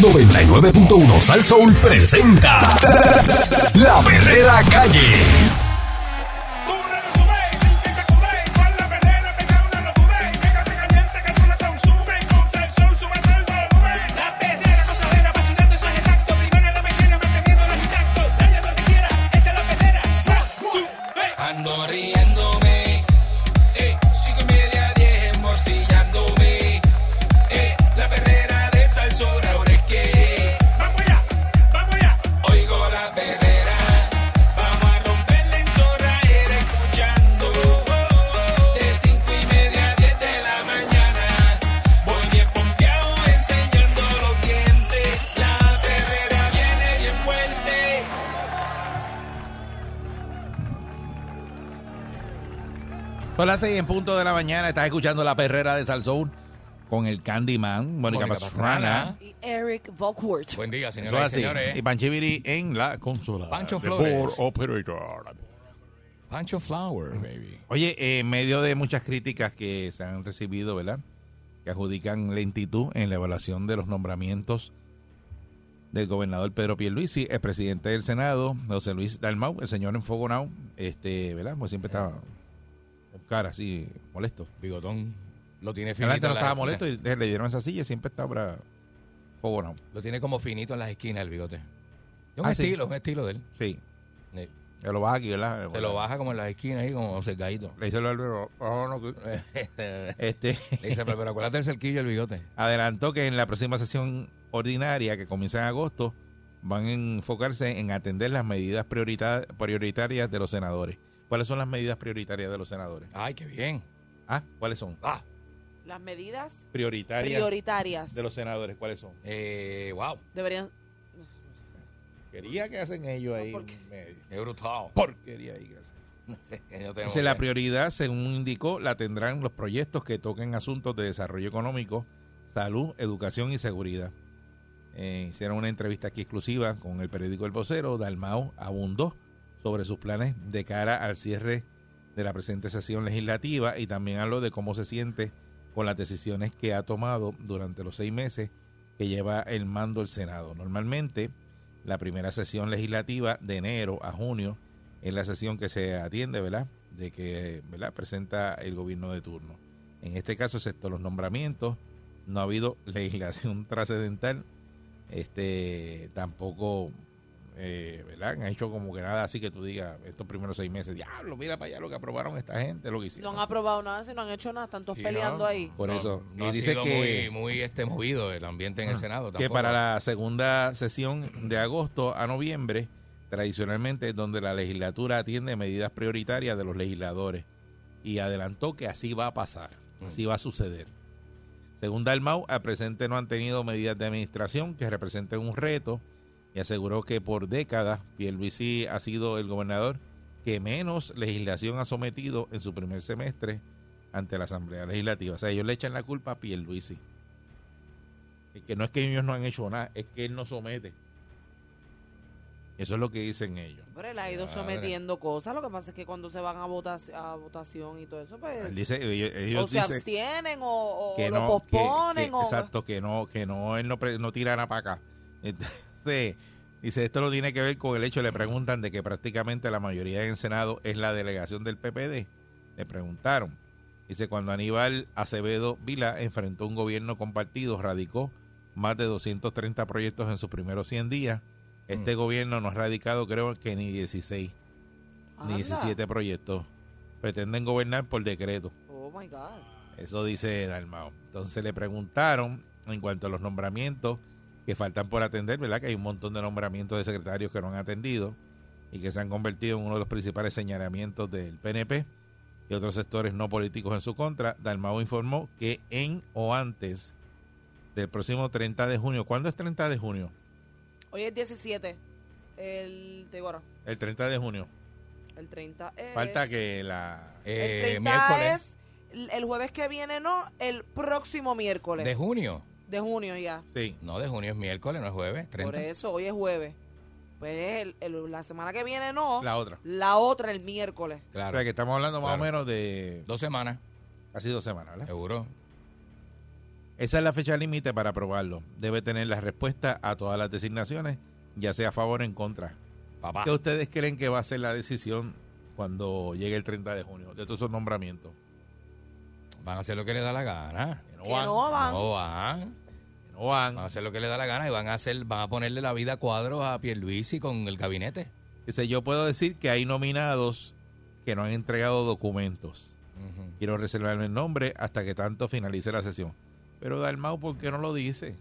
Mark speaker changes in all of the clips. Speaker 1: 99.1 Sal Soul presenta La Verdadera Calle.
Speaker 2: Ando riéndome, eh, cinco y media, diez, morcillándome, eh, la perrera de Salsón ahora es que, vamos allá, vamos allá, oigo la perrera, vamos a romperla en zorra, era escuchando, de cinco y media a diez de la mañana, voy bien pompeado enseñando los dientes, la perrera viene bien fuerte.
Speaker 3: Son las 6 en punto de la mañana. Estás escuchando la perrera de Salsoul con el Candyman, Mónica
Speaker 4: Mónica
Speaker 3: Pastrana.
Speaker 4: Pastrana.
Speaker 5: y Eric Volkworth.
Speaker 4: Buen día,
Speaker 3: Eso
Speaker 4: señoras
Speaker 3: es
Speaker 4: y
Speaker 3: así.
Speaker 4: señores.
Speaker 3: Y Panchiviri en la consola.
Speaker 4: Pancho
Speaker 3: de
Speaker 4: Flores.
Speaker 3: Board Operator.
Speaker 4: Pancho Flower, baby.
Speaker 3: Oye, eh, en medio de muchas críticas que se han recibido, ¿verdad? Que adjudican lentitud en la evaluación de los nombramientos del gobernador Pedro Pierluisi, el presidente del Senado, José Luis Dalmau, el señor Enfogonau, este, ¿verdad? Pues siempre estaba con cara así, molesto.
Speaker 4: Bigotón. Lo tiene finito.
Speaker 3: Realmente
Speaker 4: en
Speaker 3: no
Speaker 4: las
Speaker 3: estaba
Speaker 4: esquinas.
Speaker 3: molesto y le le dieron esa silla, siempre estaba para Enfogonao.
Speaker 4: Lo tiene como finito en las esquinas el bigote. Es un
Speaker 3: Ah, sí.
Speaker 4: estilo, es un estilo de él.
Speaker 3: Sí,
Speaker 4: Sí.
Speaker 3: se lo baja aquí, ¿verdad?
Speaker 4: Se lo baja como en las esquinas ahí, como cercadito.
Speaker 3: Le dice el barbero, "Oh, no, que-".
Speaker 4: Le
Speaker 3: Este,
Speaker 4: dice, pero, pero acuérdate del cerquillo el bigote.
Speaker 3: adelantó que en la próxima sesión ordinaria que comienza en agosto van a enfocarse en atender las medidas priorita- prioritarias de los senadores. ¿Cuáles son las medidas prioritarias de los senadores?
Speaker 4: Ay, qué bien.
Speaker 3: Ah, ¿cuáles son?
Speaker 4: Ah,
Speaker 5: Las medidas
Speaker 3: Prioritarias
Speaker 5: prioritarias
Speaker 3: de los senadores, ¿cuáles son?
Speaker 4: eh, wow.
Speaker 5: deberían.
Speaker 3: Quería que hacen ellos ahí
Speaker 5: ¿por qué?
Speaker 3: un medio.
Speaker 4: Qué brutal.
Speaker 3: Porquería ahí que hacen.
Speaker 4: No sé, yo tengo
Speaker 3: Dice, la
Speaker 4: que-
Speaker 3: prioridad, según indicó, la tendrán los proyectos que toquen asuntos de desarrollo económico, salud, educación y seguridad. Eh, hicieron una entrevista aquí exclusiva con el periódico El Vocero. Dalmao abundó sobre sus planes de cara al cierre de la presente sesión legislativa y también habló de cómo se siente con las decisiones que ha tomado durante los seis meses que lleva el mando el Senado. Normalmente, la primera sesión legislativa de enero a junio es la sesión que se atiende, ¿verdad? De que, ¿verdad? Presenta el gobierno de turno. En este caso, excepto los nombramientos, no ha habido legislación trascendental. Este, tampoco, eh, ¿verdad? Han hecho como que nada así que tú digas estos primeros seis meses, diablo, mira para allá lo que aprobaron esta gente, lo que
Speaker 5: No
Speaker 3: hicieron.
Speaker 5: han aprobado nada, si no han hecho nada, están todos
Speaker 4: Sí,
Speaker 5: peleando
Speaker 4: no,
Speaker 5: ahí.
Speaker 3: Por
Speaker 4: no,
Speaker 3: eso.
Speaker 4: No
Speaker 3: Y
Speaker 4: ha
Speaker 3: dice
Speaker 4: sido
Speaker 3: que- Ah,
Speaker 4: muy, muy este, movido el ambiente en el Senado.
Speaker 3: que
Speaker 4: tampoco.
Speaker 3: para la segunda sesión de agosto a noviembre, tradicionalmente es donde la legislatura atiende medidas prioritarias de los legisladores. Y adelantó que así va a pasar, así va a suceder. Según Dalmau, al presente no han tenido medidas de administración que representen un reto y aseguró que por décadas Pierluisi ha sido el gobernador que menos legislación ha sometido en su primer semestre ante la Asamblea Legislativa. O sea, ellos le echan la culpa a Pierluisi. Es que no es que ellos no han hecho nada, es que él no somete. Eso es lo que dicen ellos.
Speaker 5: Pero él ha ido
Speaker 4: Madre.
Speaker 5: sometiendo cosas. Lo que pasa es que cuando se van a, vota- a votación y todo eso, pues.
Speaker 3: Él dice, ellos, ellos
Speaker 5: o se
Speaker 3: dicen
Speaker 5: abstienen o, o
Speaker 3: que
Speaker 5: lo
Speaker 3: no, que-
Speaker 5: posponen.
Speaker 3: que-
Speaker 5: o,
Speaker 3: exacto, que no, que no, él no, pre- no tirara para acá. Entonces, dice, esto lo tiene que ver con el hecho, le preguntan de que prácticamente la mayoría en el Senado es la delegación del PPD. Le preguntaron. Dice, cuando Aníbal Acevedo Vila enfrentó un gobierno compartido, radicó más de 230 proyectos en sus primeros 100 días. Este gobierno no ha radicado, creo que ni 16,
Speaker 5: Anda.
Speaker 3: ni 17 proyectos. Pretenden gobernar por decreto.
Speaker 5: Oh my God.
Speaker 3: Eso dice Dalmao. Entonces le preguntaron en cuanto a los nombramientos que faltan por atender, ¿verdad? Que hay un montón de nombramientos de secretarios que no han atendido y que se han convertido en uno de los principales señalamientos del PNP y otros sectores no políticos en su contra. Dalmao informó que en o antes del próximo 30 de junio, ¿cuándo es 30 de junio?
Speaker 5: Hoy es 17. El. Te digo ahora,
Speaker 3: El 30 de junio.
Speaker 5: El 30 es.
Speaker 3: Falta que la...
Speaker 5: El
Speaker 4: Eh,
Speaker 5: 30
Speaker 4: miércoles
Speaker 5: es. El jueves que viene, no. El próximo miércoles.
Speaker 4: de
Speaker 5: De,
Speaker 4: junio.
Speaker 5: junio ya.
Speaker 3: Sí.
Speaker 4: No, de junio es miércoles, no es jueves. 30.
Speaker 5: Por eso, hoy es jueves. Pues el- el- la semana que viene, no.
Speaker 3: La otra.
Speaker 5: La otra el miércoles.
Speaker 3: O
Speaker 4: Claro.
Speaker 3: sea que estamos hablando más
Speaker 4: Claro.
Speaker 3: o menos de
Speaker 4: Dos semanas,
Speaker 3: casi dos semanas, ¿verdad?
Speaker 4: seguro.
Speaker 3: Esa es la fecha límite para aprobarlo. Debe tener la respuesta a todas las designaciones, ya sea a favor o en contra.
Speaker 4: Papá.
Speaker 3: ¿Qué ustedes creen que va a ser la decisión cuando llegue el 30 de junio de todos esos nombramientos?
Speaker 4: Van a hacer lo que les da la gana.
Speaker 3: Que
Speaker 5: Que no van.
Speaker 4: No van.
Speaker 3: que no van,
Speaker 4: Van a hacer lo que les da la gana y van a hacer, van a ponerle la vida a cuadros a Pierluisi con el gabinete.
Speaker 3: Dice, yo puedo decir que hay nominados que no han entregado documentos.
Speaker 4: Ujú.
Speaker 3: Quiero reservarme el nombre hasta que tanto finalice la sesión. Pero Dalmau, ¿por qué no lo dice?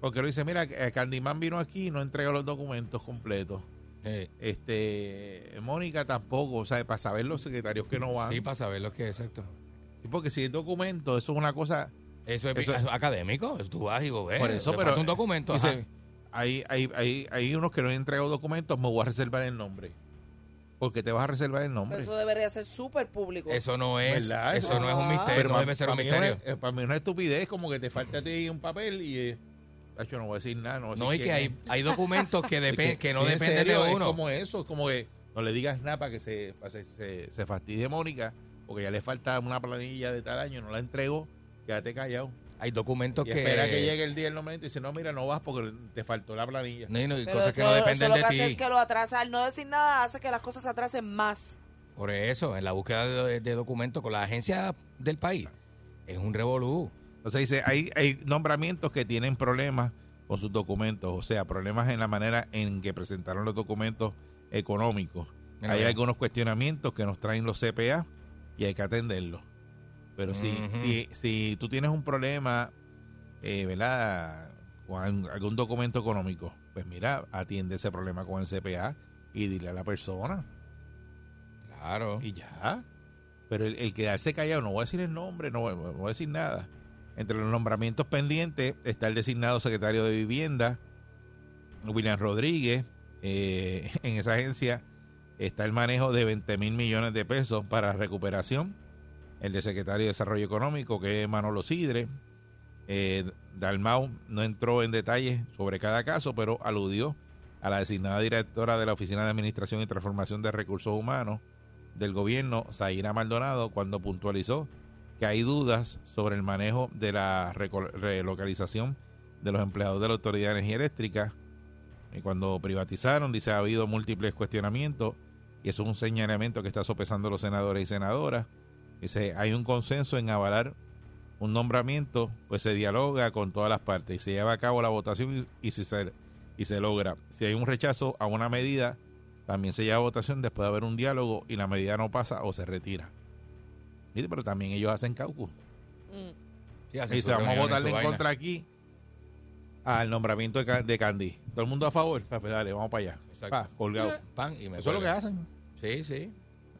Speaker 3: Porque lo dice, mira, eh, Candyman vino aquí y no entregó los documentos completos.
Speaker 4: Eh,
Speaker 3: Este, Mónica tampoco, o sea, para saber los secretarios que no van.
Speaker 4: sí, para saber lo que es exacto.
Speaker 3: Sí, porque si es documento, eso es una cosa.
Speaker 4: Eso es,
Speaker 3: Eso-
Speaker 4: eso es académico. ¿eh? Tú vas y ves.
Speaker 3: por eso,
Speaker 4: le
Speaker 3: pero.
Speaker 4: falta un documento. ajá.
Speaker 3: dice, hay, hay, hay, hay unos que no han entregado documentos, me voy a reservar el nombre. Porque te vas a reservar el nombre.
Speaker 5: Eso debería ser súper público.
Speaker 4: Eso no es,
Speaker 3: ¿Verdad?
Speaker 4: eso no es un
Speaker 5: Ajá.
Speaker 4: misterio,
Speaker 3: Pero
Speaker 4: no
Speaker 3: pa-
Speaker 4: debe ser un
Speaker 3: pa' mí
Speaker 4: misterio.
Speaker 3: es una- eh, para mí es una estupidez, como que te falta a ti un papel y. eh, tacho, no voy a decir nada. No, voy a
Speaker 4: No, y
Speaker 3: decir
Speaker 4: que
Speaker 3: quién
Speaker 4: hay, hay documentos que,
Speaker 3: es.
Speaker 4: depen-
Speaker 3: Es
Speaker 4: que no
Speaker 3: si es
Speaker 4: dependen
Speaker 3: serio,
Speaker 4: de
Speaker 3: es
Speaker 4: uno.
Speaker 3: como eso, es como que no le digas nada para que se, pa' se, se, se fastidie Mónica, porque ya le falta una planilla de tal año, no la entrego, quédate callado.
Speaker 4: Hay documentos
Speaker 3: Y
Speaker 4: que...
Speaker 3: espera que llegue el día del momento y dice, no, mira, no vas porque te faltó la planilla.
Speaker 4: No, y no, y
Speaker 5: Pero
Speaker 4: cosas que no
Speaker 5: todo- eso
Speaker 4: dependen
Speaker 5: lo
Speaker 4: de
Speaker 5: que hace
Speaker 4: ti.
Speaker 5: es que lo atrasa. Al no decir nada hace que las cosas se atrasen más.
Speaker 4: Por eso, en la búsqueda de, de documentos con la agencia del país, es un revolú.
Speaker 3: Entonces dice, hay, hay nombramientos que tienen problemas con sus documentos, o sea, problemas en la manera en que presentaron los documentos económicos.
Speaker 4: Mira,
Speaker 3: hay
Speaker 4: mira.
Speaker 3: algunos cuestionamientos que nos traen los CPA y hay que atenderlos. Pero si,
Speaker 4: Ujú.
Speaker 3: si, si tú tienes un problema, eh, ¿verdad? Con algún- algún documento económico, pues mira, atiende ese problema con el CPA y dile a la persona
Speaker 4: Claro.
Speaker 3: y ya. Pero el, el quedarse callado, no voy a decir el nombre, no voy, no voy a decir nada. Entre los nombramientos pendientes está el designado secretario de Vivienda, William Rodríguez. Eh, en esa agencia está el manejo de 20 mil millones de pesos para recuperación. El de secretario de Desarrollo Económico, que es Manolo Sidre. Eh, Dalmau no entró en detalles sobre cada caso, pero aludió a la designada directora de la Oficina de Administración y Transformación de Recursos Humanos del gobierno, Zaira Maldonado, cuando puntualizó que hay dudas sobre el manejo de la reco- relocalización de los empleados de la Autoridad de Energía Eléctrica. Y cuando privatizaron, dice, ha habido múltiples cuestionamientos y eso es un señalamiento que está sopesando los senadores y senadoras. Dice, hay un consenso en avalar un nombramiento, pues se dialoga con todas las partes y se lleva a cabo la votación y, y si se, y se logra. Si hay un rechazo a una medida, también se lleva a votación después de haber un diálogo y la medida no pasa o se retira. Mire, Pero también ellos hacen caucus.
Speaker 5: Mm.
Speaker 4: Sí, hace
Speaker 3: Y
Speaker 4: su
Speaker 3: se vamos a
Speaker 4: reunión y
Speaker 3: votarle
Speaker 4: su
Speaker 3: en
Speaker 4: vaina.
Speaker 3: contra aquí al Ah, nombramiento de, Ca- de Candy. Todo el mundo a favor. Pa, pues dale, vamos para allá.
Speaker 4: Exacto.
Speaker 3: Pa, colgado.
Speaker 4: Pan y me
Speaker 3: Eso es lo que
Speaker 4: cuelga.
Speaker 3: hacen.
Speaker 4: Sí, sí.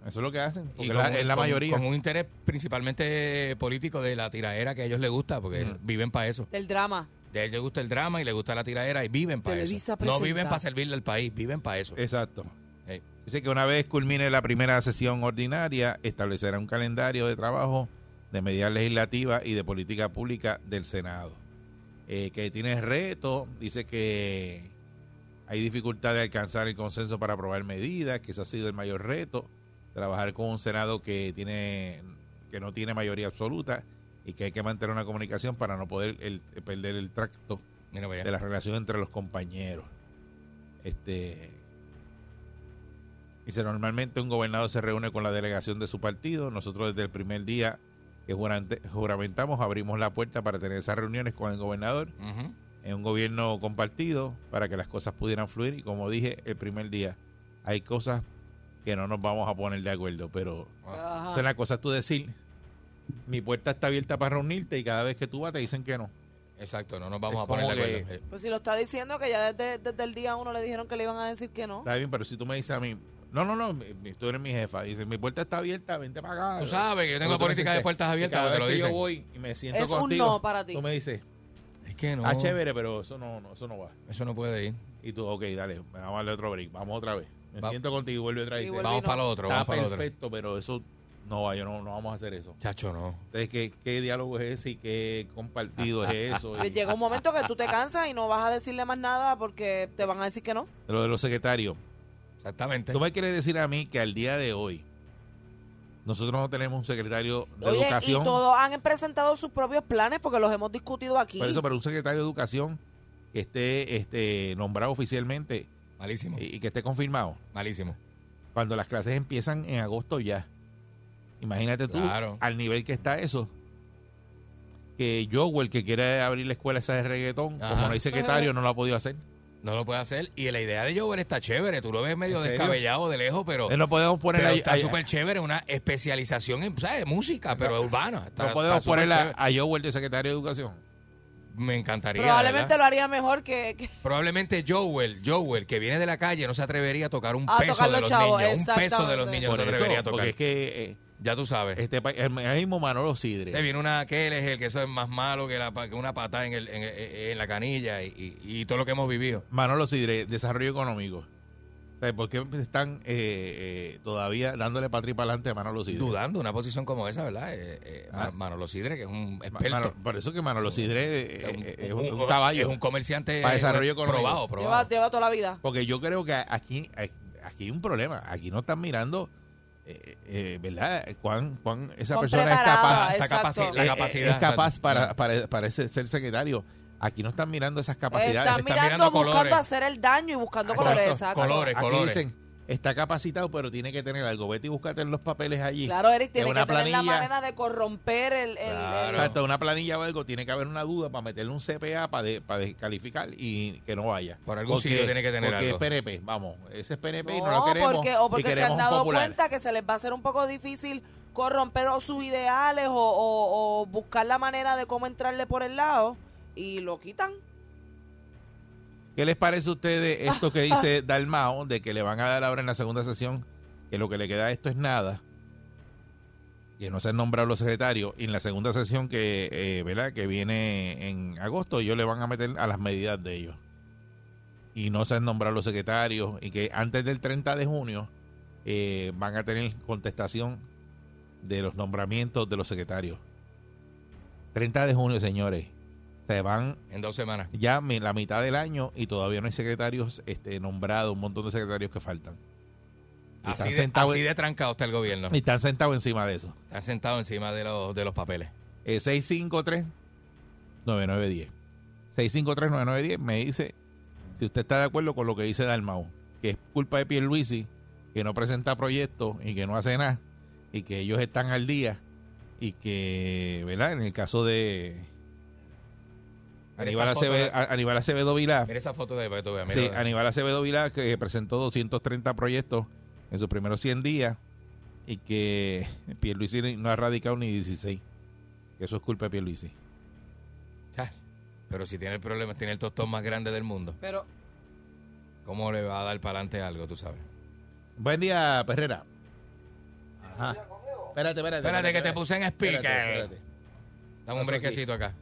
Speaker 3: Eso es lo que hacen. Porque
Speaker 4: Y
Speaker 3: es la,
Speaker 4: con-
Speaker 3: es la
Speaker 4: con-
Speaker 3: mayoría.
Speaker 4: Con un interés principalmente político de la tiraera que a ellos les gusta, porque viven para eso.
Speaker 5: Del drama.
Speaker 4: A ellos les gusta el drama y les gusta la tiraera y viven para
Speaker 5: Televisa
Speaker 4: eso. No viven
Speaker 5: presenta.
Speaker 4: para servirle al país, viven para eso.
Speaker 3: Exacto.
Speaker 4: Ey.
Speaker 3: Dice que una vez culmine la primera sesión ordinaria, establecerá un calendario de trabajo de medidas legislativas y de política pública del Senado. Eh, que tiene reto, dice que hay dificultad de alcanzar el consenso para aprobar medidas, que ese ha sido el mayor reto, trabajar con un Senado que tiene que no tiene mayoría absoluta y que hay que mantener una comunicación para no poder el- perder el tracto
Speaker 4: Mira, vaya.
Speaker 3: de la relación entre los compañeros. Este dice normalmente un gobernador se reúne con la delegación de su partido. Nosotros desde el primer día que jurante- juramentamos abrimos la puerta para tener esas reuniones con el gobernador
Speaker 4: Ujú.
Speaker 3: en un gobierno compartido para que las cosas pudieran fluir. Y como dije el primer día, hay cosas que no nos vamos a poner de acuerdo, pero
Speaker 5: Ajá.
Speaker 3: entonces la cosa es tú decir, mi puerta está abierta para reunirte y cada vez que tú vas te dicen que no.
Speaker 4: Exacto, no nos vamos
Speaker 3: Es
Speaker 4: a poner
Speaker 3: como
Speaker 4: de acuerdo.
Speaker 3: que-
Speaker 4: Eh,
Speaker 5: Pues si lo está diciendo que ya desde, desde el día uno le dijeron que le iban a decir que no.
Speaker 3: Está bien, pero si tú me dices a mí, no, no, no, mi- mi- tú eres mi jefa, dice, mi puerta está abierta, vente para acá.
Speaker 4: Tú sabes que yo tengo
Speaker 3: Porque tú me
Speaker 4: política de
Speaker 3: dices,
Speaker 4: puertas
Speaker 3: y
Speaker 4: abiertas,
Speaker 3: cada
Speaker 4: porque
Speaker 3: vez
Speaker 4: te lo
Speaker 3: que
Speaker 4: dicen.
Speaker 3: yo voy y me siento
Speaker 5: Es un
Speaker 3: contigo.
Speaker 5: no para ti.
Speaker 3: Tú me dices,
Speaker 4: Es que no.
Speaker 3: ah, chévere, pero eso no, no, eso no va.
Speaker 4: Eso no puede ir.
Speaker 3: Y tú, ok, dale, vamos a darle otro break, vamos otra vez. Me
Speaker 4: Va-
Speaker 3: siento contigo y vuelve otra vez.
Speaker 5: Y
Speaker 3: Dice,
Speaker 5: vuelve
Speaker 4: Vamos
Speaker 5: no.
Speaker 4: para el otro,
Speaker 3: Está
Speaker 4: vamos para el otro.
Speaker 3: perfecto, pero eso no va, yo no, no vamos a hacer eso.
Speaker 4: Chacho, no.
Speaker 3: Entonces, ¿qué, qué diálogo es ese y qué compartido es eso? Ah,
Speaker 5: Pero
Speaker 3: Y-
Speaker 5: Llega un momento que tú te cansas y no vas a decirle más nada porque te van a decir que no.
Speaker 3: Lo de los secretarios.
Speaker 4: Exactamente.
Speaker 3: Tú me quieres decir a mí que al día de hoy Nosotros no tenemos un secretario de
Speaker 5: Oye,
Speaker 3: educación.
Speaker 5: y todos han presentado sus propios planes porque los hemos discutido aquí.
Speaker 3: Por eso, pero un secretario de educación que esté este, nombrado oficialmente
Speaker 4: Malísimo,
Speaker 3: y, y que esté confirmado.
Speaker 4: malísimo.
Speaker 3: Cuando las clases empiezan en agosto ya. Imagínate tú
Speaker 4: Claro.
Speaker 3: al nivel que está eso. Que Joel, que quiere abrir la escuela esa de reggaetón,
Speaker 4: Ajá.
Speaker 3: como no hay secretario, no lo ha podido hacer.
Speaker 4: No lo puede hacer. Y la idea de Jover está chévere. Tú lo ves medio
Speaker 3: ¿En serio?
Speaker 4: descabellado de lejos, pero,
Speaker 3: Eh, No podemos poner
Speaker 4: pero
Speaker 3: a-
Speaker 4: está
Speaker 3: a-
Speaker 4: súper chévere. Una especialización en ¿sabes? música, pero urbana. Está-
Speaker 3: no podemos
Speaker 4: está súper
Speaker 3: poner a,
Speaker 4: chévere.
Speaker 3: a Joel de secretario de educación.
Speaker 4: Me encantaría.
Speaker 5: Probablemente
Speaker 4: ¿verdad?
Speaker 5: lo haría mejor que, que-
Speaker 4: Probablemente Joel, Joel, que viene de la calle, no se atrevería a tocar un
Speaker 5: A
Speaker 4: peso
Speaker 5: tocar
Speaker 4: de
Speaker 5: los
Speaker 4: los
Speaker 5: chavos,
Speaker 4: niños. Un peso de los
Speaker 5: exactamente.
Speaker 4: niños no se
Speaker 3: Por eso,
Speaker 4: atrevería a tocar.
Speaker 3: porque es que eh,
Speaker 4: Ya tú sabes.
Speaker 3: este país- el mismo Manolo Sidre.
Speaker 4: Te viene una que él es el que eso es más malo que, la, pa- que una patada en, el- en- en- en la canilla y, y- y todo lo que hemos vivido.
Speaker 3: Manolo Sidre, desarrollo económico. O sea, ¿Por qué están eh, eh, todavía dándole patria para adelante a Manolo Sidre?
Speaker 4: Dudando una posición como esa, ¿verdad? Eh, eh, Ma-
Speaker 3: Ah.
Speaker 4: Manolo Sidre, que es un
Speaker 3: Ma-
Speaker 4: experto.
Speaker 3: Manolo- por eso que Manolo Sidre eh,
Speaker 4: un-
Speaker 3: eh, es un,
Speaker 4: un-
Speaker 3: un caballo.
Speaker 4: Es un comerciante
Speaker 3: Para desarrollo
Speaker 4: eh,
Speaker 3: económico.
Speaker 4: probado,
Speaker 5: lleva,
Speaker 4: probado.
Speaker 5: lleva toda la vida.
Speaker 3: Porque yo creo que aquí, aquí hay un problema. Aquí no están mirando, eh, eh, ¿verdad? Cuán, cuán esa
Speaker 5: Son
Speaker 3: persona es
Speaker 5: preparadas,
Speaker 3: capaz.
Speaker 5: eh,
Speaker 4: Está
Speaker 5: Exacto.
Speaker 4: capaci- la
Speaker 3: eh, eh,
Speaker 4: capacidad.
Speaker 3: es capaz
Speaker 4: exacto. Ah.
Speaker 3: para, para, para ese- ser secretario. Aquí no están mirando esas capacidades.
Speaker 5: Están
Speaker 4: están
Speaker 5: mirando,
Speaker 4: mirando
Speaker 5: buscando
Speaker 4: colores.
Speaker 5: hacer el daño y buscando
Speaker 4: Exacto,
Speaker 5: colores. exacto.
Speaker 4: colores.
Speaker 3: Aquí
Speaker 4: colores.
Speaker 3: dicen, está capacitado, pero tiene que tener algo. Vete y búscate en los papeles allí.
Speaker 5: Claro, Eric, tiene
Speaker 3: una
Speaker 5: que tener la
Speaker 3: planilla.
Speaker 5: manera de corromper el... el-
Speaker 4: Claro.
Speaker 5: el-
Speaker 3: Exacto, una planilla o algo, tiene que haber una duda para meterle un CPA para, de- para descalificar y que no vaya.
Speaker 4: Por algún sitio tiene que tener
Speaker 3: porque
Speaker 4: algo.
Speaker 3: es PNP, vamos, ese es PNP y no
Speaker 5: No,
Speaker 3: lo queremos.
Speaker 5: porque, o
Speaker 3: y
Speaker 5: porque se
Speaker 3: queremos
Speaker 5: han
Speaker 3: un
Speaker 5: dado
Speaker 3: popular.
Speaker 5: cuenta que se les va a hacer un poco difícil corromper o sus ideales o, o- o buscar la manera de cómo entrarle por el lado y lo quitan.
Speaker 3: ¿Qué les parece a ustedes esto que dice Dalmao de que le van a dar ahora en la segunda sesión que lo que le queda a esto es nada? Que no se han nombrado los secretarios y en la segunda sesión que eh, ¿verdad? que viene en agosto ellos le van a meter a las medidas de ellos. Y no se han nombrado los secretarios y que antes del 30 de junio eh, van a tener contestación de los nombramientos de los secretarios. 30 de junio, señores. Se van
Speaker 4: En dos semanas.
Speaker 3: ya mi- la mitad del año y todavía no hay secretarios este, nombrados, un montón de secretarios que faltan. Y
Speaker 4: Así
Speaker 3: están,
Speaker 4: de,
Speaker 3: sentados,
Speaker 4: así de trancado está el gobierno.
Speaker 3: y están sentados encima de eso.
Speaker 4: Está sentado encima de los, de los papeles.
Speaker 3: Eh, 653-9910. 653-9910 me dice si usted está de acuerdo con lo que dice Dalmau, que es culpa de Pierluisi, que no presenta proyectos y que no hace nada, y que ellos están al día, y que, ¿verdad? En el caso de Aníbal
Speaker 4: esta foto
Speaker 3: Acevedo,
Speaker 4: de-
Speaker 3: a- Aníbal Acevedo Vilá,
Speaker 4: Mira esa foto de para que tú veas, Pues, mira.
Speaker 3: Sí, Aníbal Acevedo Vilá que presentó 230 proyectos en sus primeros 100 días y que Pierluisi no ha radicado ni 16. Eso es culpa de Pierluisi.
Speaker 4: Ah, Pero si tiene el problema, tiene el tostón más grande del mundo.
Speaker 5: Pero
Speaker 4: ¿Cómo le va a dar para adelante algo, tú sabes?
Speaker 3: Buen día, Perrera. Ajá. Espérate, espérate.
Speaker 4: Espérate, que te puse en speaker.
Speaker 3: Espérate, espérate.
Speaker 4: Dame un brequecito acá.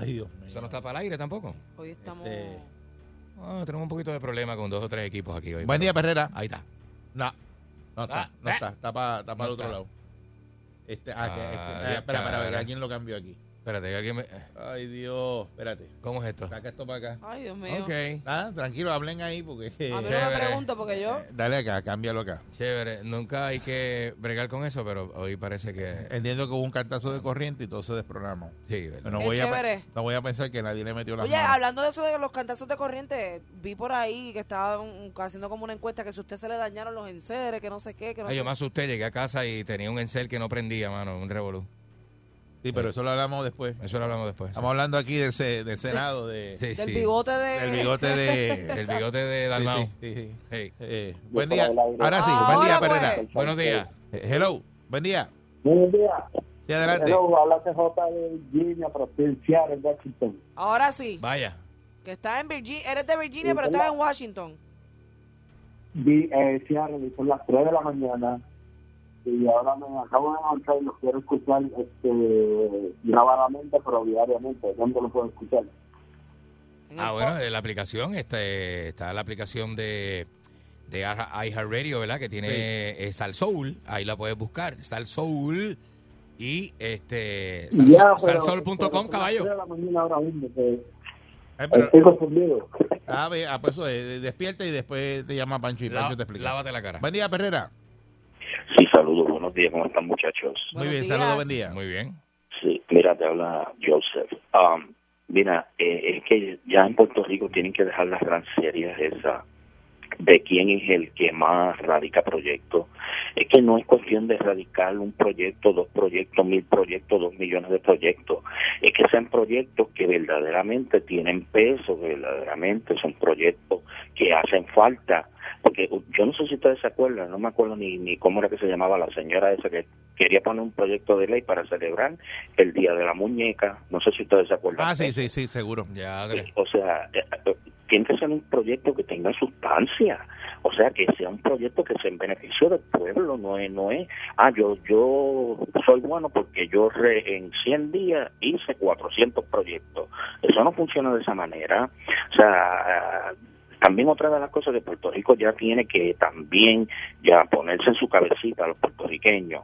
Speaker 3: Ay, Dios mío.
Speaker 4: Eso no está para el aire tampoco.
Speaker 5: hoy estamos...
Speaker 3: Este-
Speaker 4: Ah, tenemos un poquito de problema con dos o tres equipos aquí hoy.
Speaker 3: Buen día, Perrera.
Speaker 4: Ahí está.
Speaker 3: No, no
Speaker 4: Ah,
Speaker 3: está, no
Speaker 4: eh.
Speaker 3: está, está para está para
Speaker 4: No
Speaker 3: el otro
Speaker 4: está.
Speaker 3: lado. Este, ah, que- es que- eh,
Speaker 4: Ah, ya
Speaker 3: espera, espera,
Speaker 4: cara.
Speaker 3: espera, ¿quién lo cambió aquí?
Speaker 4: Espérate, que alguien me...
Speaker 3: Ay, Dios, espérate.
Speaker 4: ¿Cómo es esto?
Speaker 3: Saca esto para acá.
Speaker 5: Ay, Dios mío.
Speaker 4: Ok,
Speaker 3: Nada, tranquilo, hablen ahí porque...
Speaker 5: A mí no me
Speaker 4: Chévere.
Speaker 5: pregunto porque yo...
Speaker 3: Eh, Dale acá, cámbialo acá.
Speaker 4: chévere. Nunca hay que bregar con eso, pero hoy parece que...
Speaker 3: Entiendo que hubo un cantazo de corriente y todo se desprogramó.
Speaker 4: Sí, ¿verdad?
Speaker 3: No
Speaker 5: Qué
Speaker 3: voy, a, pe-
Speaker 5: chévere.
Speaker 3: no voy a pensar que nadie le metió la
Speaker 5: Oye, hablando de eso de los cantazos de corriente, vi por ahí que estaban haciendo como una encuesta que si a usted se le dañaron los enseres, que no sé qué, que no
Speaker 4: Ay,
Speaker 5: sé
Speaker 4: yo me asusté, llegué a casa y tenía un encel que no prendía, mano, un revolú.
Speaker 3: Sí, pero eso lo hablamos después.
Speaker 4: Eso lo hablamos después.
Speaker 3: Estamos hablando aquí del, se- del Senado, de,
Speaker 4: Sí,
Speaker 5: Del
Speaker 4: sí.
Speaker 5: bigote de...
Speaker 3: del bigote de...
Speaker 4: El bigote de
Speaker 3: Sí,
Speaker 4: Dalmau.
Speaker 3: sí, sí, sí.
Speaker 4: Hey.
Speaker 3: Eh, buen día. Ahora sí,
Speaker 5: Ahora
Speaker 3: buen día,
Speaker 5: pues.
Speaker 3: Perrera.
Speaker 4: Buenos días.
Speaker 3: Eh, hello, buen día.
Speaker 6: Buenos días.
Speaker 3: Sí, adelante.
Speaker 6: Hello, habla CJ de Virginia, provincial en Washington.
Speaker 5: Ahora sí,
Speaker 4: Vaya.
Speaker 5: que está en Virginia, eres de Virginia,
Speaker 6: Sí,
Speaker 5: pero
Speaker 6: hola.
Speaker 5: estás en Washington.
Speaker 6: Vi, eh, Seattle, son las 3 de la mañana y ahora me acabo de levantar y los quiero escuchar este, grabadamente, pero diariamente. ¿Dónde lo puedo escuchar?
Speaker 5: En el
Speaker 4: Ah, bueno, eh, la aplicación, este, está la aplicación de, de iHeartRadio, ¿verdad? Que tiene
Speaker 3: Sí.
Speaker 4: eh, Sal Soul, ahí la puedes buscar, Sal Soul y este
Speaker 6: Ya,
Speaker 4: salsol-
Speaker 6: pero- pero son
Speaker 4: salsoul.com,
Speaker 6: las
Speaker 4: caballo.
Speaker 6: tres de la mañana ahora mismo, que
Speaker 3: Ay, pero-
Speaker 6: estoy confundido.
Speaker 3: ah, ve, ah, pues eso es, despierta y después te llama Pancho y
Speaker 4: Lá-
Speaker 3: Pancho te explica.
Speaker 4: Lávate la cara.
Speaker 3: Buen día, Perrera.
Speaker 7: Sí, saludos, buenos días, ¿cómo están muchachos?
Speaker 3: Muy
Speaker 5: Buenos
Speaker 3: bien,
Speaker 5: días.
Speaker 3: saludos, buen día.
Speaker 4: Muy bien.
Speaker 7: Sí, mira, te habla Joseph. Um, mira, eh, es que ya en Puerto Rico tienen que dejar las gran series esas de quién es el que más radica proyectos. Es que no es cuestión de radicar un proyecto, dos proyectos, mil proyectos, dos millones de proyectos. Es que sean proyectos que verdaderamente tienen peso, que verdaderamente son proyectos que hacen falta. Porque u- yo no sé si ustedes se acuerdan, no me acuerdo ni, ni cómo era que se llamaba la señora esa que quería poner un proyecto de ley para celebrar el Día de la Muñeca. No sé si ustedes se acuerdan.
Speaker 3: Ah, sí, sí, sí, seguro.
Speaker 4: Ya,
Speaker 7: Sí, O sea, eh, eh, tiene que ser un proyecto que tenga sustancia, o sea, que sea un proyecto que sea en beneficio del pueblo, no es, no es, ah, yo, yo soy bueno porque yo re- en 100 días hice 400 proyectos. Eso no funciona de esa manera. O sea, también otra de las cosas que Puerto Rico ya tiene que también ya ponerse en su cabecita a los puertorriqueños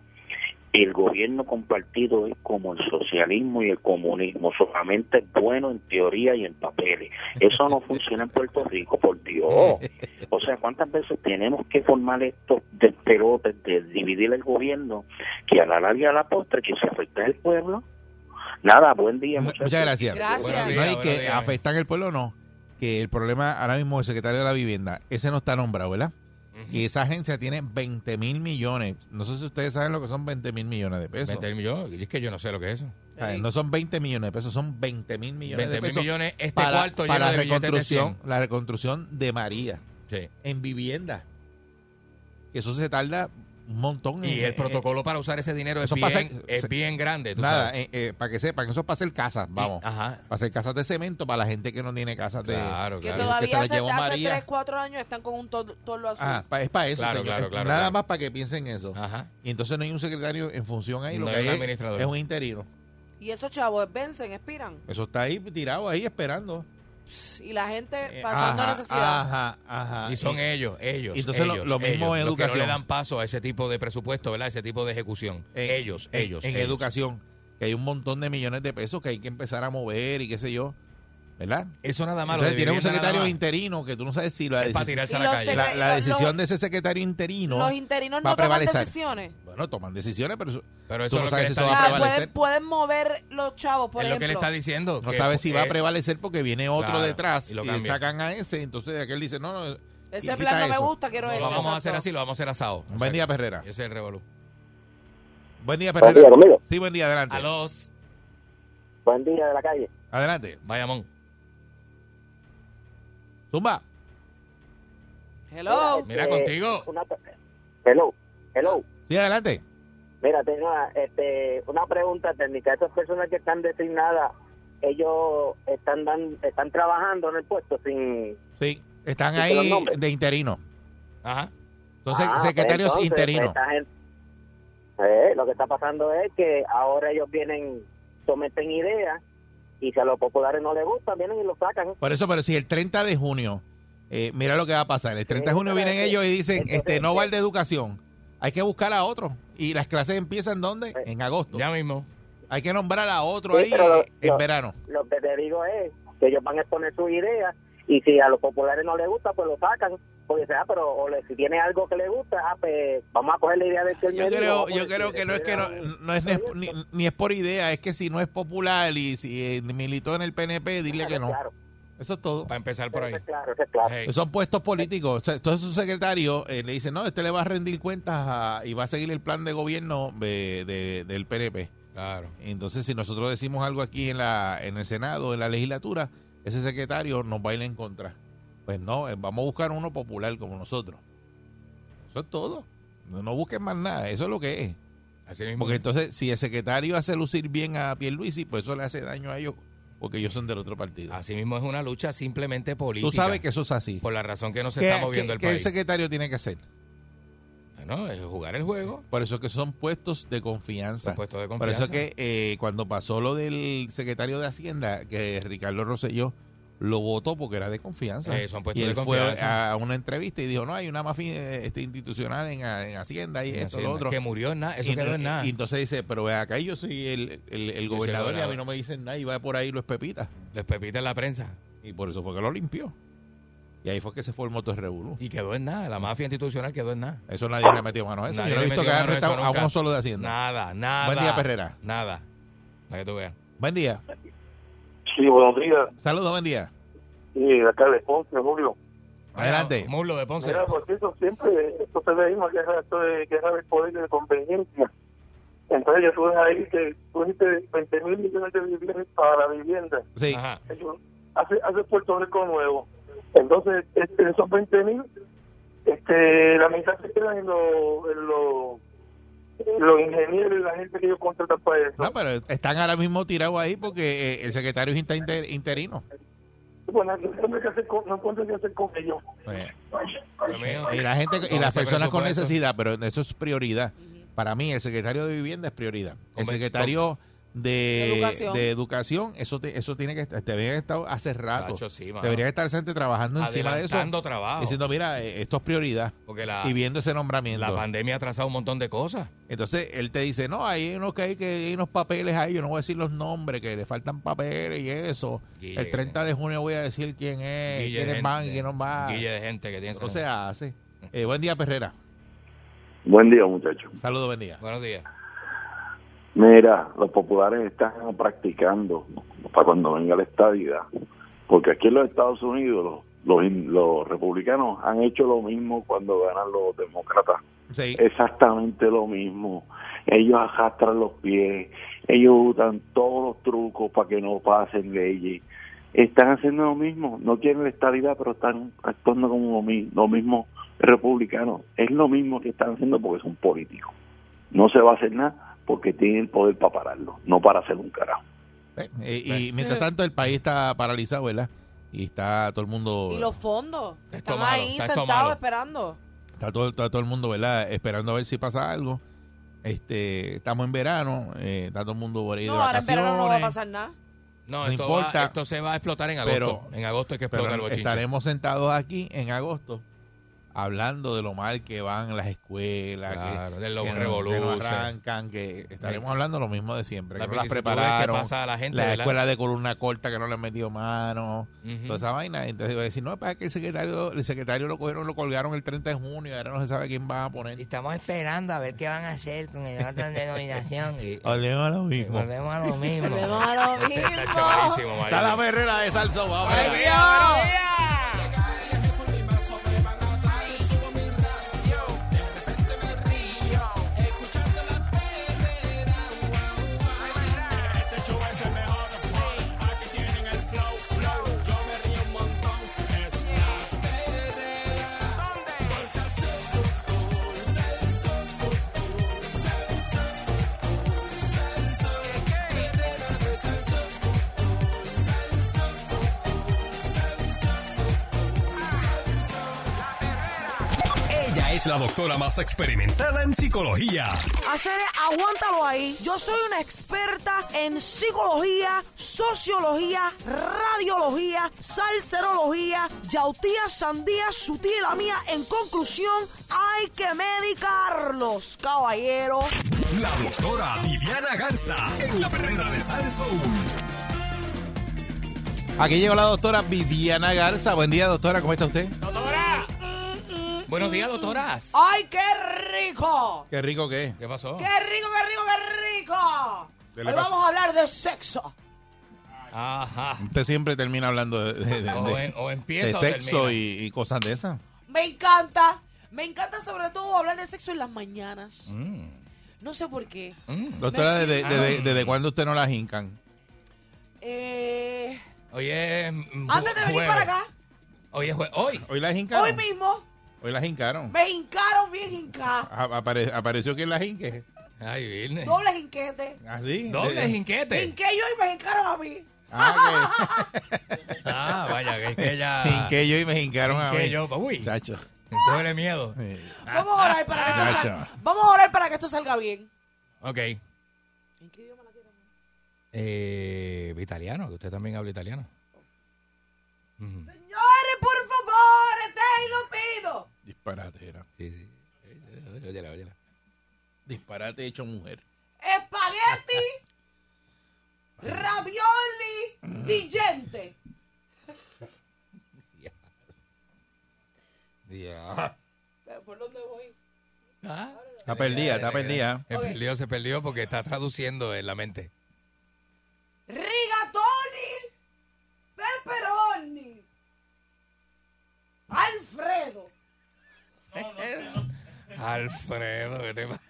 Speaker 7: el gobierno compartido es como el socialismo y el comunismo, solamente es bueno en teoría y en papeles. Eso no funciona en Puerto Rico, por Dios. O sea, ¿cuántas veces tenemos que formar estos despelotes de dividir el gobierno que a la larga y a la postre que se afecta el pueblo? Nada, buen día.
Speaker 3: Mu-
Speaker 7: muchachos.
Speaker 3: Muchas gracias.
Speaker 5: Gracias.
Speaker 3: No hay
Speaker 4: Buenos días,
Speaker 3: que
Speaker 4: buenos días.
Speaker 3: afectan el pueblo, no. Que el problema ahora mismo el secretario de la vivienda, ese no está nombrado, ¿verdad? Y esa agencia tiene 20 mil millones. No sé si ustedes saben lo que son 20 mil millones de pesos.
Speaker 4: 20 millones. Y es que yo no sé lo que es eso.
Speaker 3: O sea, No son 20 millones de pesos, son 20 mil millones
Speaker 4: 20
Speaker 3: de
Speaker 4: mil
Speaker 3: pesos.
Speaker 4: millones este
Speaker 3: para,
Speaker 4: cuarto
Speaker 3: para la
Speaker 4: lleno de billetes de 100.
Speaker 3: reconstrucción, la reconstrucción de María
Speaker 4: Sí.
Speaker 3: en vivienda. Que Eso se tarda un montón.
Speaker 4: Y
Speaker 3: en-
Speaker 4: el
Speaker 3: en-
Speaker 4: protocolo para usar ese dinero es
Speaker 3: Eso pasa-
Speaker 4: bien, es
Speaker 3: se-
Speaker 4: bien grande. tú
Speaker 3: Nada,
Speaker 4: sabes.
Speaker 3: eh, eh, para que sepan, eso es para hacer casas, vamos.
Speaker 4: Ajá.
Speaker 3: Para hacer casas de cemento para la gente que no tiene casas de.
Speaker 4: Claro,
Speaker 5: Que
Speaker 4: claro.
Speaker 3: toda-
Speaker 5: todavía
Speaker 3: Pues se la
Speaker 5: hace,
Speaker 3: llevó
Speaker 5: hace
Speaker 3: María.
Speaker 5: 3, 4 años están con un to- torlo azul.
Speaker 3: Ah, pa- es para eso.
Speaker 4: Claro,
Speaker 3: señor.
Speaker 4: claro, claro,
Speaker 3: Nada
Speaker 4: claro.
Speaker 3: más para que piensen eso.
Speaker 4: Ajá.
Speaker 3: Y entonces no hay un secretario en función ahí, lo
Speaker 4: No
Speaker 3: que
Speaker 4: hay
Speaker 3: hay
Speaker 4: un
Speaker 3: es-
Speaker 4: administrador.
Speaker 3: es un interino.
Speaker 5: Y esos chavos vencen, expiran.
Speaker 3: Eso está ahí tirado ahí esperando.
Speaker 5: Y la gente
Speaker 3: Eh,
Speaker 5: pasando
Speaker 3: ajá,
Speaker 5: necesidad.
Speaker 3: Ajá, ajá.
Speaker 4: Y son ellos,
Speaker 3: y Ah,
Speaker 4: ellos.
Speaker 3: eh, entonces lo-
Speaker 4: ellos,
Speaker 3: lo mismo
Speaker 4: ellos,
Speaker 3: en
Speaker 4: los que no
Speaker 3: educación.
Speaker 4: le dan paso a ese tipo de presupuesto, ¿verdad? Ese tipo de ejecución.
Speaker 3: En-
Speaker 4: ellos,
Speaker 3: en-
Speaker 4: ellos.
Speaker 3: En
Speaker 4: ellos.
Speaker 3: educación, que hay un montón de millones de pesos que hay que empezar a mover y qué sé yo. ¿Verdad?
Speaker 4: Eso nada más. lo
Speaker 3: Entonces
Speaker 4: de
Speaker 3: tienes un
Speaker 4: vivienda nada
Speaker 3: secretario
Speaker 4: más.
Speaker 3: interino que tú no sabes si la,
Speaker 4: Es para
Speaker 3: decis-
Speaker 4: tirarse a
Speaker 5: Y
Speaker 4: la
Speaker 5: los
Speaker 4: calle.
Speaker 5: secre-
Speaker 3: la- la
Speaker 5: los-
Speaker 3: decisión de ese secretario interino.
Speaker 5: Los
Speaker 3: va
Speaker 5: interinos
Speaker 3: a
Speaker 5: no toman
Speaker 3: prevalecer.
Speaker 5: decisiones.
Speaker 3: Bueno, toman decisiones, pero eso-
Speaker 4: Pero
Speaker 3: tú
Speaker 4: eso
Speaker 3: no
Speaker 4: es lo que
Speaker 3: sabes
Speaker 4: le
Speaker 3: si
Speaker 4: está
Speaker 3: eso va a
Speaker 5: O sea,
Speaker 4: diciendo.
Speaker 3: prevalecer.
Speaker 5: pueden, pueden mover los chavos, por
Speaker 4: es lo que
Speaker 5: ejemplo.
Speaker 4: le está diciendo.
Speaker 3: no
Speaker 4: que-
Speaker 3: sabes si va a
Speaker 4: eh,
Speaker 3: prevalecer porque viene otro
Speaker 4: Claro,
Speaker 3: detrás
Speaker 4: y
Speaker 3: y,
Speaker 4: lo cambia.
Speaker 3: sacan a ese. Entonces aquel dice: No, no.
Speaker 5: Ese
Speaker 3: quita
Speaker 5: plan no me
Speaker 3: eso.
Speaker 5: gusta, quiero
Speaker 4: no
Speaker 5: este,
Speaker 4: lo vamos a hacer
Speaker 5: exacto.
Speaker 4: así, lo vamos a hacer asado. O sea,
Speaker 3: Buen día, Perrera.
Speaker 4: Ese es el revolú.
Speaker 3: Buen día,
Speaker 6: Buen
Speaker 3: Perrera.
Speaker 6: día, conmigo.
Speaker 3: Sí, buen día, adelante.
Speaker 4: A los
Speaker 6: Buen día de la calle.
Speaker 3: Adelante.
Speaker 4: Bayamón.
Speaker 3: Zumba.
Speaker 5: Hello.
Speaker 4: Mira,
Speaker 6: Eh,
Speaker 4: contigo.
Speaker 6: una- hello, hello.
Speaker 3: Sí, adelante.
Speaker 6: Mira, tengo una, este, una pregunta técnica. Estas personas que están designadas, ellos están dan, están trabajando en el puesto sin.
Speaker 3: Sí, están
Speaker 6: Sí, pero
Speaker 3: ahí
Speaker 6: nombre.
Speaker 3: de interino.
Speaker 4: Ajá.
Speaker 3: Entonces,
Speaker 6: Ah, pues
Speaker 3: secretarios
Speaker 6: entonces, pues,
Speaker 3: interinos.
Speaker 6: esta gente- Eh, lo que está pasando es que ahora ellos vienen, someten ideas y si a los populares no les gusta, vienen y lo sacan.
Speaker 3: Por eso, pero si el 30 de junio, eh, mira lo que va a pasar. El 30 de junio vienen
Speaker 6: entonces,
Speaker 3: ellos y dicen,
Speaker 6: entonces, eh,
Speaker 3: este, no va el de educación. Hay que buscar a otro. ¿Y las clases empiezan dónde? En agosto.
Speaker 4: Ya mismo.
Speaker 3: Hay que nombrar a otro
Speaker 6: Eh, Sí,
Speaker 3: ahí
Speaker 6: pero lo-
Speaker 3: en
Speaker 6: lo-
Speaker 3: verano.
Speaker 6: Lo que te digo es que ellos van a exponer sus ideas y si a los populares no les gusta, pues lo sacan. Porque sea, pero o le- si tiene algo que le gusta, ah, pues vamos a coger la idea de que él
Speaker 3: Yo
Speaker 6: me dijo,
Speaker 3: creo,
Speaker 6: vamos a
Speaker 3: yo
Speaker 6: decir,
Speaker 3: creo que no es que no, no es ni, ni es por idea, es que si no es popular y si eh, militó en el PNP, dile que no.
Speaker 6: Claro,
Speaker 3: Eso es todo.
Speaker 4: Para empezar por ahí.
Speaker 6: eso es claro, eso es claro.
Speaker 4: Hey.
Speaker 3: Son puestos políticos. O sea, Entonces su secretario eh, le dice, no, este le va a rendir cuentas a- y va a seguir el plan de gobierno de- de- del PNP.
Speaker 4: Claro.
Speaker 3: Entonces, si nosotros decimos algo aquí en, la, en el Senado, en la legislatura, ese secretario nos va a ir en contra. Pues no, eh, vamos a buscar uno popular como nosotros. Eso es todo. No, no busquen más nada, eso es lo que es.
Speaker 4: Así mismo.
Speaker 3: Porque entonces, si el secretario hace lucir bien a Pierluisi, pues eso le hace daño a ellos, porque ellos son del otro partido.
Speaker 4: Así mismo es una lucha simplemente política.
Speaker 3: Tú sabes que eso es así.
Speaker 4: Por la razón que no se
Speaker 3: ¿Qué,
Speaker 4: está moviendo
Speaker 3: qué-
Speaker 4: el
Speaker 3: qué
Speaker 4: país.
Speaker 3: secretario tiene que hacer?
Speaker 4: No, es jugar el juego.
Speaker 3: Por eso es que son puestos de confianza.
Speaker 4: Son puestos de
Speaker 3: Por eso
Speaker 4: confianza.
Speaker 3: es que eh, cuando pasó lo del secretario de Hacienda, que Ricardo Rosselló lo votó porque era de confianza.
Speaker 4: Eh, son puestos
Speaker 3: y él
Speaker 4: de
Speaker 3: fue
Speaker 4: confianza.
Speaker 3: a una entrevista y dijo, no, hay una mafia eh, este, institucional en, en Hacienda y
Speaker 4: Y
Speaker 3: esto,
Speaker 4: así,
Speaker 3: lo otro.
Speaker 4: Que murió en nada. Eso
Speaker 3: y,
Speaker 4: quedó en nada.
Speaker 3: y entonces dice, pero ve acá, yo soy el, el- el
Speaker 4: soy el
Speaker 3: gobernador y a
Speaker 4: gobernador.
Speaker 3: mí no me dicen nada y va por ahí los pepitas.
Speaker 4: Les pepita en la prensa.
Speaker 3: Y por eso fue que lo limpió. Y ahí fue que se formó todo el revolú.
Speaker 4: Y quedó en nada, la mafia institucional quedó en nada.
Speaker 3: Eso nadie le metió mano a eso.
Speaker 4: Nadie
Speaker 3: Yo no he
Speaker 4: le
Speaker 3: visto
Speaker 4: metió
Speaker 3: que hayan
Speaker 4: mano a eso
Speaker 3: arrestado a
Speaker 4: nunca.
Speaker 3: uno solo de Hacienda.
Speaker 4: Nada, nada.
Speaker 3: Buen día, Perrera.
Speaker 4: Nada. Para que tú veas.
Speaker 3: Buen día.
Speaker 6: Sí, buenos días.
Speaker 3: Saludos, buen día.
Speaker 6: Sí, acá de Ponce, Julio.
Speaker 3: Adelante.
Speaker 4: Mulo de Ponce.
Speaker 6: Mira, pues, porque eso siempre, esto se ve una guerra, esto de guerra de poder y de conveniencia. Entonces ya subes ahí que tuviste 20 mil millones de viviendas para la vivienda.
Speaker 3: Sí.
Speaker 4: Ajá.
Speaker 6: Ellos- Hace, hace Puerto Rico nuevo. Entonces, este, esos 20 mil, este, la mitad se quedan en los en los- en los ingenieros y la gente que ellos contratan para eso.
Speaker 3: No, pero están ahora mismo tirados ahí porque eh, el secretario está inter- interino.
Speaker 6: Bueno, no encuentro qué hacer con- no encuentro qué hacer con ellos.
Speaker 3: Eh,
Speaker 4: Dios mío.
Speaker 3: y la gente y
Speaker 4: Con
Speaker 3: las
Speaker 4: ese
Speaker 3: personas con
Speaker 4: presupuesto.
Speaker 3: necesidad, pero eso es prioridad. Para mí, el secretario de vivienda es prioridad. El
Speaker 4: Conven-
Speaker 3: secretario de,
Speaker 5: De educación.
Speaker 3: de educación, eso te- eso tiene que estar, debería estar hace rato.
Speaker 4: Tacho, sí, mano.
Speaker 3: Debería estar gente trabajando encima de eso.
Speaker 4: Adelantando trabajo.
Speaker 3: Diciendo, mira, eh, esto es prioridad.
Speaker 4: Porque la,
Speaker 3: y viendo ese nombramiento.
Speaker 4: la pandemia ha atrasado un montón de cosas.
Speaker 3: Entonces él te dice, no, hay unos que hay que hay unos papeles ahí, yo no voy a decir los nombres, que le faltan papeles y eso.
Speaker 4: Guille,
Speaker 3: el 30 de junio voy a decir quién es,
Speaker 4: Guille de
Speaker 3: quiénes van y
Speaker 4: gente-
Speaker 3: quiénes no van.
Speaker 4: Guille de gente que tiene
Speaker 3: O sea, hace. Eh, buen día, Perrera.
Speaker 7: Buen día, muchachos.
Speaker 3: Saludos, buen día.
Speaker 4: Buenos días.
Speaker 7: Mira, los populares están practicando para cuando venga la estadidad, porque aquí en los Estados Unidos los, los, los republicanos han hecho lo mismo cuando ganan los demócratas.
Speaker 3: Sí.
Speaker 7: Exactamente lo mismo. Ellos arrastran los pies, ellos usan todos los trucos para que no pasen leyes. Están haciendo lo mismo, no quieren la estabilidad, pero están actuando como lo mi- lo mismo republicanos. Es lo mismo que están haciendo porque son políticos. No se va a hacer nada porque tienen el poder para pararlo, no para hacer un carajo.
Speaker 3: Eh, eh, y mientras tanto el país está paralizado, ¿verdad? Y está todo el mundo,
Speaker 5: Y los fondos.
Speaker 4: Está
Speaker 5: están
Speaker 4: malo,
Speaker 5: ahí
Speaker 4: está
Speaker 5: sentados
Speaker 4: malo.
Speaker 5: esperando.
Speaker 3: está todo, está todo el mundo, ¿verdad? Esperando a ver si pasa algo. Este, estamos en verano, eh, está todo el mundo por ahí de
Speaker 5: No, ahora en verano no va a
Speaker 3: vacaciones.
Speaker 5: pasar nada.
Speaker 4: No,
Speaker 3: No
Speaker 4: esto,
Speaker 3: importa.
Speaker 4: va, esto se va a explotar en agosto.
Speaker 3: Pero-
Speaker 4: en agosto hay que
Speaker 3: Pero
Speaker 4: explotar el bochinche.
Speaker 3: estaremos sentados aquí en agosto hablando de lo mal que van las escuelas,
Speaker 4: Claro,
Speaker 3: que,
Speaker 4: del Lobo
Speaker 3: que no-
Speaker 4: Revolution.
Speaker 3: que no arrancan, que estaremos hablando lo mismo de siempre,
Speaker 4: Las
Speaker 3: que no las
Speaker 4: vicisitudes
Speaker 3: prepararon,
Speaker 4: que pasa a la gente,
Speaker 3: las
Speaker 4: ¿verdad?
Speaker 3: escuelas de columna corta que no le han metido mano,
Speaker 4: Ujú.
Speaker 3: toda esa vaina. Entonces iba a decir, no, para que el secretario, el secretario lo cogieron, lo colgaron el 30 de junio, ahora no se sabe quién va a
Speaker 8: Y
Speaker 3: poner.
Speaker 8: estamos esperando a ver qué van a hacer con el orden de nominación. Y
Speaker 3: Hablemos a lo mismo.
Speaker 8: volvemos a lo mismo.
Speaker 5: Volvemos a lo
Speaker 4: Ese está
Speaker 5: mismo.
Speaker 4: chavalísimo,
Speaker 3: Está la
Speaker 4: Mario.
Speaker 3: perrera de salsa, vamos.
Speaker 5: ¡Ay, Dios!
Speaker 1: Ella es la doctora más experimentada en psicología.
Speaker 5: Hacer, aguántalo ahí. Yo soy una experta en psicología, sociología, radiología, salserología, yautía, sandía, su tía y la mía. En conclusión, hay que medicarlos, caballero.
Speaker 1: La doctora Viviana Garza en la perrera de Salsoul.
Speaker 3: Aquí llegó la doctora Viviana Garza. Buen día, doctora, ¿cómo está usted?
Speaker 4: Buenos días, doctoras.
Speaker 5: ¡Ay, qué rico!
Speaker 3: Qué rico que es.
Speaker 4: ¿Qué pasó?
Speaker 5: ¡Qué rico, qué rico, qué rico!
Speaker 3: ¿Qué
Speaker 5: Hoy
Speaker 3: le pasa?
Speaker 5: vamos a hablar de sexo.
Speaker 4: Ajá.
Speaker 3: Usted siempre termina hablando de, de- de-
Speaker 4: O,
Speaker 3: de-
Speaker 4: en- o
Speaker 3: de
Speaker 4: empieza o
Speaker 3: sexo
Speaker 4: termina.
Speaker 3: y, y cosas de esas.
Speaker 5: Me encanta. Me encanta sobre todo hablar de sexo en las mañanas. No sé por qué.
Speaker 3: Mm.
Speaker 4: Mm.
Speaker 3: Doctora,
Speaker 5: Me
Speaker 3: ¿desde
Speaker 5: siento-
Speaker 3: desde-
Speaker 4: Ah.
Speaker 3: desde cuándo usted no las hincan?
Speaker 5: Eh,
Speaker 4: Hoy es. mm,
Speaker 5: antes de venir
Speaker 4: jueves.
Speaker 5: para acá,
Speaker 4: Hoy es jue- Hoy.
Speaker 3: Hoy las hincaron.
Speaker 5: hoy mismo
Speaker 3: Hoy las hincaron.
Speaker 5: me hincaron bien hincada.
Speaker 4: Ah,
Speaker 3: A- apare- apareció quien las hinque.
Speaker 4: Ay, viernes.
Speaker 5: Doble hinquete.
Speaker 3: Así.
Speaker 4: Doble
Speaker 3: Sí. Eh,
Speaker 4: jinquete.
Speaker 5: Hinqué yo y me hincaron a mí.
Speaker 3: Ah,
Speaker 4: Ah, vaya, que es
Speaker 3: que,
Speaker 4: que ya.
Speaker 3: Hinqué yo y me hincaron a
Speaker 4: Hinqué
Speaker 3: mí.
Speaker 4: yo, uy.
Speaker 3: Chacho.
Speaker 4: Duele miedo.
Speaker 3: Sí.
Speaker 5: Vamos a orar para que esto salga,
Speaker 3: Gacha.
Speaker 5: vamos a orar para que esto salga bien.
Speaker 4: Ok. Eh, italiano, que usted también habla italiano.
Speaker 5: Señores, por favor, te lo pido.
Speaker 3: Disparate era.
Speaker 4: Sí, sí. Eh, Óyela, óyela.
Speaker 3: Disparate hecho mujer.
Speaker 5: espagueti,
Speaker 4: Mm.
Speaker 5: ravioli, vigente.
Speaker 4: Ah,
Speaker 3: Está perdida, está perdida.
Speaker 4: eh, se perdió, se perdió porque está traduciendo en la mente.
Speaker 5: Rigatoni, pepperoni, Alfredo.
Speaker 4: Alfredo, ¿qué te pasa?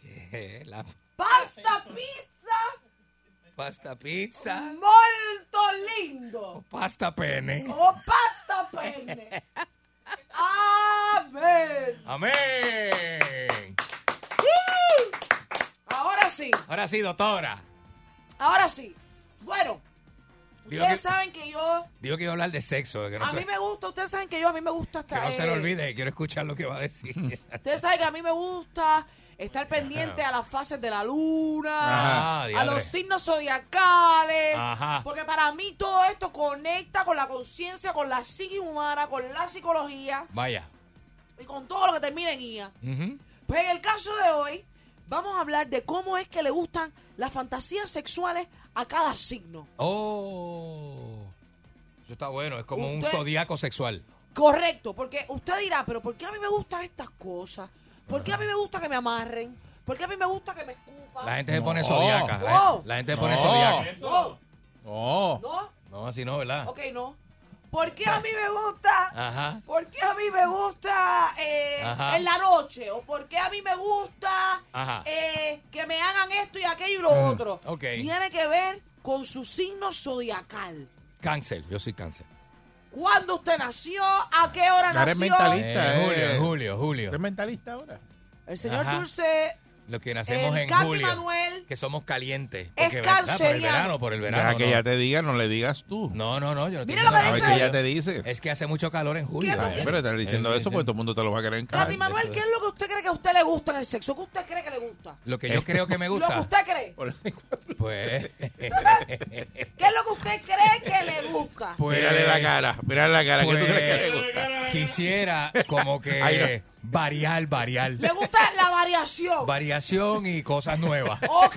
Speaker 4: Che, La
Speaker 5: Pasta pizza,
Speaker 4: pasta pizza
Speaker 5: molto lindo.
Speaker 4: o pasta pene.
Speaker 5: O pasta penne. Amén.
Speaker 4: Amén.
Speaker 5: Uh. Ahora sí,
Speaker 4: Ahora sí, doctora.
Speaker 5: ahora sí. Bueno,
Speaker 4: Digo
Speaker 5: ustedes
Speaker 4: que-
Speaker 5: saben que yo,
Speaker 4: Digo que iba a hablar de sexo, que no,
Speaker 5: a
Speaker 4: se,
Speaker 5: mí me gusta, ustedes saben que yo, a mí me gusta
Speaker 4: que
Speaker 5: estar.
Speaker 4: no se lo olvide, quiero escuchar lo que va a decir.
Speaker 5: Ustedes saben que a mí me gusta estar pendiente a las fases de la luna,
Speaker 4: Ajá,
Speaker 5: a
Speaker 4: diadre.
Speaker 5: los signos zodiacales,
Speaker 4: Ajá.
Speaker 5: porque para mí todo esto conecta con la conciencia, con la psique humana, con la psicología
Speaker 4: Vaya.
Speaker 5: y con todo lo que termina en IA.
Speaker 4: Ujú.
Speaker 5: Pues en el caso de hoy, vamos a hablar de cómo es que le gustan las fantasías sexuales a cada signo.
Speaker 4: Oh. Eso está bueno, es como un
Speaker 5: Usted-
Speaker 4: zodiaco sexual.
Speaker 5: Correcto, porque usted dirá, pero ¿por qué a mí me gustan estas cosas? ¿Por qué a mí me gusta que me amarren? ¿Por qué a mí me gusta que me escupan?
Speaker 4: La gente se pone
Speaker 3: No.
Speaker 4: zodiaca. La,
Speaker 5: No.
Speaker 4: gente- la gente se pone
Speaker 3: No.
Speaker 4: zodiaca.
Speaker 5: No,
Speaker 3: No.
Speaker 5: Oh. no,
Speaker 4: No, así no, ¿verdad?
Speaker 5: ok, no. ¿Por qué
Speaker 4: Ah.
Speaker 5: a mí me gusta?
Speaker 4: Ajá.
Speaker 5: ¿Por qué a mí me gusta eh,
Speaker 4: Ajá.
Speaker 5: en la noche? ¿O por qué a mí me gusta
Speaker 4: Ajá.
Speaker 5: eh, que me hagan esto y aquello y lo otro?
Speaker 4: Mm. ok.
Speaker 5: Tiene que ver con su signo zodiacal.
Speaker 4: Cáncer, yo soy cáncer.
Speaker 5: ¿Cuándo usted nació? ¿A qué hora
Speaker 3: Ahora es
Speaker 5: nació?
Speaker 3: mentalista. Lista,
Speaker 4: En
Speaker 3: eh.
Speaker 4: julio, en
Speaker 3: ¿Usted
Speaker 4: julio,
Speaker 3: es
Speaker 4: julio.
Speaker 3: mentalista ahora?
Speaker 5: El señor
Speaker 4: Ajá.
Speaker 5: Dulce
Speaker 4: Los que nacemos
Speaker 5: el
Speaker 4: en
Speaker 5: Candy
Speaker 4: julio.
Speaker 5: Manuel
Speaker 4: que somos calientes.
Speaker 5: es
Speaker 4: Porque, ¿verdad? Por el
Speaker 5: canceriano.
Speaker 4: verano, por el verano.
Speaker 3: Deja que
Speaker 4: no.
Speaker 3: ella te diga, no le digas tú.
Speaker 4: no, no, no, yo
Speaker 5: Mira
Speaker 4: no tengo
Speaker 5: lo que
Speaker 3: A
Speaker 4: nada.
Speaker 3: ver
Speaker 5: dice-
Speaker 3: si ella te dice.
Speaker 4: Es que hace mucho calor en julio.
Speaker 5: ¿Qué es lo
Speaker 3: Ay,
Speaker 5: que-
Speaker 4: Ay,
Speaker 3: pero estar diciendo eso, pues todo el mundo te lo va a
Speaker 4: Ah,
Speaker 3: querer encajar.
Speaker 5: Katy Manuel, ¿qué es lo que usted cree que a usted le gusta en el sexo? ¿Qué usted cree que le gusta?
Speaker 4: Lo que yo creo que me
Speaker 5: Lo que
Speaker 4: gusta,
Speaker 5: usted cree.
Speaker 3: Eh, Por eso-
Speaker 4: pues,
Speaker 5: ¿Qué es lo que usted cree que le gusta?
Speaker 4: pues,
Speaker 3: Mírale la cara, mírale la cara. ¿Qué tú crees que le
Speaker 4: pues,
Speaker 3: gusta?
Speaker 4: Quisiera como que
Speaker 3: Ay,
Speaker 4: variar, variar,
Speaker 5: Le gusta la variación.
Speaker 4: variación y cosas nuevas.
Speaker 5: Ok.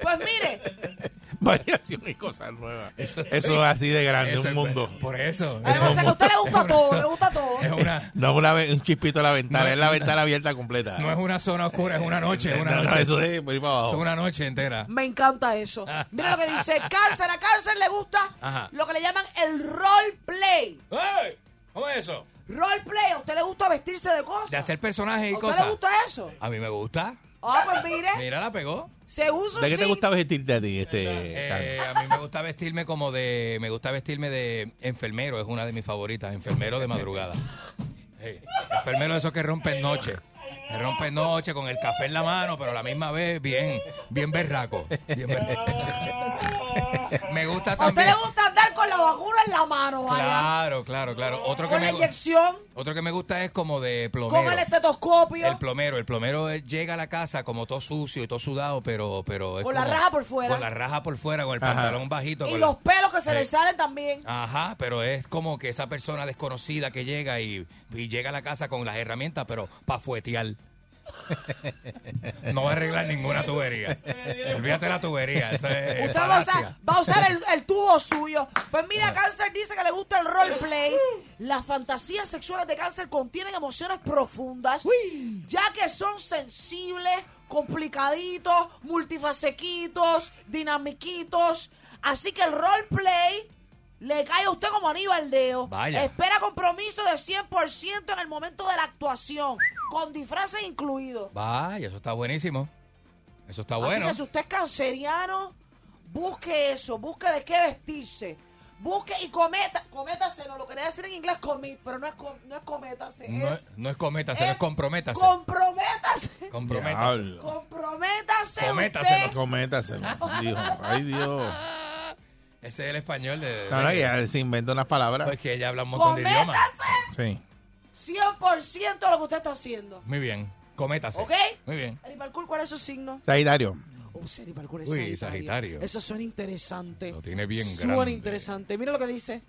Speaker 5: Pues mire,
Speaker 3: Variación y cosas nuevas. Eso,
Speaker 4: Eso-
Speaker 3: es así de grande,
Speaker 4: Eso
Speaker 3: un
Speaker 4: es-
Speaker 3: mundo.
Speaker 4: Por eso. eso es
Speaker 5: además
Speaker 4: un
Speaker 5: a usted le
Speaker 4: mundo.
Speaker 5: gusta todo, le gusta todo.
Speaker 4: Es una,
Speaker 3: No es una ve- un chispito a la ventana,
Speaker 4: No es-
Speaker 3: es la ventana abierta completa.
Speaker 4: no es una zona oscura, es una noche, es una
Speaker 3: No, no,
Speaker 4: noche.
Speaker 3: eso es por ahí para
Speaker 4: Es
Speaker 3: abajo.
Speaker 4: una noche entera.
Speaker 5: Me encanta eso. Mira lo que dice cáncer. A cáncer le gusta
Speaker 4: Ajá.
Speaker 5: lo que le llaman el role play.
Speaker 4: ¡Ey! ¿Cómo es eso?
Speaker 5: Role play, a usted le gusta vestirse de cosas.
Speaker 4: De hacer personajes y
Speaker 5: ¿A usted le
Speaker 4: cosas.
Speaker 5: gusta eso?
Speaker 4: A mí me gusta.
Speaker 5: Ah, pues mire,
Speaker 4: Mira, la pegó.
Speaker 5: según su
Speaker 3: ¿De qué te
Speaker 5: signo-
Speaker 3: gusta vestirte a ti, este,
Speaker 4: Eh,
Speaker 3: Carlos?
Speaker 4: a mí me gusta vestirme como de. Me gusta vestirme de enfermero, es una de mis favoritas. Enfermero de madrugada. Sí, enfermero de esos que rompen noche. Que rompen noche con el café en la mano, pero a la misma vez bien, bien berraco. Bien berraco. me gusta
Speaker 5: A usted
Speaker 4: también.
Speaker 5: le gusta andar con la vacuna en la mano, vaya.
Speaker 4: Claro, claro, claro. Otro que,
Speaker 5: Con la
Speaker 4: me, gu-
Speaker 5: inyección,
Speaker 4: otro que me gusta es como de plomero.
Speaker 5: con el estetoscopio,
Speaker 4: El plomero, el plomero eh, llega a la casa como todo sucio y todo sudado, pero pero es
Speaker 5: Con la
Speaker 4: como-
Speaker 5: raja por fuera.
Speaker 4: Con la raja por fuera, con el pantalón bajito.
Speaker 5: y
Speaker 4: con
Speaker 5: los
Speaker 4: la-
Speaker 5: pelos que se
Speaker 4: Sí.
Speaker 5: le salen también.
Speaker 4: Ajá, pero es como que esa persona desconocida que llega y, y llega a la casa con las herramientas, pero para fuetear. no va a arreglar ninguna tubería. Olvídate la tubería, eso es
Speaker 5: Usted va a
Speaker 4: Eh, falacia. Ah.
Speaker 5: usar, va a usar el, el tubo suyo. Pues mira, Cáncer dice que le gusta el roleplay. Las fantasías sexuales de Cáncer contienen emociones profundas, ya que son sensibles, complicaditos, multifacequitos, dinamiquitos. Así que el roleplay le cae a usted como anillo al dedo.
Speaker 4: Vaya.
Speaker 5: Espera compromiso de 100% en el momento de la actuación, con disfraces incluidos.
Speaker 4: Vaya, eso está buenísimo. Eso está
Speaker 5: Así
Speaker 4: Ah, bueno.
Speaker 5: que si usted es canceriano, busque eso, busque de qué vestirse. Busque y cometa, cométase, no lo quería decir en inglés commit, pero no es, com- no es cométase,
Speaker 4: No,
Speaker 5: es,
Speaker 4: no es cométase, no es comprométase.
Speaker 5: comprométase,
Speaker 4: comprométase.
Speaker 3: Diablo.
Speaker 5: comprométase
Speaker 4: Cométaselo.
Speaker 5: usted.
Speaker 3: Cométaselo. Dios. Ay, Dios.
Speaker 4: Ese es el español de.
Speaker 3: No, no,
Speaker 4: de-
Speaker 3: ya se inventa unas palabras.
Speaker 4: Pues que ella habla un montón de idiomas.
Speaker 5: Cométase
Speaker 3: Sí.
Speaker 5: 100% lo que usted está haciendo,
Speaker 4: Muy bien. Cométase.
Speaker 5: ¿ok?
Speaker 4: Muy bien.
Speaker 5: Eri Parkour, ¿cuál es su signo?
Speaker 3: Sagitario.
Speaker 5: Oh, Eri Parkour es
Speaker 4: Uy,
Speaker 5: sagitario.
Speaker 4: Sagitario.
Speaker 5: Eso suena interesante.
Speaker 4: Lo tiene bien
Speaker 5: Suena
Speaker 4: grande.
Speaker 5: interesante. Mira lo que dice.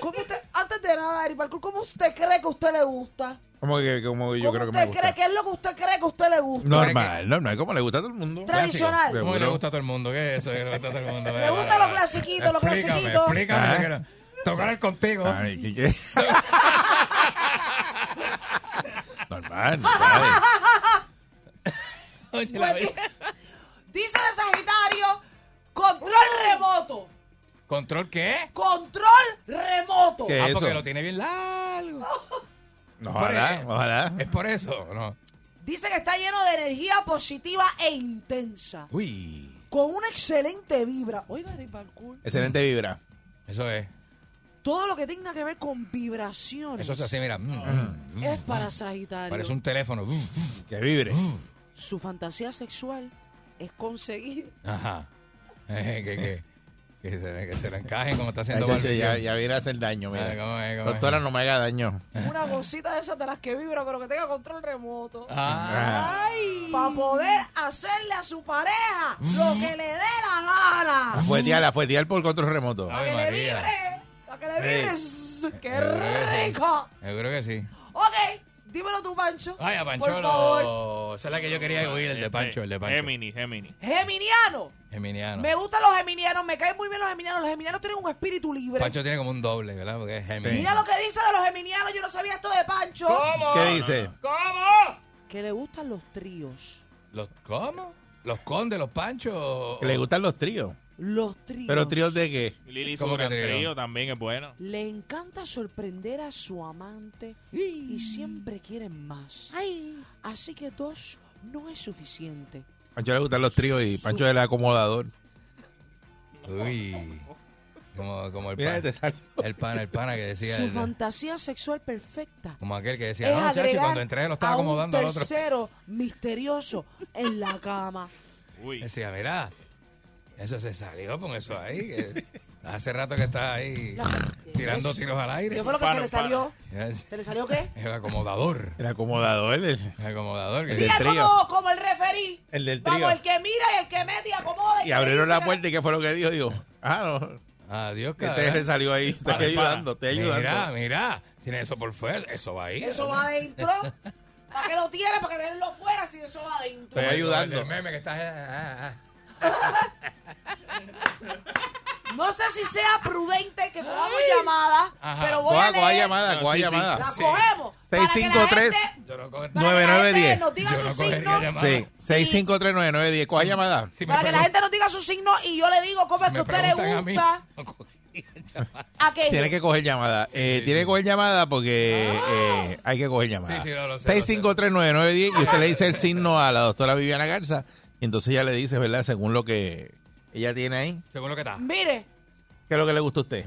Speaker 5: ¿Cómo usted, antes de nada, Eri Parkour, ¿cómo usted cree que a usted le gusta?
Speaker 3: Como que, como que yo creo
Speaker 5: ¿Cómo
Speaker 3: que
Speaker 5: usted
Speaker 3: me
Speaker 5: cree
Speaker 3: gusta.
Speaker 5: que es lo que usted cree que a usted le gusta?
Speaker 3: Normal, normal, como le gusta a todo el mundo.
Speaker 5: Tradicional.
Speaker 4: Clásico. ¿Cómo le
Speaker 3: Seguro.
Speaker 4: gusta a todo el mundo? ¿Qué es eso? que Le gusta a todo el mundo.
Speaker 5: Le gusta los clasiquitos, los
Speaker 4: Explícame,
Speaker 5: clasiquitos.
Speaker 4: explícame.
Speaker 3: Ah.
Speaker 4: que no- Tocar contigo.
Speaker 3: Ay, ¿qué, qué? normal, normal.
Speaker 4: Oye, la
Speaker 5: Buen
Speaker 4: vez.
Speaker 5: día. Dice de Sagitario, control remoto.
Speaker 4: ¿Control qué?
Speaker 5: Control remoto.
Speaker 3: ¿Qué
Speaker 4: Ah,
Speaker 3: es
Speaker 4: porque
Speaker 3: eso?
Speaker 4: lo tiene bien largo.
Speaker 3: Ojalá, ojalá.
Speaker 4: Es por eso, ¿no?
Speaker 5: Dice que está lleno de energía positiva e intensa.
Speaker 4: Uy,
Speaker 5: Con una excelente vibra. Oiga, Eric Balcour,
Speaker 3: Excelente vibra.
Speaker 4: eso es.
Speaker 5: todo lo que tenga que ver con vibraciones
Speaker 4: Eso es así, mira. Mm,
Speaker 5: Ah.
Speaker 4: mm.
Speaker 5: es para Sagitario.
Speaker 4: Parece un teléfono. Mm, mm.
Speaker 3: Que vibre.
Speaker 5: Su fantasía sexual es conseguir
Speaker 4: Ajá. Eh, que, que, que, se, le- que se le encaje como está
Speaker 3: Ya,
Speaker 4: haciendo
Speaker 3: ya, ya,
Speaker 4: Barbie.
Speaker 3: ya viene a hacer daño, mira.
Speaker 4: Ay, cómo es, cómo es.
Speaker 3: Doctora, no me haga daño.
Speaker 5: una cosita de esas de las que vibra, pero que tenga control remoto.
Speaker 4: Ah,
Speaker 5: Para poder hacerle a su pareja lo
Speaker 4: Mm.
Speaker 5: que le dé la gana.
Speaker 3: Fueteala, fueteala por control remoto.
Speaker 5: Para
Speaker 4: Ave
Speaker 5: que le
Speaker 4: María.
Speaker 5: vibre. Para que le vibre. ¡Qué
Speaker 4: Yo creo que sí.
Speaker 5: rico!
Speaker 4: Yo creo que sí.
Speaker 5: Ok, dímelo tú, Pancho.
Speaker 4: Ay, a
Speaker 5: Por favor.
Speaker 4: Pancholo. Esa es la que yo quería oír, el de Pancho, el de Pancho.
Speaker 9: Gemini, Gemini.
Speaker 5: Geminiano.
Speaker 4: Geminiano.
Speaker 5: Me gustan los geminianos, me caen muy bien los geminianos. Los geminianos tienen un espíritu libre.
Speaker 4: Pancho tiene como un doble, ¿verdad? Porque es Gemini.
Speaker 5: Mira lo que dice de los geminianos, yo no sabía esto de Pancho.
Speaker 3: ¿Qué dice?
Speaker 5: Que le gustan los tríos.
Speaker 4: Los, ¿Cómo? ¿Los condes, los Panchos?
Speaker 3: Que le gustan los tríos.
Speaker 5: Los tríos.
Speaker 3: ¿Pero tríos de qué?
Speaker 9: Lili
Speaker 4: ¿Cómo que
Speaker 9: Sugar
Speaker 4: trío?
Speaker 9: Trío también es bueno.
Speaker 5: Le encanta sorprender a su amante y siempre quieren más. Así que dos no es suficiente.
Speaker 3: Pancho le gustan los tríos y Pancho es el acomodador.
Speaker 4: Uy. Como, como el
Speaker 3: Mira, te
Speaker 4: pana.
Speaker 3: sale.
Speaker 4: El pana, el pana que decía.
Speaker 5: Su
Speaker 4: el-
Speaker 5: fantasía sexual perfecta
Speaker 4: como aquel que decía,
Speaker 5: es
Speaker 4: no, chacho, y
Speaker 5: agregar
Speaker 4: cuando entré lo estaba
Speaker 5: a un
Speaker 4: acomodando al otro.
Speaker 5: tercero misterioso en la cama.
Speaker 9: Uy.
Speaker 4: Decía, mira, eso se salió con eso ahí. que hace rato que está ahí tirando tiros al aire.
Speaker 5: ¿Qué fue lo que se
Speaker 9: Para,
Speaker 5: le salió?
Speaker 4: Es
Speaker 5: ¿Se le salió qué?
Speaker 4: el acomodador.
Speaker 3: El acomodador. el-
Speaker 4: El acomodador. que-
Speaker 3: Sí,
Speaker 5: Mira,
Speaker 3: el trío.
Speaker 5: como, como el referí.
Speaker 3: El del trío.
Speaker 5: Vamos, el que mira y el que mete y acomoda.
Speaker 3: Y abrieron la puerta y ¿qué fue lo que dijo? Digo, ah, no.
Speaker 4: Adiós,
Speaker 3: Que
Speaker 4: cabrón.
Speaker 3: te salió ahí. Te
Speaker 9: Para,
Speaker 3: estoy
Speaker 9: para.
Speaker 3: ayudando, te estoy
Speaker 4: Mira,
Speaker 3: ayudando.
Speaker 4: mira, tiene eso por fuera. Eso va ahí.
Speaker 5: Eso va adentro. ¿Para qué lo tiene? ¿Para que tenerlo fuera si eso va adentro?
Speaker 3: Estoy ayudando.
Speaker 4: El meme que está. ah, ah, ah.
Speaker 5: No sé si sea prudente que cojamos llamadas,
Speaker 4: Ajá.
Speaker 5: pero voy
Speaker 3: Coja,
Speaker 5: a
Speaker 3: coja
Speaker 5: leer.
Speaker 3: llamada,
Speaker 9: No,
Speaker 3: coja
Speaker 9: sí, sí.
Speaker 5: La
Speaker 3: llamada.
Speaker 5: cogemos. para que la
Speaker 3: 653.
Speaker 5: gente-
Speaker 4: Yo no coger-
Speaker 5: para que la
Speaker 3: 9910.
Speaker 5: gente Nos diga
Speaker 4: Yo
Speaker 5: su
Speaker 4: no
Speaker 5: signo.
Speaker 4: cogería llamada.
Speaker 3: Sí, 6539910. Coja llamada.
Speaker 4: Si me
Speaker 5: Para que la
Speaker 4: pregun-
Speaker 5: gente nos diga su signo y yo le digo cómo es
Speaker 4: me
Speaker 5: que a usted le
Speaker 4: preguntan a mí,
Speaker 5: gusta
Speaker 4: no cogería llamada.
Speaker 5: aquello.
Speaker 3: Tiene que coger llamada. Eh, tiene que coger llamada porque
Speaker 5: Ah.
Speaker 3: eh, hay que coger llamada.
Speaker 4: Sí, sí, no, lo sé, lo
Speaker 3: 6539910 y usted le dice el signo a la doctora Viviana Garza. Y entonces ella le dice, ¿verdad? Según lo que ella tiene ahí.
Speaker 4: Según lo que está.
Speaker 5: Mire,
Speaker 3: ¿Qué es lo que le gusta a usted?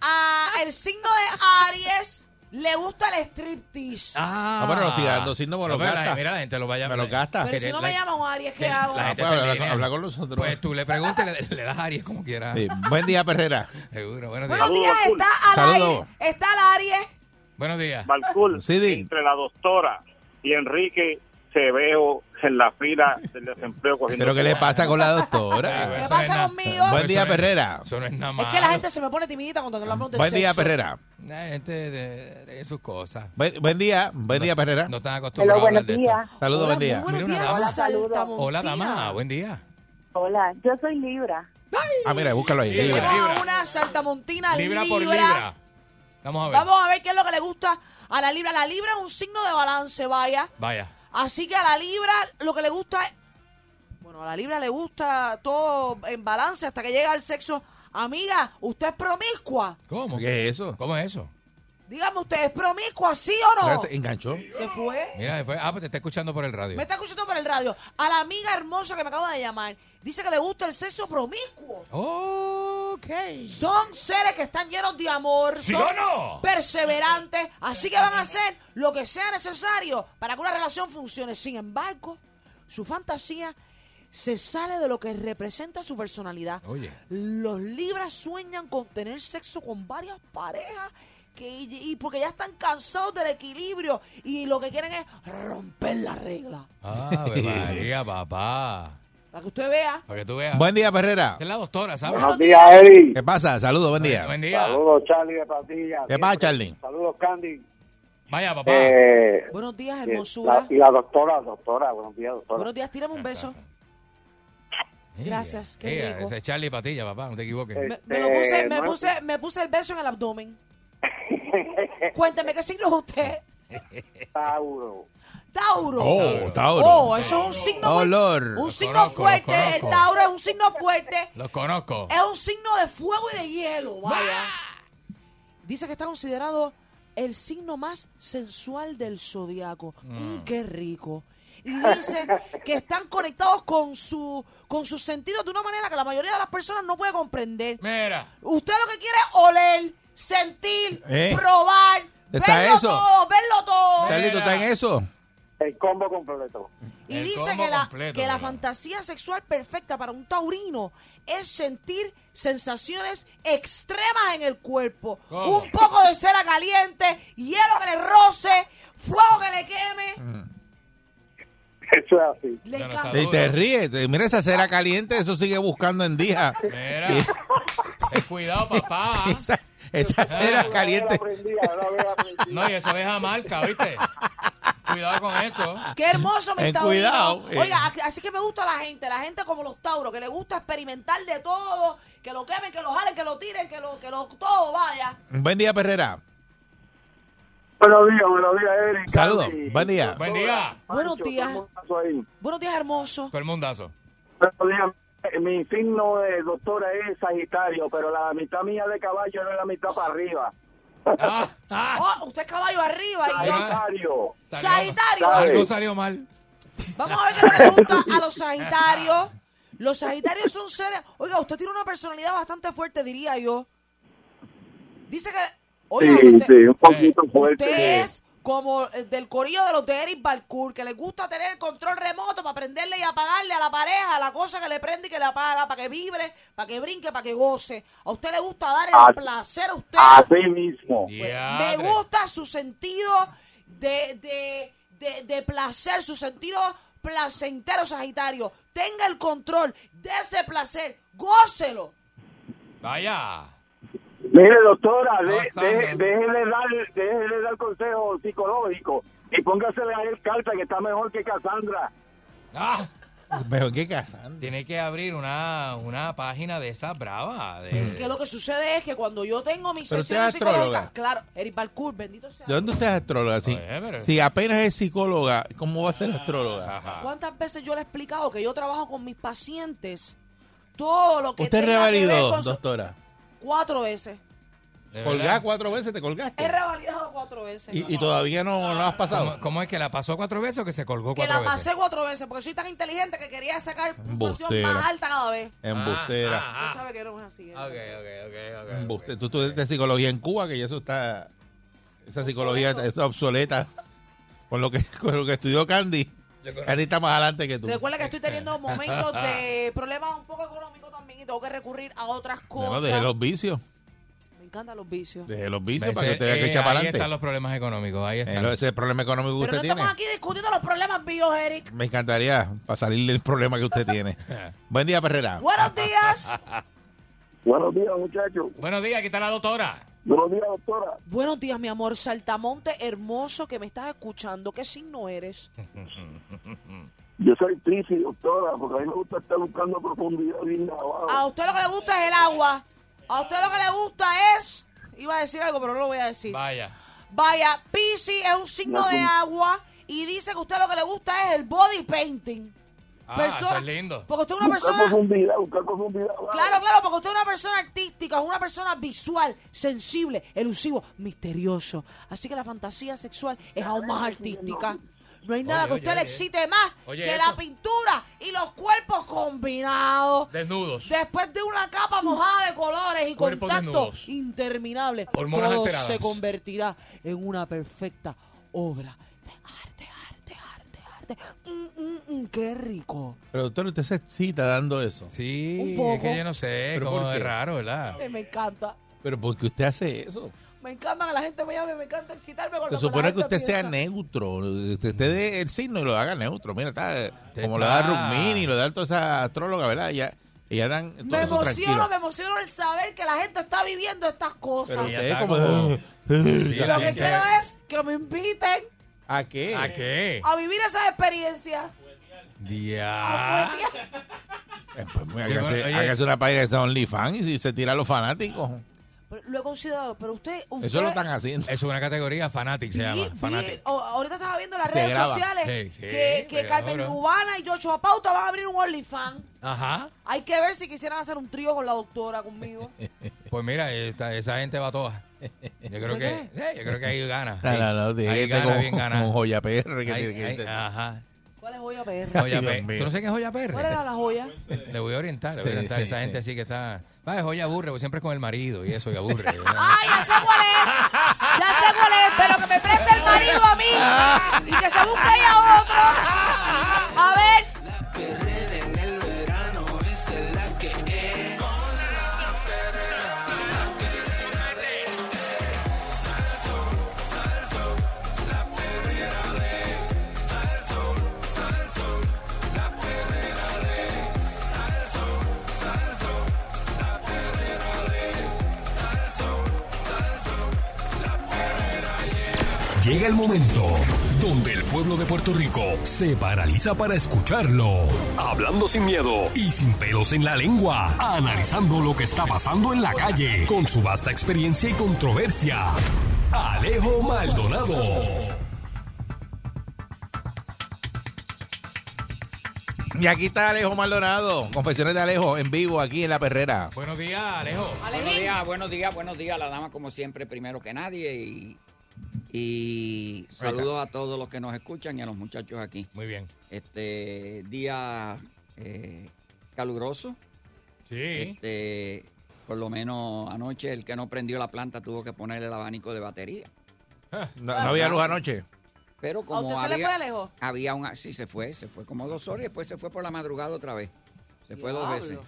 Speaker 5: a el signo de Aries le gusta el striptease.
Speaker 4: Ah,
Speaker 3: Ah, bueno, no siga dando signos, bueno,
Speaker 4: No, pero la-
Speaker 3: gasta.
Speaker 4: Mira, la gente lo va a llamar.
Speaker 3: Me lo gasta.
Speaker 5: pero
Speaker 4: que
Speaker 5: si
Speaker 4: te-
Speaker 5: no me
Speaker 4: la-
Speaker 5: llaman un Aries, ¿qué
Speaker 4: la-
Speaker 5: hago?
Speaker 4: la gente
Speaker 3: Ah,
Speaker 4: te
Speaker 3: habla
Speaker 4: mira.
Speaker 3: con- habla con nosotros.
Speaker 4: Pues tú le preguntas y le, le das Aries como quieras.
Speaker 3: Sí. Buen día, Perrera.
Speaker 4: Seguro. Buenos días.
Speaker 5: Buenos días,
Speaker 7: Saludos,
Speaker 5: está al
Speaker 3: Saludos.
Speaker 5: aire. Está al Aries.
Speaker 4: Buenos días.
Speaker 7: Balcool,
Speaker 3: Sí, di.
Speaker 7: entre la doctora y Enrique, se veo en la fila del desempleo cogiendo.
Speaker 3: ¿Pero qué le pasa con la
Speaker 4: Eso no
Speaker 3: doctora?
Speaker 4: es
Speaker 5: pasa
Speaker 4: nada-
Speaker 5: conmigo?
Speaker 4: Eso
Speaker 3: Buen día,
Speaker 4: no es-
Speaker 3: Perrera.
Speaker 4: Eso no es nada
Speaker 5: Es
Speaker 4: más.
Speaker 5: que la gente se me pone timidita cuando hablamos de
Speaker 3: Buen día,
Speaker 5: sexo.
Speaker 3: Perrera.
Speaker 4: La gente de, de sus cosas.
Speaker 3: Buen, buen día, buen día, Perrera.
Speaker 4: No están acostumbrados a hablar de esto.
Speaker 3: Saludos,
Speaker 5: Hola,
Speaker 3: buen día.
Speaker 5: muy buenos
Speaker 4: Mira una
Speaker 5: días,
Speaker 4: dama.
Speaker 5: Saltamontina.
Speaker 4: Hola, dama. Buen día.
Speaker 10: Hola, yo soy Libra.
Speaker 3: Ah, mira, búscalo ahí.
Speaker 5: Tenemos
Speaker 3: Libra.
Speaker 5: a una saltamontina
Speaker 4: Libra por libra. Vamos a ver.
Speaker 5: Vamos a ver qué es lo que le gusta a la Libra. La Libra es un signo de balance, vaya.
Speaker 4: Vaya.
Speaker 5: Así que a la Libra lo que le gusta es. Bueno, a la Libra le gusta todo en balance hasta que llega al sexo. Amiga, ¿usted es promiscua?
Speaker 4: ¿Cómo?
Speaker 3: ¿Qué es eso?
Speaker 4: ¿Cómo es eso?
Speaker 5: Dígame, ¿usted es promiscua, sí o
Speaker 3: Perrera
Speaker 5: no?
Speaker 3: se enganchó.
Speaker 5: Se fue.
Speaker 4: Mira, después. Ah, pues te está escuchando por el radio.
Speaker 5: Me está escuchando por el radio. A la amiga hermosa que me acaba de llamar, dice que le gusta el sexo promiscuo.
Speaker 4: Ok.
Speaker 5: Son seres que están llenos de amor,
Speaker 4: ¿Sí
Speaker 5: son
Speaker 4: o no?
Speaker 5: perseverantes, así que van a hacer lo que sea necesario para que una relación funcione. Sin embargo, su fantasía se sale de lo que representa su personalidad.
Speaker 4: Oye.
Speaker 5: Los libras sueñan con tener sexo con varias parejas que, y porque ya están cansados del equilibrio y lo que quieren es romper la regla.
Speaker 4: Ah, Ave María, papá.
Speaker 5: Para que usted vea.
Speaker 4: Para que tú veas.
Speaker 3: Buen día, Perrera.
Speaker 4: Esta es la doctora, ¿sabes?
Speaker 6: Buenos días, Eddie.
Speaker 3: ¿Qué pasa? Saludos, buen día.
Speaker 4: Buen día.
Speaker 6: Saludos, Charlie de Patilla.
Speaker 3: ¿Qué pasa, Charlie?
Speaker 6: Saludos, Candy.
Speaker 4: Vaya, papá.
Speaker 6: Eh,
Speaker 5: Buenos días,
Speaker 6: eh,
Speaker 5: hermosura.
Speaker 6: la- y la doctora, doctora, buenos días, doctora.
Speaker 5: Buenos días, tírame un beso. Gracias, qué
Speaker 4: Ea,
Speaker 5: rico. Este,
Speaker 4: ese es Charlie Patilla, papá, no te equivoques.
Speaker 5: Me, me lo puse, me, puse, me puse el beso en el abdomen. Cuénteme, ¿qué signo es usted?
Speaker 6: Tauro.
Speaker 5: Tauro.
Speaker 3: Oh, Tauro.
Speaker 5: Oh, eso es un signo muy-
Speaker 3: Olor.
Speaker 5: Un
Speaker 4: Los
Speaker 5: signo
Speaker 4: conozco, los
Speaker 5: fuerte. El
Speaker 4: conozco.
Speaker 5: Tauro es un signo fuerte.
Speaker 4: Los conozco.
Speaker 5: Es un signo de fuego y de hielo. Vaya.
Speaker 3: ¡Ah!
Speaker 5: Dice que está considerado el signo más sensual del zodiaco. Mm, qué rico. Y dice que están conectados con su con sus sentidos de una manera que la mayoría de las personas no puede comprender.
Speaker 4: Mira,
Speaker 5: Usted lo que quiere es oler, sentir,
Speaker 3: Eh.
Speaker 5: probar,
Speaker 3: ¿Está
Speaker 5: verlo
Speaker 3: eso?
Speaker 5: todo, verlo todo.
Speaker 3: Charlie, ¿tú estás en eso?
Speaker 6: El combo completo.
Speaker 5: Y
Speaker 4: El
Speaker 5: dice
Speaker 4: combo
Speaker 5: que, la,
Speaker 4: completo,
Speaker 5: que la
Speaker 4: ¿verdad?
Speaker 5: fantasía sexual perfecta para un taurino es sentir sensaciones extremas en el cuerpo.
Speaker 4: ¿Cómo?
Speaker 5: Un poco de cera caliente, hielo que le roce, fuego que le queme.
Speaker 6: Eso es así.
Speaker 5: Le
Speaker 4: Ya no
Speaker 5: encanta.
Speaker 4: está.
Speaker 3: Y te ríes. te- Mira esa cera caliente, eso sigue buscando en dija.
Speaker 4: mira. Ten cuidado, papá.
Speaker 3: Esa, esa cera caliente.
Speaker 6: Una vez aprendí, una vez aprendí.
Speaker 4: No, y eso deja marca, ¿viste? Cuidado con eso.
Speaker 5: Qué hermoso mi
Speaker 3: Ten
Speaker 5: taurino.
Speaker 3: cuidado, eh.
Speaker 5: Oiga, a- así que me gusta la gente, la gente como los tauros, que le gusta experimentar de todo, que lo quemen, que lo jalen, que lo tiren, que lo, que lo todo vaya.
Speaker 3: Buen día, Perrera.
Speaker 6: Buenos días, buenos días, Eric.
Speaker 3: Saludos.
Speaker 6: Carly.
Speaker 3: Buen día.
Speaker 4: Buen día.
Speaker 5: Buenos
Speaker 6: Pancho,
Speaker 5: días.
Speaker 6: todo el mundo ahí.
Speaker 5: Buenos días, hermoso.
Speaker 4: Todo el mundazo.
Speaker 6: Buenos días. Mi signo de doctora es Sagitario, pero la mitad mía de caballo no es la mitad para arriba.
Speaker 4: Ah, ah.
Speaker 5: Oh, usted es caballo arriba. y yo-
Speaker 6: Sagitario.
Speaker 4: Salió-
Speaker 5: Sagitario.
Speaker 4: Algo salió mal.
Speaker 5: Vamos a ver qué le gusta a los Sagitarios. Los Sagitarios son seres. Oiga, usted tiene una personalidad bastante fuerte, diría yo. Dice que. Oiga,
Speaker 6: Sí,
Speaker 5: usted,
Speaker 6: sí, un poquito fuerte.
Speaker 5: usted es como eh, del corillo de los de Eric Balcour, que le gusta tener el control remoto para prenderle y apagarle a la pareja la cosa que le prende y que le apaga, para que vibre, para que brinque, para que goce. A usted le gusta dar el
Speaker 6: Ah,
Speaker 5: placer a usted. pues,
Speaker 6: Así mismo.
Speaker 5: Me
Speaker 4: Diadre.
Speaker 5: gusta su sentido de, de, de, de placer, su sentido placentero, Sagitario. Tenga el control de ese placer, gócelo.
Speaker 4: Vaya.
Speaker 6: Mire, doctora, de,
Speaker 4: Pasando.
Speaker 6: de- déjele, dar, déjele dar consejo psicológico y póngasele a él carta que está mejor que Cassandra.
Speaker 4: Ah.
Speaker 3: Mejor que Casandra.
Speaker 4: Tiene que abrir una, una página de esas bravas.
Speaker 3: Mm.
Speaker 4: de-
Speaker 5: Que lo que sucede es que cuando yo tengo mis
Speaker 3: Pero usted
Speaker 5: sesiones
Speaker 3: es astróloga.
Speaker 5: psicológicas, claro, Eric Balcour, bendito sea.
Speaker 3: ¿De dónde usted es astróloga? Si,
Speaker 4: Oye, pero-
Speaker 3: si apenas es psicóloga, ¿cómo va a ser astróloga?
Speaker 4: Ajá.
Speaker 5: ¿Cuántas veces yo le he explicado que yo trabajo con mis pacientes? Todo lo que
Speaker 3: Usted
Speaker 5: tenga que ver
Speaker 3: revalidó,
Speaker 5: con su-
Speaker 3: doctora.
Speaker 5: cuatro veces.
Speaker 4: ¿De
Speaker 3: Colgá
Speaker 4: verdad?
Speaker 3: cuatro veces, te colgaste.
Speaker 5: He revalidado cuatro veces.
Speaker 3: Y, y todavía no, no has pasado.
Speaker 4: ¿Cómo, cómo es que la pasó cuatro veces o que se colgó
Speaker 5: que
Speaker 4: cuatro
Speaker 5: la
Speaker 4: veces?
Speaker 5: pasé cuatro veces porque soy tan inteligente que quería sacar puntuación
Speaker 3: Embustera.
Speaker 5: más alta cada vez.
Speaker 3: Embustera.
Speaker 5: Usted
Speaker 4: Ah, ah,
Speaker 5: sabe que no es así. ¿eh?
Speaker 4: ah. Ok, ok, ok, ok.
Speaker 3: Embuste- Tú estudiaste psicología en Cuba, que ya eso está. Esa psicología
Speaker 5: Obsoleto.
Speaker 3: está obsoleta. Con lo que, con lo que estudió Candy.
Speaker 4: Yo conozco-
Speaker 3: Candy está más adelante que tú.
Speaker 5: Recuerda que estoy teniendo momentos de problemas un poco económicos también y tengo que recurrir a otras
Speaker 3: Bueno,
Speaker 5: cosas.
Speaker 3: deje los vicios.
Speaker 5: Me encantan los vicios.
Speaker 3: Deje los vicios
Speaker 4: Ese-
Speaker 3: para que usted vea que
Speaker 4: eh,
Speaker 3: echa
Speaker 4: ahí
Speaker 3: para
Speaker 4: están
Speaker 3: adelante.
Speaker 4: los problemas económicos. Ahí
Speaker 3: Eh,
Speaker 4: están.
Speaker 3: lo- Ese es el problema económico que
Speaker 5: Pero no
Speaker 3: usted tiene.
Speaker 5: estamos aquí discutiendo los problemas míos, Eric.
Speaker 3: Me encantaría para salir del problema que usted tiene. Buen día, Perrera.
Speaker 5: Buenos días.
Speaker 6: Buenos días, muchachos.
Speaker 4: Buenos días, aquí está la doctora.
Speaker 6: Buenos días, doctora.
Speaker 5: Buenos días, mi amor. Saltamonte hermoso que me estás escuchando. ¿Qué signo eres?
Speaker 6: Yo soy Pisces, doctora, porque a mí me gusta estar buscando profundidad bien abajo.
Speaker 5: A usted lo que le gusta es el agua. A usted lo que le gusta es... Iba a decir algo, pero no lo voy a decir.
Speaker 4: Vaya.
Speaker 5: Vaya, Pisces es un signo de agua y dice que a usted lo que le gusta es el body painting.
Speaker 4: Ah,
Speaker 5: Persona-
Speaker 4: eso es lindo.
Speaker 5: Porque usted es una
Speaker 6: buscar
Speaker 5: persona...
Speaker 6: profundidad, buscar profundidad. abajo.
Speaker 5: Claro, claro, porque usted es una persona artística, es una persona visual, sensible, elusivo, misterioso. Así que la fantasía sexual es aún más artística. No hay nada
Speaker 4: Oye,
Speaker 5: que a usted
Speaker 4: oye,
Speaker 5: le
Speaker 4: oye.
Speaker 5: excite más
Speaker 4: Oye,
Speaker 5: que
Speaker 4: eso.
Speaker 5: la pintura y los cuerpos combinados.
Speaker 4: Desnudos.
Speaker 5: Después de una capa mojada de colores y
Speaker 4: Cuerpos
Speaker 5: contacto
Speaker 4: desnudos.
Speaker 5: interminable,
Speaker 4: Hormonas
Speaker 5: todo
Speaker 4: alteradas.
Speaker 5: se convertirá en una perfecta obra de arte, arte, arte, arte. Mm, mm, mm, ¡Qué rico!
Speaker 3: Pero doctor, usted se excita dando eso.
Speaker 4: Sí,
Speaker 5: Un poco.
Speaker 4: es que yo no sé,
Speaker 3: ¿Pero
Speaker 4: como
Speaker 3: por qué?
Speaker 4: es raro, ¿verdad?
Speaker 5: Eh, Me encanta.
Speaker 3: Pero porque usted hace eso.
Speaker 5: Me encanta que la gente me llame, me encanta excitarme con
Speaker 3: Se
Speaker 5: lo
Speaker 3: supone
Speaker 5: la
Speaker 3: que usted
Speaker 5: gente
Speaker 3: sea
Speaker 5: piensa.
Speaker 3: neutro. Usted usted dé el signo y lo haga neutro. Mira, está eh,
Speaker 4: Usted
Speaker 3: como lo
Speaker 4: está-
Speaker 3: da Rukmini, lo da toda esa astróloga, ¿verdad? Ella, ella dan todo
Speaker 5: Me
Speaker 3: eso
Speaker 5: emociono,
Speaker 3: tranquilo.
Speaker 5: me emociono el saber que la gente está viviendo estas cosas.
Speaker 3: Pero
Speaker 4: Ella
Speaker 3: usted es
Speaker 4: está
Speaker 3: como...
Speaker 4: como-
Speaker 3: Sí,
Speaker 5: lo que
Speaker 4: sí,
Speaker 5: quiero
Speaker 4: sí.
Speaker 5: es que me inviten
Speaker 3: ¿A qué?
Speaker 4: ¿A qué?
Speaker 5: a vivir esas experiencias.
Speaker 3: Ah.
Speaker 4: Dia.
Speaker 5: Pues, tía,
Speaker 3: Pues, mira, hágase,
Speaker 4: Oye.
Speaker 3: hágase una página que sea OnlyFans y si se tira a los fanáticos.
Speaker 5: Pero Lo he considerado, pero usted. usted
Speaker 3: Eso lo están haciendo.
Speaker 4: Es una categoría fanatic, se llama.
Speaker 5: Vi- vi-
Speaker 4: Fanatic.
Speaker 5: o- ahorita estaba viendo las
Speaker 3: Se
Speaker 5: redes
Speaker 3: graba.
Speaker 5: sociales
Speaker 4: Sí, sí,
Speaker 5: que, que
Speaker 4: pegadora.
Speaker 5: Carmen Lubana y Yocho Apauta van a abrir un OnlyFans.
Speaker 4: Ajá.
Speaker 5: Hay que ver si quisieran hacer un trío con la doctora conmigo.
Speaker 4: Pues mira, esta- esa gente va toda. Yo creo que,
Speaker 5: ¿Usted
Speaker 4: sí, yo creo que ahí gana.
Speaker 3: No, no, no, tiene
Speaker 4: ahí
Speaker 3: que
Speaker 4: gana,
Speaker 3: estar con,
Speaker 4: bien gana.
Speaker 3: con joya PR. Que
Speaker 4: Ahí-
Speaker 3: tiene que
Speaker 4: ahí-
Speaker 3: estar.
Speaker 4: ajá.
Speaker 5: ¿Cuál es joya PR?
Speaker 4: Joya
Speaker 3: Dios
Speaker 4: P.
Speaker 3: mío.
Speaker 4: ¿Tú no sé qué es joya
Speaker 5: ¿Cuál
Speaker 4: PR?
Speaker 5: era la joya?
Speaker 4: Le voy a orientar, le voy a
Speaker 3: Sí,
Speaker 4: orientar a
Speaker 3: sí,
Speaker 4: esa
Speaker 3: sí.
Speaker 4: gente así que está. Va, es joya aburre, pues siempre es con el marido y eso, y aburre.
Speaker 5: ¡Ay, ya sé cuál es! ¡Ya sé cuál es! ¡Pero que me preste el marido a mí! ¡Y que se busque ahí a otro! A ver,
Speaker 1: Llega el momento donde el pueblo de Puerto Rico se paraliza para escucharlo. Hablando sin miedo y sin pelos en la lengua, analizando lo que está pasando en la calle con su vasta experiencia y controversia. Alejo Maldonado.
Speaker 3: Y aquí está Alejo Maldonado. Confesiones de Alejo en vivo aquí en La Perrera.
Speaker 4: Buenos días, Alejo.
Speaker 9: Buenos
Speaker 5: Alejín.
Speaker 9: días, buenos días, buenos días. La dama, como siempre, primero que nadie. Y, y saludos a todos los que nos escuchan y a los muchachos aquí.
Speaker 4: Muy bien.
Speaker 9: Este día eh, caluroso.
Speaker 4: Sí.
Speaker 9: Este, por lo menos anoche, el que no prendió la planta tuvo que ponerle el abanico de batería.
Speaker 3: No, no había luz anoche.
Speaker 9: Pero
Speaker 5: ¿A
Speaker 9: como
Speaker 5: usted se
Speaker 9: había,
Speaker 5: le fue lejos?
Speaker 9: había un. Sí, se fue, se fue como dos horas y después se fue por la madrugada otra vez. Se fue dos
Speaker 5: Diablo.
Speaker 9: veces.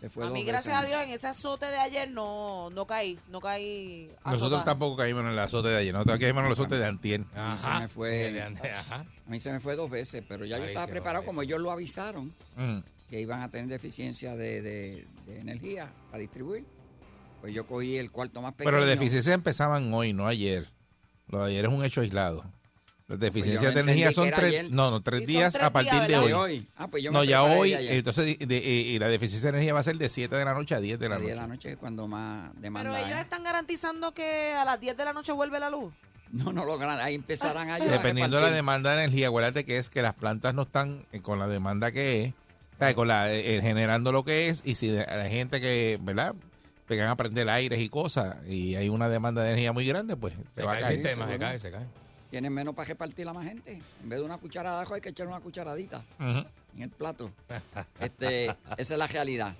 Speaker 9: Se fue
Speaker 5: A
Speaker 9: dos
Speaker 5: mí,
Speaker 9: veces
Speaker 5: gracias a
Speaker 9: anoche.
Speaker 5: Dios, en ese azote de ayer no, no caí. No caí
Speaker 3: Nosotros
Speaker 5: azotada.
Speaker 3: tampoco caímos en el azote de ayer. Nosotros caímos en el azote de antier.
Speaker 9: se me fue.
Speaker 4: De ande- Ajá.
Speaker 9: A mí se me fue dos veces, pero ya yo
Speaker 4: Ahí
Speaker 9: estaba
Speaker 4: se va,
Speaker 9: preparado
Speaker 4: ahí
Speaker 9: como
Speaker 4: se
Speaker 9: ellos lo avisaron
Speaker 3: Mm.
Speaker 9: que iban a tener deficiencia de, de- de energía para distribuir. Pues yo cogí el cuarto más pequeño.
Speaker 3: Pero las deficiencias empezaban hoy, no ayer. Lo de ayer es un hecho aislado. Las deficiencias
Speaker 9: Pues yo
Speaker 3: de energía
Speaker 9: entendí
Speaker 3: son
Speaker 9: que era
Speaker 3: tres,
Speaker 9: ayer.
Speaker 3: no, no, tres
Speaker 5: Sí, son
Speaker 3: días
Speaker 5: tres
Speaker 3: a partir
Speaker 5: días,
Speaker 3: de
Speaker 9: Ah,
Speaker 5: ¿verdad?
Speaker 3: hoy.
Speaker 9: de hoy. Ah, pues yo me
Speaker 3: no, ya
Speaker 9: preparé
Speaker 3: hoy,
Speaker 9: de ayer.
Speaker 3: entonces de- de- y la deficiencia de energía va a ser de 7 de la noche a 10 de la
Speaker 9: A diez de la
Speaker 3: noche.
Speaker 9: noche es cuando más demanda
Speaker 5: Pero ellos
Speaker 9: hay.
Speaker 5: están garantizando que a las 10 de la noche vuelve la luz. Ah.
Speaker 9: No, no logran. Ahí empezarán a ayudar.
Speaker 3: Dependiendo de la demanda de energía, acuérdate que es que las plantas no están eh, con la demanda que es, o sea, con la, eh, generando lo que es, y si de- hay gente que, ¿verdad? Pegan a prender aires y cosas, y hay una demanda de energía muy grande, pues
Speaker 4: Se
Speaker 3: se va a
Speaker 4: cae el
Speaker 3: caer.
Speaker 4: sistema, se
Speaker 9: seguro.
Speaker 4: cae, se cae.
Speaker 9: Tienen menos para repartir a más gente. En vez de una cucharada de ajo, hay que echar una cucharadita.
Speaker 3: Ujú.
Speaker 9: en el plato. Este, esa es la realidad.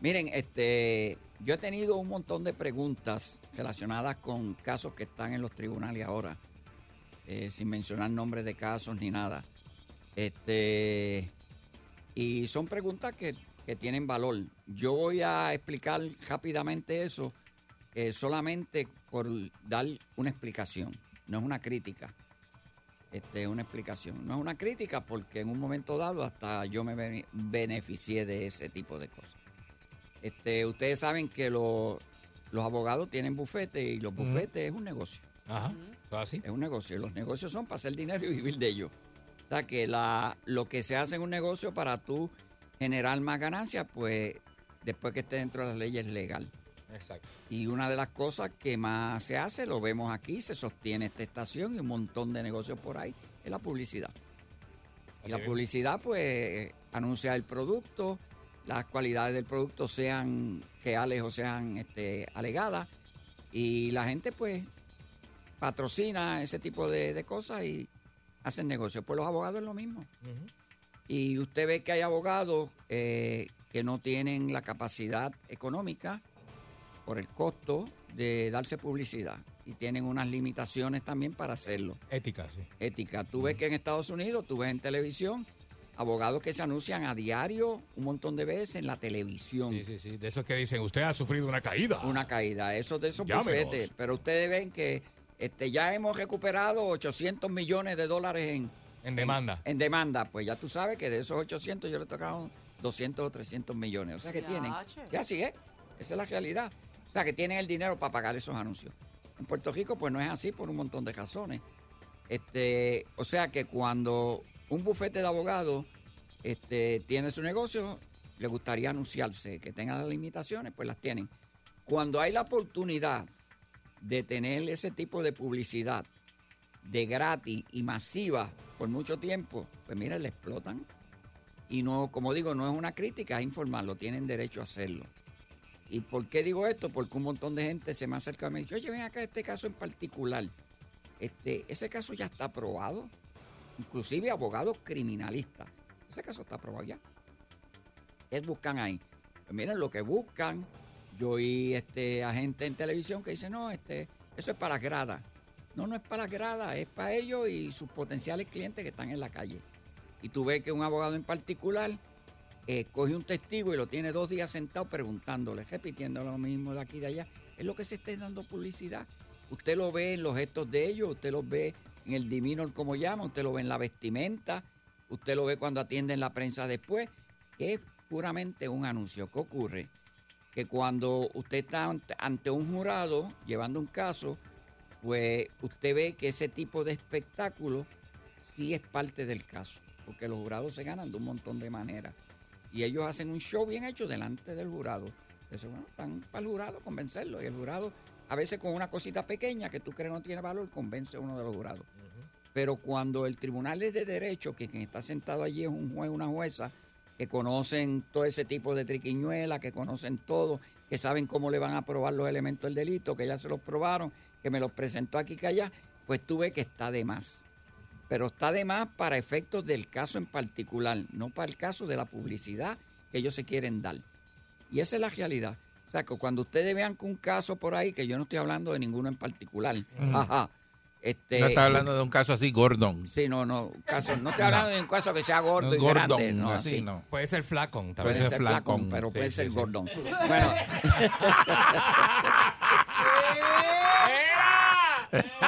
Speaker 9: Miren, este, yo he tenido un montón de preguntas relacionadas con casos que están en los tribunales ahora, eh, sin mencionar nombres de casos ni nada. Este, y son preguntas que, que tienen valor. Yo voy a explicar rápidamente eso eh, solamente por dar una explicación, no es una crítica este, una explicación. No es una crítica porque en un momento dado hasta yo me bene- beneficié de ese tipo de cosas. Este, ustedes saben que lo- los abogados tienen bufetes y los bufetes es un negocio.
Speaker 4: Ajá. ¿Todo así?
Speaker 9: Es un negocio. Y los negocios son para hacer dinero y vivir de ello. O sea que la, lo que se hace en un negocio para tú generar más ganancias, pues después que esté dentro de las leyes legal.
Speaker 4: Exacto.
Speaker 9: Y una de las cosas que más se hace, lo vemos aquí, se sostiene esta estación y un montón de negocios por ahí, es la publicidad. Y
Speaker 4: Así
Speaker 9: la
Speaker 4: es.
Speaker 9: publicidad, pues, anuncia el producto, las cualidades del producto sean reales o sean este, alegadas, y la gente, pues, patrocina ese tipo de, de cosas y hacen negocio. Pues los abogados es lo mismo.
Speaker 4: Ujú.
Speaker 9: Y usted ve que hay abogados eh, que no tienen la capacidad económica por el costo de darse publicidad y tienen unas limitaciones también para hacerlo.
Speaker 4: Ética, sí.
Speaker 9: Ética, tú ves que en Estados Unidos, tú ves en televisión, abogados que se anuncian a diario un montón de veces en la televisión.
Speaker 4: Sí, sí, sí. De esos que dicen, usted ha sufrido una caída.
Speaker 9: Una caída, eso de esos
Speaker 4: Llámenos.
Speaker 9: bufetes. Pero ustedes ven que este, ya hemos recuperado 800 millones de dólares en,
Speaker 4: En demanda.
Speaker 9: en demanda, pues ya tú sabes que de esos 800 yo le tocaron 200 o 300 millones. O sea que
Speaker 5: Ya,
Speaker 9: tienen.
Speaker 5: che.
Speaker 9: Sí, así es. Esa es la realidad. O sea que tienen el dinero para pagar esos anuncios. En Puerto Rico, pues no es así por un montón de razones. Este, o sea que cuando un bufete de abogados este, tiene su negocio, le gustaría anunciarse, que tengan las limitaciones, pues las tienen. Cuando hay la oportunidad de tener ese tipo de publicidad de gratis y masiva por mucho tiempo, pues mira, le explotan. Y no, como digo, no es una crítica, es informarlo, tienen derecho a hacerlo. ¿Y por qué digo esto? Porque un montón de gente se me acerca y me dice, oye, ven acá este caso en particular. Este, ese caso ya está aprobado, inclusive abogados criminalistas. Ese caso está aprobado ya. ¿Qué buscan ahí? Pues miren lo que buscan. Yo oí este, a gente en televisión que dice, no, este, eso es para las gradas. No, no es para las gradas, es para ellos y sus potenciales clientes que están en la calle. Y tú ves que un abogado en particular eh, coge un testigo y lo tiene dos días sentado preguntándole, repitiendo lo mismo de aquí y de allá. Es lo que se está dando publicidad. Usted lo ve en los gestos de ellos, usted lo ve en el demeanor como llama, usted lo ve en la vestimenta, usted lo ve cuando atienden la prensa después, que es puramente un anuncio. ¿Qué ocurre? Que cuando usted está ant- ante un jurado llevando un caso, pues usted ve que ese tipo de espectáculo sí es parte del caso, porque los jurados se ganan de un montón de maneras. Y ellos hacen un show bien hecho delante del jurado. Entonces, bueno, están para el jurado convencerlo. Y el jurado, a veces con una cosita pequeña que tú crees no tiene valor, convence a uno de los jurados. Pero cuando el tribunal es de derecho, que quien está sentado allí es un juez, una jueza, que conocen todo ese tipo de triquiñuelas, que conocen todo, que saben cómo le van a probar los elementos del delito, que ya se los probaron, que me los presentó aquí que allá, pues tú ves que está de más. Pero está de más para efectos del caso en particular, no para el caso de la publicidad que ellos se quieren dar. Y esa es la realidad. O sea, que cuando ustedes vean que un caso por ahí, que yo no estoy hablando de ninguno en particular, ajá, este,
Speaker 3: No está hablando de un caso así, Gordon.
Speaker 9: Sí, no, no. Caso, no estoy hablando de un caso que sea gordo
Speaker 3: No,
Speaker 9: y
Speaker 3: gordón,
Speaker 9: grande. No,
Speaker 3: así,
Speaker 9: así.
Speaker 3: no.
Speaker 4: Puede ser
Speaker 9: Puede
Speaker 4: flacón también.
Speaker 9: ser
Speaker 3: ser
Speaker 9: flacón,
Speaker 3: flacón.
Speaker 9: pero puede
Speaker 4: Sí,
Speaker 9: ser
Speaker 4: sí, sí.
Speaker 9: gordón. Bueno.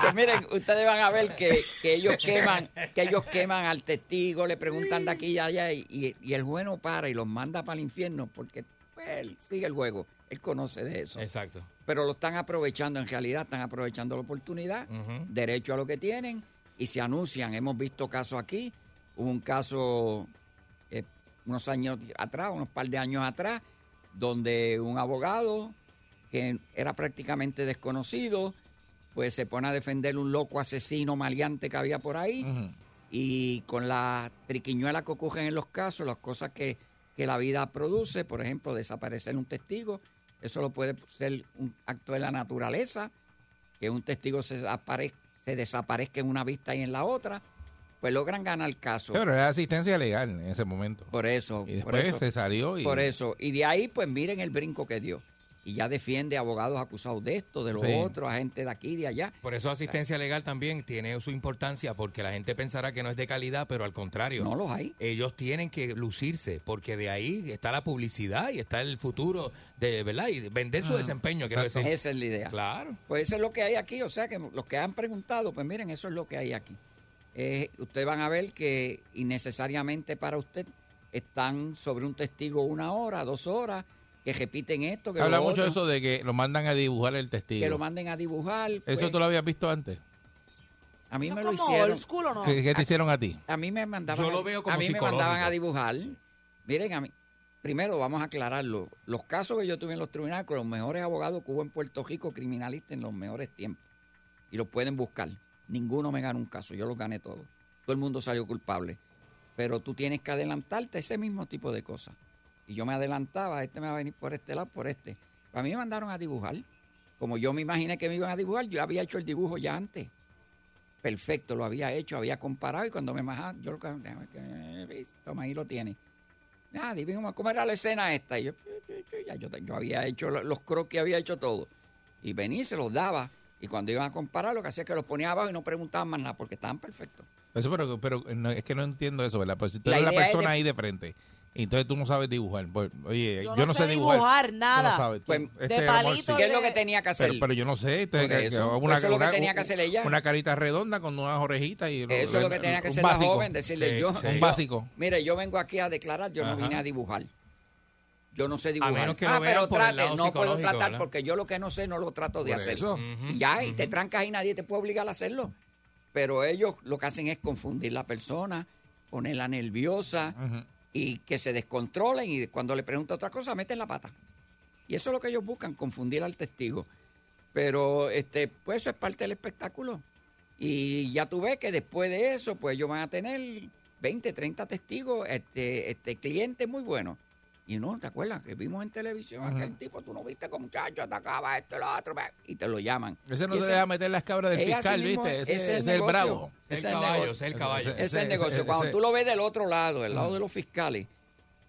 Speaker 9: Pues miren, ustedes van a ver que, que ellos queman, que ellos queman al testigo, le preguntan de aquí y allá, y, y- y el juez no para y los manda para el infierno porque pues, él sigue el juego, él conoce de eso.
Speaker 4: Exacto.
Speaker 9: Pero lo están aprovechando, en realidad están aprovechando la oportunidad
Speaker 4: Ujú.
Speaker 9: derecho a lo que tienen y se anuncian. Hemos visto casos aquí, hubo un caso eh, unos años atrás, unos par de años atrás, donde un abogado que era prácticamente desconocido, pues se pone a defender un loco asesino maleante que había por ahí
Speaker 3: Ujú.
Speaker 9: y con la triquiñuela que ocurren en los casos, las cosas que, que la vida produce, por ejemplo, desaparecer un testigo, eso lo puede ser un acto de la naturaleza, que un testigo se, apare- se desaparezca en una vista y en la otra, pues logran ganar el caso.
Speaker 3: Pero era asistencia legal en ese momento.
Speaker 9: Por eso,
Speaker 3: Y
Speaker 9: por
Speaker 3: después
Speaker 9: eso,
Speaker 3: se salió y...
Speaker 9: por eso. Y de ahí, pues miren el brinco que dio. Y ya defiende a abogados acusados de esto, de lo
Speaker 3: Sí.
Speaker 9: otro, a gente de aquí, de allá.
Speaker 4: Por eso asistencia legal también tiene su importancia porque la gente pensará que no es de calidad, pero al contrario.
Speaker 9: No los hay.
Speaker 4: ellos tienen que lucirse porque de ahí está la publicidad y está el futuro de verdad y vender su desempeño quiero
Speaker 3: Ah, exacto.
Speaker 4: decir
Speaker 9: Esa es la idea.
Speaker 4: claro
Speaker 9: Pues eso es lo que hay aquí, o sea que los que han preguntado, pues miren, eso es lo que hay aquí. Eh, ustedes van a ver que innecesariamente para usted están sobre un testigo una hora, dos horas, que repiten esto, que
Speaker 3: Habla
Speaker 9: lo
Speaker 3: mucho
Speaker 9: otro,
Speaker 3: de eso de que lo mandan a dibujar el testigo.
Speaker 9: que lo manden a dibujar.
Speaker 3: ¿Eso
Speaker 9: pues,
Speaker 3: tú lo habías visto antes?
Speaker 9: a mí
Speaker 5: Eso
Speaker 9: me lo
Speaker 5: como
Speaker 9: hicieron.
Speaker 5: old school, ¿o no?
Speaker 3: ¿Qué, qué te hicieron a ti?
Speaker 9: A mí me mandaban,
Speaker 4: Yo
Speaker 9: a-
Speaker 4: lo veo como
Speaker 9: a mí me
Speaker 4: psicológico.
Speaker 9: mandaban a dibujar. Miren, a mí, primero vamos a aclararlo. Los casos que yo tuve en los tribunales con los mejores abogados que hubo en Puerto Rico, criminalistas en los mejores tiempos. Y los pueden buscar. Ninguno me ganó un caso, yo los gané todos. Todo el mundo salió culpable. Pero tú tienes que adelantarte a ese mismo tipo de cosas. Y yo me adelantaba, este me va a venir por este lado, por este. A mí me mandaron a dibujar. Como yo me imaginé que me iban a dibujar, yo había hecho el dibujo ya antes perfecto, lo había hecho, había comparado y cuando me majaba, yo lo que- déjame que- toma ahí lo tiene. Nada, dime cómo- cómo era la escena esta. Y yo, ya yo, yo había hecho lo- los croquis, había hecho todo. Y venía y se los daba. Y cuando iban a comparar, lo que hacía es que los ponía abajo y no preguntaban más nada porque estaban perfectos.
Speaker 3: Eso, pero, pero no, es que no entiendo eso, ¿verdad? Pues si tú
Speaker 9: La
Speaker 3: eres la
Speaker 9: idea es
Speaker 3: persona
Speaker 9: de-
Speaker 3: ahí de frente, y entonces tú no sabes dibujar. Pues, oye,
Speaker 5: Yo
Speaker 3: yo,
Speaker 5: no
Speaker 3: no
Speaker 5: sé
Speaker 3: sé dibujar.
Speaker 5: dibujar
Speaker 3: Tú
Speaker 5: nada.
Speaker 3: No sabes. tú,
Speaker 9: Pues,
Speaker 3: este
Speaker 5: de
Speaker 3: amor,
Speaker 5: palito
Speaker 3: sí.
Speaker 9: ¿Qué es lo que tenía que hacer?
Speaker 3: Pero, pero yo no sé. entonces,
Speaker 9: Por
Speaker 3: que-
Speaker 9: eso. Eso
Speaker 3: que
Speaker 9: es lo que tenía que hacer ella.
Speaker 3: Una carita redonda con unas orejitas y...
Speaker 9: Eso es lo que tenía que
Speaker 3: un
Speaker 9: hacer la
Speaker 3: básico.
Speaker 9: joven, decirle
Speaker 4: Sí,
Speaker 9: yo.
Speaker 4: sí.
Speaker 3: Un
Speaker 9: yo-
Speaker 3: básico.
Speaker 9: Mire, yo vengo aquí a declarar, yo no
Speaker 4: Ajá.
Speaker 9: vine a dibujar. Yo no sé dibujar.
Speaker 4: menos que lo
Speaker 9: ah,
Speaker 4: vean
Speaker 9: pero
Speaker 4: por el
Speaker 9: trate,
Speaker 4: lado
Speaker 9: no puedo
Speaker 4: psicológico,
Speaker 9: tratar
Speaker 4: ¿verdad?
Speaker 9: porque yo lo que no sé no lo trato de
Speaker 3: Por
Speaker 9: hacer.
Speaker 3: eso.
Speaker 9: Y ya, y te trancas y nadie te puede obligar a hacerlo. Pero ellos lo que hacen es confundir la persona, ponerla nerviosa,
Speaker 3: Ujú.
Speaker 9: y que se descontrolen y cuando le pregunta otra cosa meten la pata. Y eso es lo que ellos buscan, confundir al testigo. Pero este, pues eso es parte del espectáculo. Y ya tú ves que después de eso, pues ellos van a tener 20, 30 testigos, este, este clientes muy buenos. Y no, ¿te acuerdas? Que vimos en televisión
Speaker 3: Ajá.
Speaker 9: aquel tipo, tú no viste que muchacho atacaba esto, lo otro, bah, y te lo llaman.
Speaker 3: Ese no
Speaker 9: Y
Speaker 3: se deja meter las cabras del
Speaker 9: es así
Speaker 3: fiscal,
Speaker 9: mismo,
Speaker 3: ¿viste? Ese-
Speaker 9: ese
Speaker 3: ese es el
Speaker 9: negocio.
Speaker 3: bravo.
Speaker 9: Ese
Speaker 4: Es el caballo,
Speaker 9: negocio.
Speaker 4: ese es el caballo.
Speaker 9: Ese es el negocio. Cuando tú lo ves del otro lado, del lado de los fiscales,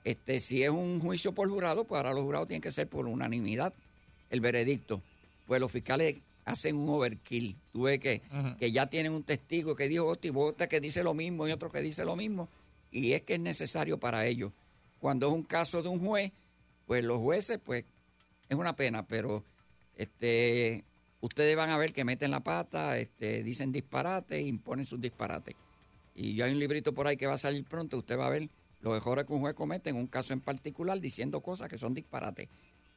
Speaker 9: este, si es un juicio por jurado, pues ahora los jurados tienen que ser por unanimidad el veredicto. Pues los fiscales hacen un overkill. Tú ves que,
Speaker 3: Ujú.
Speaker 9: que ya tienen un testigo que dijo "Hostia, y otra que dice lo mismo y otro que dice lo mismo. Y es que es necesario para ellos. Cuando es un caso de un juez, pues los jueces, pues es una pena, pero este ustedes van a ver que meten la pata, este, dicen disparates, imponen sus disparates. Y ya hay un librito por ahí que va a salir pronto, usted va a ver los errores que un juez comete en un caso en particular diciendo cosas que son disparates.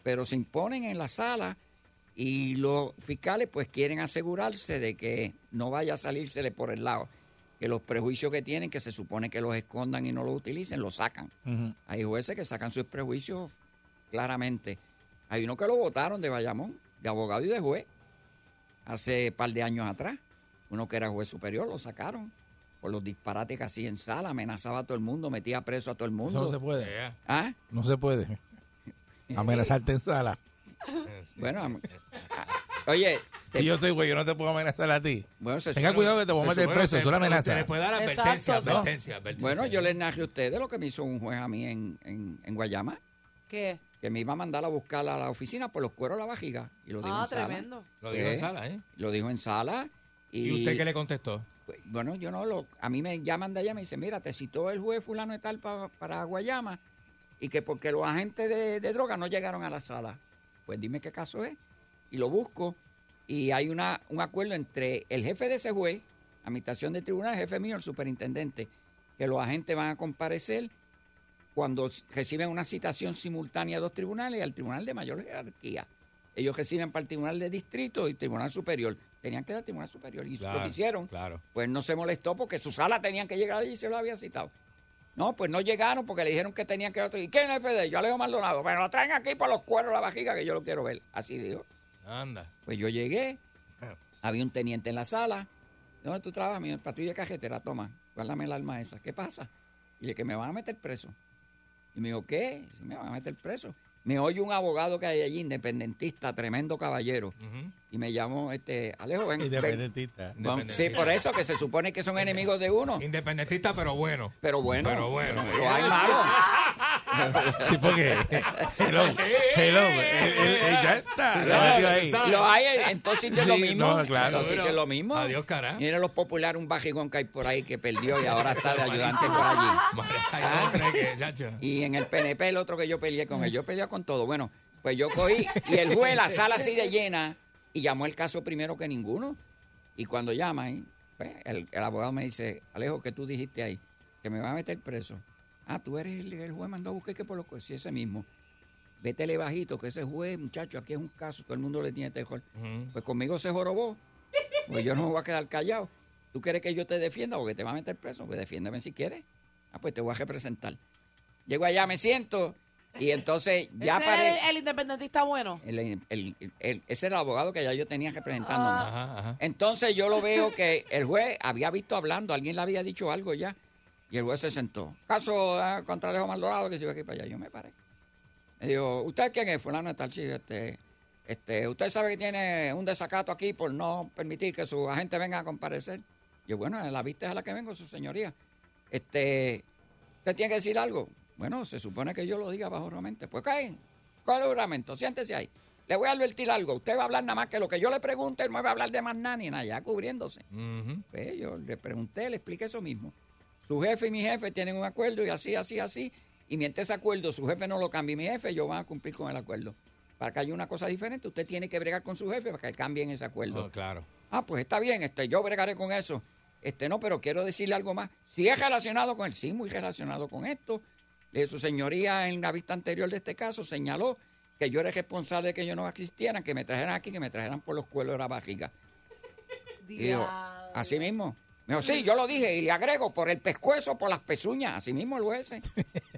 Speaker 9: Pero se imponen en la sala y los fiscales pues quieren asegurarse de que no vaya a salírsele por el lado, que los prejuicios que tienen, que se supone que los escondan y no los utilicen, los sacan.
Speaker 3: Ujú.
Speaker 9: Hay jueces que sacan sus prejuicios claramente. Hay uno que lo votaron de Bayamón, de abogado y de juez, hace par de años atrás. Uno que era juez superior, lo sacaron por los disparates que hacía en sala, amenazaba a todo el mundo, metía preso a todo el
Speaker 3: Eso no se
Speaker 9: mundo.
Speaker 3: puede.
Speaker 9: ¿Ah?
Speaker 3: No se puede. Amenazarte en sala.
Speaker 9: Bueno, am- oye,
Speaker 3: Y yo soy güey, yo no te puedo amenazar a ti.
Speaker 9: bueno, se
Speaker 3: Tenga
Speaker 9: suena-
Speaker 3: cuidado que te voy a meter preso, es una
Speaker 4: Se le
Speaker 3: amenaza.
Speaker 4: puede dar
Speaker 5: Exacto,
Speaker 4: advertencia,
Speaker 5: exacto.
Speaker 4: advertencia, advertencia.
Speaker 9: Bueno, yo les narré a ustedes lo que me hizo un juez a mí en, en- en Guayama,
Speaker 5: ¿Qué?
Speaker 9: que me iba a mandar a buscar a la oficina por los cueros de la vajiga. Y lo dijo
Speaker 5: Ah,
Speaker 9: en sala.
Speaker 5: tremendo.
Speaker 4: Lo digo en
Speaker 9: Eh,
Speaker 4: sala, ¿eh?
Speaker 9: Lo dijo en sala.
Speaker 4: ¿Y,
Speaker 9: Y,
Speaker 4: usted qué le contestó?
Speaker 9: Pues, Bueno, yo no lo. A mí me llaman de allá y me dicen: Mira, te citó el juez Fulano de Tal pa- para Guayama y que porque los agentes de, de droga no llegaron a la sala. Pues dime qué caso es. Y lo busco. Y hay una, un acuerdo entre el jefe de ese juez, administración de tribunal, el jefe mío, el superintendente, que los agentes van a comparecer cuando s- reciben una citación simultánea a dos tribunales y al tribunal de mayor jerarquía. Ellos reciben para el tribunal de distrito y tribunal superior. Tenían que ir al tribunal superior y lo que hicieron
Speaker 4: Claro.
Speaker 9: pues no se molestó porque su sala tenían que llegar allí y se lo había citado. No, pues no llegaron porque le dijeron que tenían que ir a otro. ¿Y quién es el FD? Yo Alejo Maldonado. Bueno, lo traen aquí por los cueros la vajiga que yo lo quiero ver. Así dijo.
Speaker 4: Anda.
Speaker 9: Pues yo llegué, había un teniente en la sala. ¿Dónde tú trabajas? Mi patrulla cajetera, toma, guárdame el arma esa. ¿Qué pasa? Y le que me van a meter preso. Y me dijo, ¿qué? Sí, me van a meter preso. Me oye un abogado que hay allí, independentista, tremendo caballero.
Speaker 4: Ujú.
Speaker 9: Y me llamó, este, Alejo, ven, ven.
Speaker 3: Independentista.
Speaker 9: Vamos, Sí, por eso, que se supone que son enemigos de uno.
Speaker 4: Independentista, pero bueno.
Speaker 9: Pero bueno,
Speaker 4: Pero bueno.
Speaker 9: los hay malos.
Speaker 3: Sí, porque. Hello. Hello. Él- él- él ya está. Se metió ahí.
Speaker 9: Los hay en- en todos sitios
Speaker 3: Sí,
Speaker 9: lo mismo.
Speaker 3: no, claro.
Speaker 9: En todos sitios lo mismo.
Speaker 4: Adiós, cara.
Speaker 9: Miren los populares, un bajigón que hay por ahí que perdió y ahora sale ayudante por allí.
Speaker 4: Mara, yo no creo que, chacho.
Speaker 9: Y en el PNP el otro que yo peleé con él, yo peleé con todo. Bueno, pues yo cogí y el juez la sala así de llena y llamó el caso primero que ninguno. Y cuando llama, ¿eh? Pues, el, el abogado me dice, Alejo, ¿qué tú dijiste ahí? Que me va a meter preso. Ah, tú eres el, el juez, mandó a buscar que por los sí, ese mismo. Vétele bajito, que ese juez, muchacho, aquí es un caso, todo el mundo le tiene terror.
Speaker 4: Ujú.
Speaker 9: Pues conmigo se jorobó. Pues yo no me voy a quedar callado. ¿Tú quieres que yo te defienda o que te va a meter preso? Pues defiéndeme si quieres. Ah, pues te voy a representar. Llego allá, me siento. Y entonces ya
Speaker 5: Ese es
Speaker 9: paré.
Speaker 5: el, el independentista bueno.
Speaker 9: El, el- el- el- ese era el abogado que ya yo tenía representándome.
Speaker 4: Ah. Ajá, ajá.
Speaker 9: Entonces yo lo veo que el juez había visto hablando, alguien le había dicho algo ya, y el juez se sentó. Caso ah, contra Alejo Maldonado, que se iba aquí para allá. Yo me paré. Me dijo, ¿usted quién es? Fulano de tal, sí, este, este, usted sabe que tiene un desacato aquí por no permitir que su agente venga a comparecer. Yo, bueno, a la vista es a la que vengo, su señoría. Este, ¿usted tiene que decir algo? Bueno, se supone que yo lo diga bajo juramento. Pues caen, ¿cuál es el juramento? Siéntese ahí. Le voy a advertir algo. Usted va a hablar nada más que lo que yo le pregunte, él no va a hablar de más nada ni nada, ya cubriéndose.
Speaker 4: Ujú.
Speaker 9: Pues yo le pregunté, le expliqué eso mismo. Su jefe y mi jefe tienen un acuerdo y así, así, así. Y mientras ese acuerdo su jefe no lo cambie y mi jefe, yo van a cumplir con el acuerdo. Para que haya una cosa diferente, usted tiene que bregar con su jefe para que cambien ese acuerdo.
Speaker 4: No, Oh, claro.
Speaker 9: Ah, pues está bien, este, yo bregaré con eso. Este no, pero quiero decirle algo más. Si es relacionado con el sí, muy relacionado con esto. Eh, su señoría en la vista anterior de este caso señaló que yo era responsable de que yo no asistieran, que me trajeran aquí, que me trajeran por los cuelos de la barriga. Y dijo,
Speaker 5: Diablo.
Speaker 9: así mismo. Me dijo, sí, yo lo dije y le agrego por el pescuezo, por las pezuñas, así mismo el ese,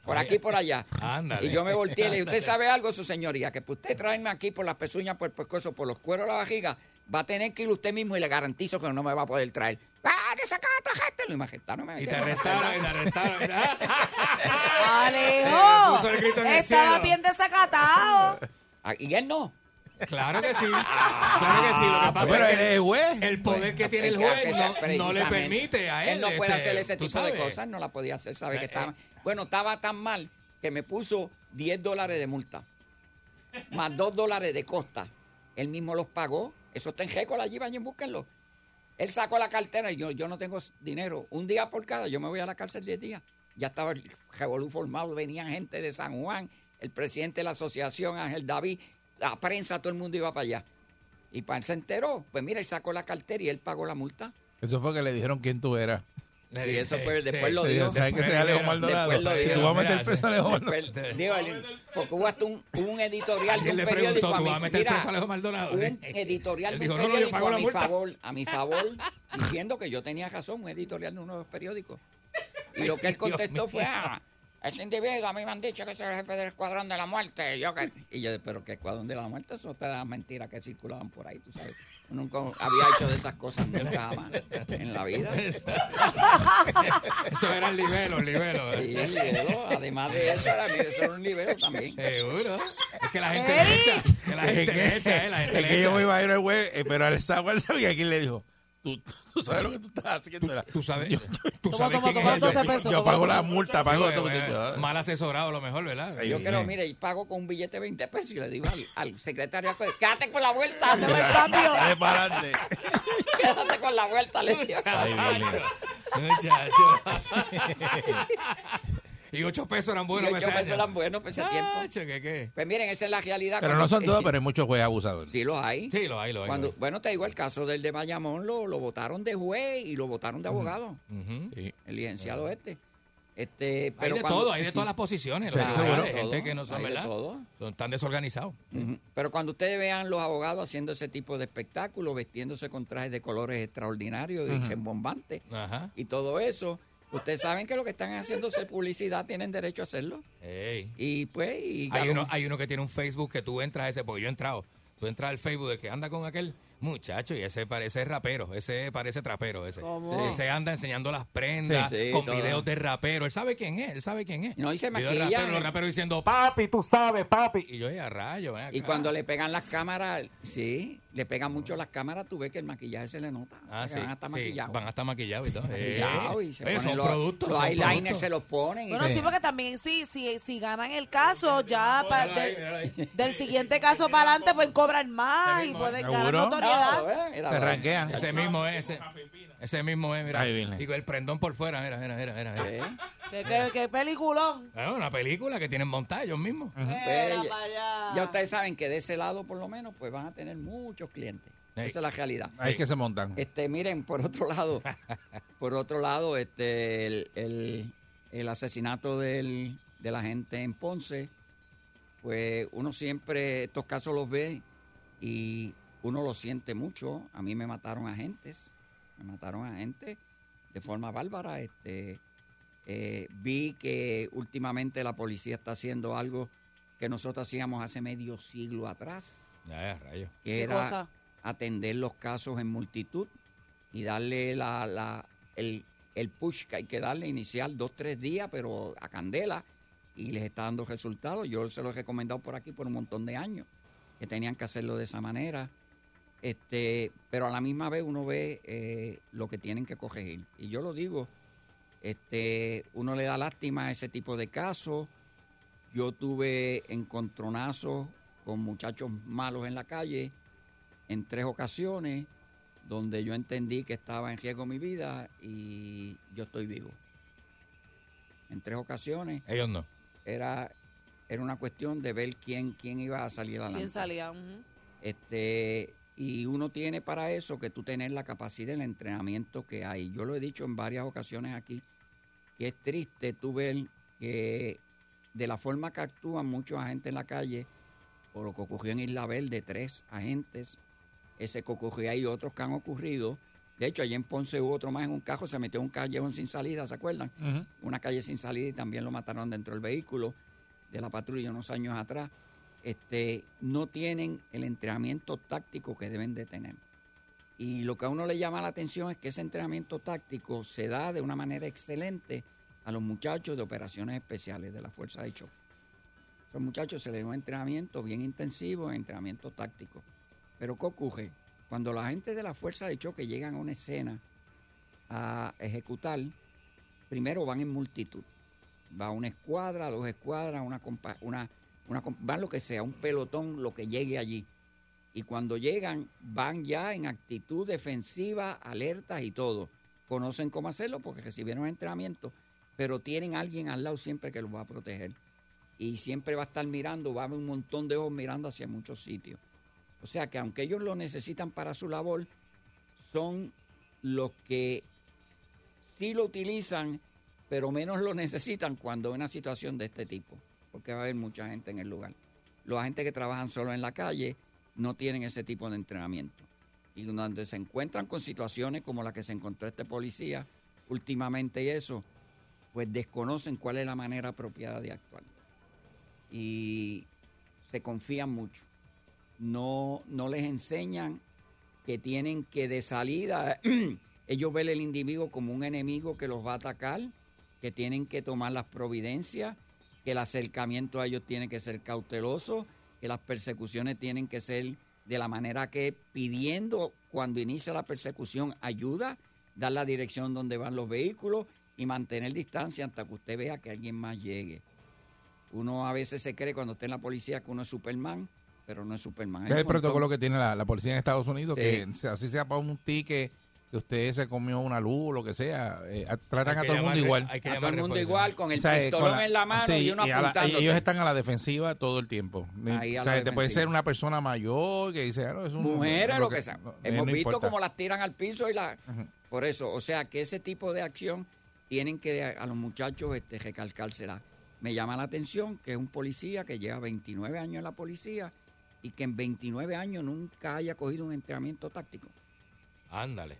Speaker 9: por aquí y por allá.
Speaker 4: Ándale.
Speaker 9: Y yo me volteé y le dije, ¿usted sabe algo, su señoría? Que pues, usted traerme aquí por las pezuñas, por el pescuezo, por los cueros de la vajiga, va a tener que ir usted mismo y le garantizo que no me va a poder traer. ¡Ah, que saca a tu gente! Lo imaginaron, me
Speaker 4: Y te arrestaron, y te arrestaron.
Speaker 5: Alejo,
Speaker 4: Eh, Puso el grito en el
Speaker 5: estaba
Speaker 4: cielo.
Speaker 5: bien desacatado.
Speaker 9: Ah, Y él no. Ah,
Speaker 4: Claro que sí. Claro que sí. Lo que pasa
Speaker 3: Pero
Speaker 4: es
Speaker 3: él
Speaker 4: que
Speaker 3: es juez.
Speaker 4: el poder que tiene el
Speaker 9: Es Pues, que
Speaker 4: juez
Speaker 9: hace-
Speaker 4: no, no le
Speaker 9: precisamente.
Speaker 4: permite a él.
Speaker 9: no puede
Speaker 4: este,
Speaker 9: hacer ese
Speaker 4: tú
Speaker 9: tipo de
Speaker 4: sabes.
Speaker 9: cosas, no la podía hacer, sabe
Speaker 4: Eh,
Speaker 9: que
Speaker 4: eh.
Speaker 9: estaba... Bueno, estaba tan mal que me puso 10 dólares de multa, más 2 dólares de costa. Él mismo los pagó, eso está en récord allí, vayan, búsquenlo. Él sacó la cartera y yo, yo no tengo dinero. Un día por cada, yo me voy a la cárcel 10 días. Ya estaba el revolú formado, venían gente de San Juan, el presidente de la asociación, Ángel David, la prensa, todo el mundo iba para allá. Y para él se enteró, pues mira, él sacó la cartera y él pagó la multa.
Speaker 3: Eso fue que le dijeron quién tú eras.
Speaker 4: Le
Speaker 9: Y eso
Speaker 4: dije,
Speaker 9: fue- después lo
Speaker 3: Le
Speaker 9: dijo.
Speaker 3: dijeron, ¿sabes que
Speaker 4: Después
Speaker 3: es
Speaker 4: lo
Speaker 3: Alejo
Speaker 4: dijeron,
Speaker 3: Maldonado?
Speaker 9: después lo
Speaker 3: Y tú
Speaker 9: dijeron,
Speaker 3: vas a meter
Speaker 4: mira,
Speaker 3: preso a Alejo Maldonado.
Speaker 9: Per- digo, el- porque hubo hasta un, un editorial de
Speaker 4: Alguien
Speaker 9: un
Speaker 4: le
Speaker 9: periódico
Speaker 4: preguntó,
Speaker 9: a
Speaker 4: ¿tú
Speaker 9: mi,
Speaker 4: vas a meter
Speaker 9: mira,
Speaker 4: preso a Alejo Maldonado?
Speaker 9: un editorial
Speaker 4: Él
Speaker 9: de un
Speaker 4: dijo, no, no, yo
Speaker 9: periódico
Speaker 4: pago
Speaker 9: a
Speaker 4: la
Speaker 9: mi
Speaker 4: multa.
Speaker 9: favor, a mi favor, diciendo que yo tenía razón, un editorial de uno de los periódicos. Y lo que él contestó fue, ah, ese individuo a mí me han dicho que es el jefe del escuadrón de la muerte. Y yo, que- y yo pero que escuadrón de la muerte? Eso te las mentiras que circulaban por ahí, tú sabes. Nunca había hecho de esas cosas nunca jamás en la vida.
Speaker 4: Eso eran libelos, libelos.
Speaker 9: Y él lideró, además de eso, era, eso era un nivel también. ¿Eh?
Speaker 4: Seguro. Es que la gente
Speaker 5: Ey.
Speaker 4: le echa. Que la gente le echa, eh, la gente
Speaker 3: Es
Speaker 4: le
Speaker 3: que yo
Speaker 4: echa.
Speaker 3: me iba a ir al juez, eh, pero al Samuel sabía quién le dijo. Tú, tú sabes lo que tú estás haciendo. Era,
Speaker 4: Tú sabes, tú
Speaker 5: Toma,
Speaker 4: sabes
Speaker 5: toma,
Speaker 4: quién
Speaker 5: toma,
Speaker 4: es ese.
Speaker 5: entonces, pesos,
Speaker 3: yo
Speaker 5: toma,
Speaker 3: pago la
Speaker 5: toma.
Speaker 3: multa, pago
Speaker 4: Sí,
Speaker 3: todo.
Speaker 4: eh, mal asesorado a lo mejor, ¿verdad?
Speaker 9: Yo
Speaker 3: Sí.
Speaker 9: creo, mire, y pago con un billete de 20 pesos y le digo al, al secretario, quédate con la vuelta,
Speaker 5: Dame el cambio.
Speaker 3: Dale para adelante.
Speaker 9: quédate con la vuelta, le digo.
Speaker 3: Ay, Dios mío.
Speaker 4: Muchacho. y ocho pesos eran buenos
Speaker 9: Y
Speaker 4: para
Speaker 9: ocho
Speaker 4: ese
Speaker 9: pesos
Speaker 4: año.
Speaker 9: eran buenos para ese tiempo.
Speaker 4: Chacho, ¿qué, qué?
Speaker 9: Pues miren, esa es la realidad.
Speaker 3: Pero
Speaker 9: Cuando- eh,
Speaker 3: no son todos, pero hay muchos jueces abusadores.
Speaker 9: Sí, los hay.
Speaker 4: Sí, lo hay, lo hay.
Speaker 9: Cuando,
Speaker 4: lo hay.
Speaker 9: bueno, te digo, el caso del de Bayamón lo, lo votaron de juez y lo votaron de abogado,
Speaker 4: Ujú.
Speaker 3: Sí.
Speaker 9: el licenciado este. este pero
Speaker 4: hay de
Speaker 9: cuando-
Speaker 4: todo, hay de todas las posiciones.
Speaker 3: Sí,
Speaker 4: los
Speaker 3: seguro.
Speaker 4: abogados,
Speaker 9: Hay de
Speaker 4: gente
Speaker 9: todo,
Speaker 4: que no
Speaker 9: hay
Speaker 4: sabe,
Speaker 9: de
Speaker 4: ¿verdad?
Speaker 9: todo.
Speaker 4: Son tan desorganizados.
Speaker 9: Ujú. Pero cuando ustedes vean los abogados haciendo ese tipo de espectáculos, vestiéndose con trajes de colores extraordinarios y rembombantes,
Speaker 4: Ajá.
Speaker 9: y todo eso, ustedes saben que lo que están haciéndose publicidad tienen derecho a hacerlo.
Speaker 4: Ey.
Speaker 9: Y pues, y
Speaker 4: Hay
Speaker 9: ya
Speaker 4: uno,
Speaker 9: lo-
Speaker 4: hay uno que tiene un Facebook que tú entras a ese, porque yo he entrado. Tú entras al Facebook del que anda con aquel muchacho y ese parece rapero, ese parece trapero, ese.
Speaker 5: ¿Cómo?
Speaker 9: Sí.
Speaker 4: Ese anda enseñando las prendas
Speaker 9: Sí, sí,
Speaker 4: con
Speaker 9: todo.
Speaker 4: videos de rapero. Él sabe quién es, él sabe quién es.
Speaker 9: No, y se
Speaker 4: Videos de
Speaker 9: maquilla, eh.
Speaker 4: rapero,
Speaker 9: ¿no?
Speaker 4: Los raperos diciendo, papi, tú sabes, papi. Y yo, ya rayo, ven acá".
Speaker 9: y cuando le pegan las cámaras, sí, le pegan mucho las cámaras, tú ves que el maquillaje se le nota.
Speaker 4: Ah,
Speaker 9: que
Speaker 4: sí,
Speaker 9: van hasta
Speaker 4: sí,
Speaker 9: maquillados.
Speaker 4: Van hasta maquillados y todo.
Speaker 9: Maquillados
Speaker 4: Eh.
Speaker 9: y se
Speaker 4: Oye,
Speaker 9: ponen
Speaker 4: son
Speaker 9: los,
Speaker 4: productos.
Speaker 9: los
Speaker 4: son
Speaker 9: eyeliners
Speaker 4: productos.
Speaker 9: se los ponen. y
Speaker 5: Bueno,
Speaker 9: se-
Speaker 5: sí, porque también sí, si, si ganan el caso, ya pa-
Speaker 4: Míralo ahí,
Speaker 5: del-
Speaker 4: míralo ahí.
Speaker 5: del siguiente caso para adelante pueden cobrar más
Speaker 4: Ese
Speaker 5: y
Speaker 4: mismo,
Speaker 5: pueden
Speaker 3: ¿seguro? eh,
Speaker 5: ganar
Speaker 9: No,
Speaker 5: notoriedad.
Speaker 9: ¿ves? Era
Speaker 3: Se
Speaker 9: verdad.
Speaker 3: ranquean.
Speaker 4: Ese mismo es, ese, ese mismo es, mira.
Speaker 3: Ay, Virgen.
Speaker 4: Digo, el prendón por fuera, mira, mira, mira. mira.
Speaker 9: Sí.
Speaker 5: Qué- qué- qué peliculón.
Speaker 4: Ah, una película que tienen montada ellos mismos.
Speaker 9: Pues,
Speaker 5: Era
Speaker 9: ya-
Speaker 5: para allá.
Speaker 9: Ya ustedes saben que de ese lado, por lo menos, pues van a tener muchos clientes.
Speaker 4: Ey.
Speaker 9: Esa es la realidad.
Speaker 3: Ahí es que se montan.
Speaker 9: Este, miren, por otro lado, por otro lado, este, el, el- el asesinato del, de la gente en Ponce, pues uno siempre estos casos los ve y uno lo siente mucho. A mí me mataron agentes, me mataron agentes de forma bárbara. Este, eh, vi que últimamente la policía está haciendo algo que nosotros hacíamos hace medio siglo atrás,
Speaker 4: Ya, ya, rayo.
Speaker 9: que
Speaker 5: ¿Qué
Speaker 9: era
Speaker 5: cosa?
Speaker 9: atender los casos en multitud y darle la, la- el, el push que hay que darle inicial dos, tres días, pero a candela, y les está dando resultados. Yo se los he recomendado por aquí por un montón de años, que tenían que hacerlo de esa manera. Este, pero a la misma vez uno ve eh, lo que tienen que corregir. Y yo lo digo, este, uno le da lástima a ese tipo de casos. Yo tuve encontronazos con muchachos malos en la calle en tres ocasiones donde yo entendí que estaba en riesgo mi vida y yo estoy vivo. En tres ocasiones
Speaker 4: Ellos no.
Speaker 9: era, era una cuestión de ver quién, quién iba a salir adelante.
Speaker 5: ¿Quién salía? Mm, Ujú.
Speaker 9: Este, y uno tiene para eso que tú tener la capacidad el entrenamiento que hay. Yo lo he dicho en varias ocasiones aquí, que es triste tú ver que de la forma que actúan muchos agentes en la calle, o lo que ocurrió en Isla Verde, tres agentes, ese que ocurrió ahí, otros que han ocurrido, De hecho, allí en Ponce hubo otro más en un cajo, se metió en un callejón sin salida, ¿se acuerdan?
Speaker 3: Ujú.
Speaker 9: Una calle sin salida y también lo mataron dentro del vehículo de la patrulla unos años atrás. Este, no tienen el entrenamiento táctico que deben de tener. Y lo que a uno le llama la atención es que ese entrenamiento táctico se da de una manera excelente a los muchachos de operaciones especiales de la Fuerza de Choque. A Esos muchachos se les da un entrenamiento bien intensivo, entrenamiento táctico. Pero ¿qué ocurre? Cuando la gente de la Fuerza de Choque llegan a una escena a ejecutar, primero van en multitud. Va una escuadra, dos escuadras, una, compa- una, una com- van lo que sea, un pelotón, lo que llegue allí y cuando llegan van ya en actitud defensiva, alertas y todo. Conocen cómo hacerlo porque recibieron entrenamiento, pero tienen alguien al lado siempre que los va a proteger. Y siempre va a estar mirando, va a haber un montón de ojos mirando hacia muchos sitios. O sea que aunque ellos lo necesitan para su labor, son los que sí lo utilizan, pero menos lo necesitan cuando hay una situación de este tipo, porque va a haber mucha gente en el lugar. Los agentes que trabajan solo en la calle no tienen ese tipo de entrenamiento. Y donde se encuentran con situaciones como la que se encontró este policía últimamente y eso, pues desconocen cuál es la manera apropiada de actuar. Y se confían mucho. No, no les enseñan que tienen que de salida ellos ven el individuo como un enemigo que los va a atacar, que tienen que tomar las providencias, que el acercamiento a ellos tiene que ser cauteloso, que las persecuciones tienen que ser de la manera que pidiendo cuando inicia la persecución ayuda, dar la dirección donde van los vehículos y mantener distancia hasta que usted vea que alguien más llegue. Uno a veces se cree cuando está en la policía que uno es Superman, pero no es Superman.
Speaker 3: Es
Speaker 9: Hay
Speaker 3: el
Speaker 9: un montón-
Speaker 3: protocolo que tiene la, la policía en Estados Unidos,
Speaker 9: Sí.
Speaker 3: que se- así sea para un ticket, que usted se comió una luz o lo que sea, eh, a- tratan
Speaker 4: Hay
Speaker 3: a
Speaker 4: que
Speaker 3: todo el mundo
Speaker 4: llamar-
Speaker 3: igual.
Speaker 4: hay que
Speaker 9: A todo el
Speaker 4: llamar
Speaker 9: mundo
Speaker 4: refuerzo.
Speaker 9: igual, con el
Speaker 3: O sea, eh,
Speaker 9: pistolón
Speaker 3: con la-
Speaker 9: en la mano
Speaker 3: sí,
Speaker 9: y uno
Speaker 3: y a la-
Speaker 9: apuntándote.
Speaker 3: Ellos están a la defensiva todo el tiempo.
Speaker 9: Ahí a
Speaker 3: o
Speaker 9: la
Speaker 3: sea, te puede
Speaker 9: defensiva.
Speaker 3: ser una persona mayor que dice, ah, no, es un-
Speaker 9: mujeres, lo que sea.
Speaker 3: no,
Speaker 9: Hemos
Speaker 3: no
Speaker 9: visto
Speaker 3: importa.
Speaker 9: cómo las tiran al piso y la... Por eso, o sea, que ese tipo de acción tienen que a los muchachos este, recalcársela. Me llama la atención que es un policía que lleva 29 años en la policía y que en 29 años nunca haya cogido un entrenamiento táctico.
Speaker 4: Ándale.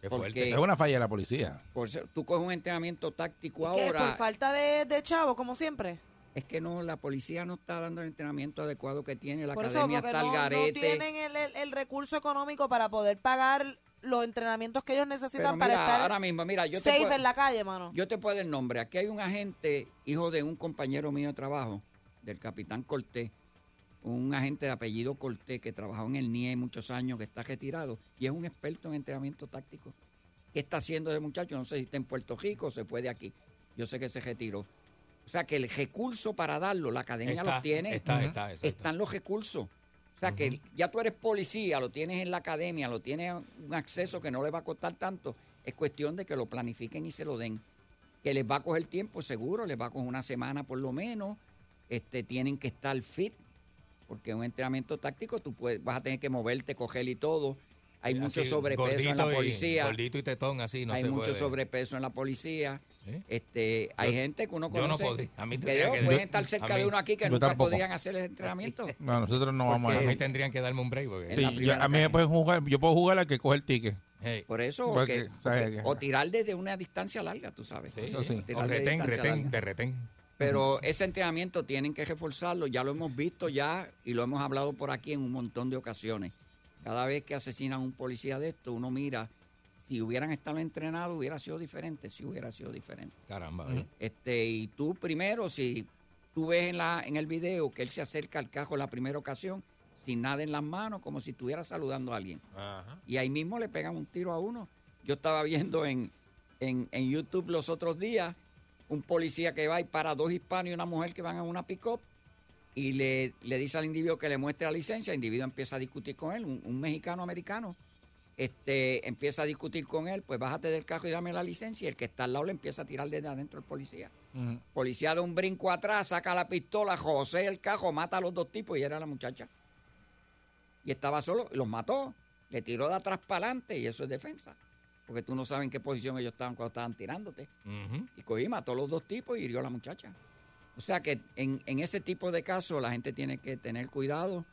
Speaker 4: Qué
Speaker 9: Porque-
Speaker 4: fuerte.
Speaker 3: Es una falla de la policía.
Speaker 9: Por ser- tú coges un entrenamiento táctico
Speaker 5: Que
Speaker 9: ahora...
Speaker 5: por falta de, de chavo, como siempre.
Speaker 9: Es que no, la policía no está dando el entrenamiento adecuado que tiene, la
Speaker 5: por eso,
Speaker 9: academia
Speaker 5: porque
Speaker 9: está al
Speaker 5: no, no
Speaker 9: garete.
Speaker 5: tienen el, el- el recurso económico para poder pagar los entrenamientos que ellos
Speaker 9: Pero
Speaker 5: necesitan
Speaker 9: mira,
Speaker 5: para estar
Speaker 9: ahora mismo, mira, Ah, yo te
Speaker 5: safe
Speaker 9: puedo-
Speaker 5: en la calle, mano.
Speaker 9: Yo te puedo dar el nombre. Aquí hay un agente, hijo de un compañero mío de trabajo, del capitán Cortés, un agente de apellido Cortés que trabajó en el NIE muchos años, que está retirado y es un experto en entrenamiento táctico. ¿Qué está haciendo ese muchacho? No sé si está en Puerto Rico o se puede aquí. Yo sé que se retiró. O sea que el recurso para darlo, la academia
Speaker 4: Está,
Speaker 9: lo tiene.
Speaker 4: está,
Speaker 9: Ujú.
Speaker 4: está, exacto.
Speaker 9: Están los recursos. O sea que ya tú eres policía, lo tienes en la academia, lo tienes un acceso que no le va a costar tanto. Es cuestión de que lo planifiquen y se lo den que les va a coger tiempo seguro, les va a coger una semana por lo menos, este, tienen que estar fit, porque un entrenamiento táctico tú puedes, vas a tener que moverte, coger y todo. Hay
Speaker 4: Así,
Speaker 9: mucho sobrepeso en la
Speaker 4: gordito y-
Speaker 9: policía,
Speaker 4: gordito y tetón, así no
Speaker 9: hay
Speaker 4: se
Speaker 9: mucho
Speaker 4: puede.
Speaker 9: sobrepeso en la policía,
Speaker 4: ¿Eh?
Speaker 9: este, hay gente que uno
Speaker 4: yo
Speaker 9: conoce
Speaker 4: no podría, a mí
Speaker 9: que
Speaker 4: tendría
Speaker 9: ellos
Speaker 4: que-
Speaker 9: pueden
Speaker 4: yo-
Speaker 9: estar
Speaker 4: a
Speaker 9: cerca
Speaker 4: mí-
Speaker 9: de uno aquí que
Speaker 3: yo
Speaker 9: nunca
Speaker 3: tampoco.
Speaker 9: podían hacer el entrenamiento.
Speaker 3: No, nosotros no vamos a
Speaker 9: Porque-
Speaker 4: A
Speaker 3: eso.
Speaker 4: mí tendrían que darme un break porque...
Speaker 9: en la
Speaker 3: Sí, yo-
Speaker 9: primera
Speaker 3: a mí me
Speaker 9: caja.
Speaker 3: pueden jugar, yo puedo jugar al que coge el ticket.
Speaker 4: Hey,
Speaker 9: Por eso, o,
Speaker 3: Porque,
Speaker 9: que- o
Speaker 3: ¿sabes
Speaker 9: que-
Speaker 3: qué?
Speaker 9: o tirar desde una distancia larga, tú sabes.
Speaker 4: sí,
Speaker 3: eso sí.
Speaker 4: O
Speaker 9: Tirar de
Speaker 4: retén,
Speaker 9: distancia
Speaker 4: retén,
Speaker 9: larga.
Speaker 4: de retén.
Speaker 9: Pero ese entrenamiento tienen que reforzarlo, ya lo hemos visto ya y lo hemos hablado por aquí en un montón de ocasiones. Cada vez que asesinan a un policía de esto, uno mira, si hubieran estado entrenados hubiera sido diferente, si hubiera sido diferente.
Speaker 4: Caramba, ¿eh?
Speaker 9: Este, y tú primero, si tú ves en, la, en el video que él se acerca al cajo la primera ocasión, sin nada en las manos, como si estuviera saludando a alguien
Speaker 4: Ajá.
Speaker 9: y ahí mismo le pegan un tiro a uno. Yo estaba viendo en, en, en YouTube los otros días un policía que va y para dos hispanos y una mujer que van en una pick-up y le, le dice al individuo que le muestre la licencia. El individuo empieza a discutir con él, un, un mexicano americano. Este, empieza a discutir con él, pues bájate del carro y dame la licencia. Y el que está al lado le empieza a tirar desde adentro el policía. Policía da un brinco atrás, saca la pistola, José el cajo, mata a los dos tipos y era la muchacha y estaba solo, y los mató, le tiró de atrás para adelante y eso es defensa. Porque tú no sabes en qué posición ellos estaban cuando estaban tirándote.
Speaker 4: Ujú.
Speaker 9: Y cogí, mató a los dos tipos y hirió a la muchacha. O sea que en, en ese tipo de casos la gente tiene que tener cuidado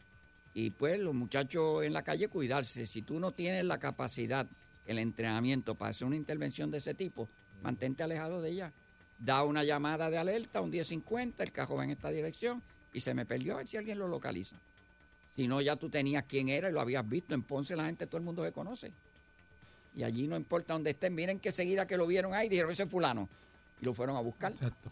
Speaker 9: y pues los muchachos en la calle cuidarse. Si tú no tienes la capacidad el entrenamiento para hacer una intervención de ese tipo, mantente alejado de ella. Da una llamada de alerta, un 1050, el cajón va en esta dirección y se me perdió a ver si alguien lo localiza. Si no, ya tú tenías quién era y lo habías visto. En Ponce la gente, todo el mundo se conoce. Y allí no importa dónde estén, miren que seguida que lo vieron ahí, dijeron, ese es fulano. Y lo fueron a buscar. Exacto.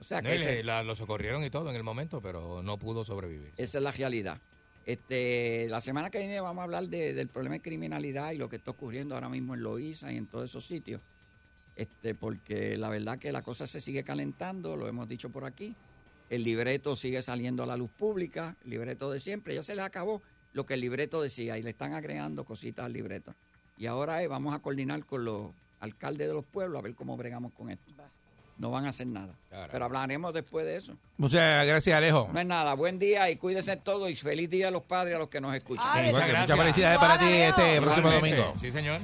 Speaker 9: O sea,
Speaker 4: No,
Speaker 9: que
Speaker 4: y
Speaker 9: ese-
Speaker 4: le- la- lo socorrieron y todo en el momento, pero no pudo sobrevivir.
Speaker 9: Esa es la realidad. Este, la semana que viene vamos a hablar de- del problema de criminalidad y lo que está ocurriendo ahora mismo en Loíza y en todos esos sitios. Este, porque la verdad que la cosa se sigue calentando, lo hemos dicho por aquí. El libreto sigue saliendo a la luz pública, el libreto de siempre, ya se les acabó lo que el libreto decía y le están agregando cositas al libreto. Y ahora eh, vamos a coordinar con los alcaldes de los pueblos a ver cómo bregamos con esto. No van a hacer nada. Pero hablaremos después de eso.
Speaker 3: Muchas gracias, Alejo.
Speaker 9: No es nada. Buen día y cuídense todos y feliz día a los padres a los que nos escuchan.
Speaker 3: Ay, Igual que muchas muchas felicidades para ti este próximo
Speaker 4: Igualmente.
Speaker 3: domingo.
Speaker 4: Sí, señor.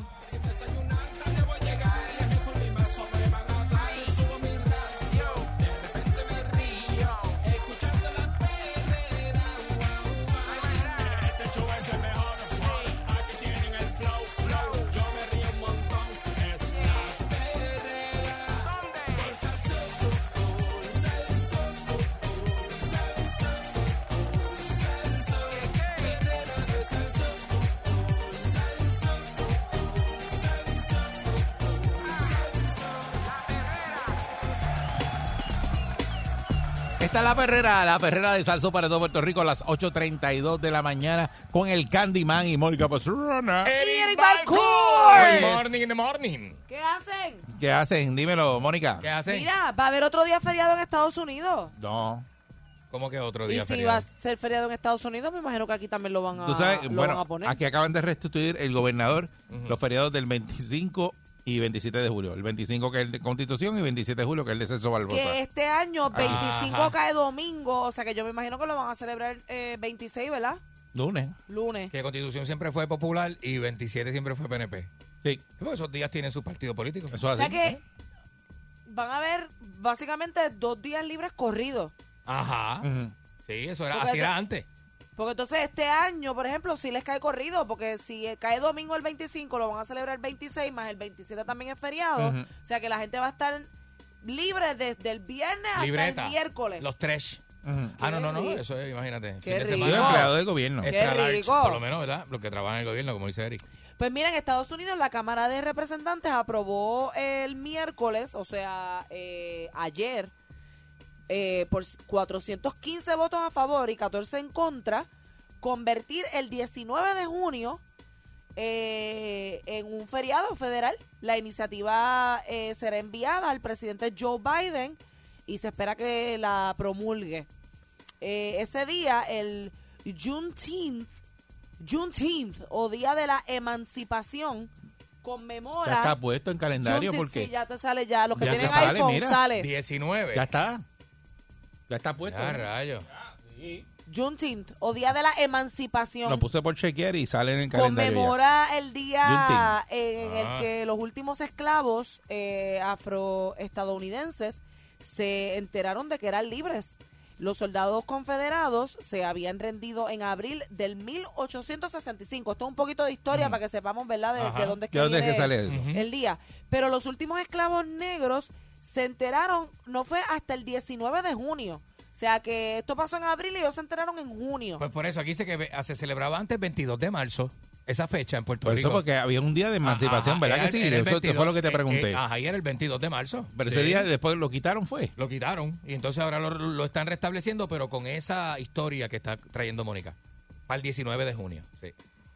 Speaker 2: Este show es el mejor. Aquí tienen el flow, flow. Yo me río un montón. Es la perrera. Por salsa, por salsa, por salsa, por salsa. Perrera de salsa, por salsa, por salsa, por
Speaker 3: Esta es la perrera, la perrera de Salso para todo Puerto Rico a las 8.32 de la mañana con el Candyman y Mónica Pastrana.
Speaker 4: Eh.
Speaker 5: Eric
Speaker 4: Good
Speaker 5: Balcour.
Speaker 4: morning in the morning.
Speaker 5: ¿Qué hacen?
Speaker 3: ¿Qué hacen? Dímelo, Mónica.
Speaker 4: ¿Qué hacen?
Speaker 5: Mira, va a haber otro día feriado en Estados Unidos.
Speaker 3: No.
Speaker 4: ¿Cómo que otro
Speaker 5: Y
Speaker 4: día
Speaker 5: si
Speaker 4: feriado?
Speaker 5: va a ser feriado en Estados Unidos, me imagino que aquí también lo van a,
Speaker 3: Tú sabes,
Speaker 5: lo van
Speaker 3: bueno,
Speaker 5: a poner.
Speaker 3: aquí acaban de restituir el gobernador los feriados del 25 y 27 de julio. El 25 que es el de Constitución y 27 de julio que es el de Celso Barbosa.
Speaker 5: que este año 25
Speaker 3: Ajá.
Speaker 5: cae domingo, o sea que yo me imagino que lo van a celebrar eh, 26, ¿verdad?
Speaker 3: Lunes.
Speaker 5: Lunes.
Speaker 4: Que Constitución siempre fue popular y 27 siempre fue PNP.
Speaker 3: Sí.
Speaker 4: Pues esos días tienen su partido político.
Speaker 3: Eso
Speaker 5: O sea que van a haber básicamente dos días libres corridos.
Speaker 4: Ajá. Sí, eso era,
Speaker 5: Porque
Speaker 4: así era
Speaker 5: te-
Speaker 4: antes.
Speaker 5: Porque entonces este año, por ejemplo, si les cae corrido, porque si cae domingo el 25, lo van a celebrar el 26, más el 27 también es feriado.
Speaker 4: Ujú.
Speaker 5: O sea que la gente va a estar libre desde el viernes hasta
Speaker 4: Libreta.
Speaker 5: el miércoles.
Speaker 4: Los tres. Ah, no, no, no, eso es, imagínate.
Speaker 5: Qué
Speaker 4: fin
Speaker 5: rico.
Speaker 4: de semana.
Speaker 5: Yo empleado del
Speaker 3: gobierno.
Speaker 5: Qué
Speaker 4: Extra large,
Speaker 5: rico.
Speaker 4: por lo menos, ¿verdad? Los que trabajan en el gobierno, como dice Eric.
Speaker 5: Pues mira, en Estados Unidos la Cámara de Representantes aprobó el miércoles, o sea, eh, ayer, eh, por 415 votos a favor y 14 en contra, convertir el 19 de junio eh, en un feriado federal. La iniciativa eh, será enviada al presidente Joe Biden y se espera que la promulgue. Eh, ese día, el Juneteenth, Juneteenth o Día de la Emancipación, conmemora...
Speaker 3: Ya está pues, puesto en calendario
Speaker 5: Juneteenth,
Speaker 3: porque
Speaker 5: sí, ya te sale ya. Los que
Speaker 3: Ya te
Speaker 5: tienen
Speaker 3: sale,
Speaker 5: iPhone
Speaker 3: mira.
Speaker 5: sale.
Speaker 4: 19.
Speaker 3: ya está. Ya está puesto.
Speaker 4: Ah, rayo.
Speaker 5: Juneteenth o Día de la Emancipación.
Speaker 3: Lo puse por chequear y sale en el calendario. ya.
Speaker 5: conmemora el día en
Speaker 3: Ah.
Speaker 5: el que los últimos esclavos eh, afroestadounidenses se enteraron de que eran libres. Los soldados confederados se habían rendido en abril del 1865. Esto es un poquito de historia para que sepamos, ¿verdad?, de- de,
Speaker 3: Ajá.
Speaker 5: dónde es
Speaker 3: ¿De
Speaker 5: que,
Speaker 3: dónde es que
Speaker 5: viene
Speaker 3: sale eso? Ujú.
Speaker 5: el día. Pero los últimos esclavos negros se enteraron, no fue hasta el 19 de junio. O sea que esto pasó en abril y ellos se enteraron en junio.
Speaker 4: Pues por eso, aquí dice que ve- se celebraba antes 22 de marzo, esa fecha en Puerto
Speaker 3: Por
Speaker 4: Rico.
Speaker 3: eso porque había un día de emancipación,
Speaker 4: Ajá,
Speaker 3: ¿verdad
Speaker 4: era
Speaker 3: que
Speaker 4: el-
Speaker 3: sí?
Speaker 4: era el
Speaker 3: Eso te
Speaker 4: 22,
Speaker 3: fue lo que
Speaker 4: eh,
Speaker 3: te
Speaker 4: eh,
Speaker 3: pregunté.
Speaker 4: ajá, y era el 22 de marzo.
Speaker 3: Pero ese
Speaker 4: Sí.
Speaker 3: día después lo quitaron fue.
Speaker 4: Lo quitaron y entonces ahora lo, lo están restableciendo, pero con esa historia que está trayendo Mónica. Para el 19 de junio. Sí.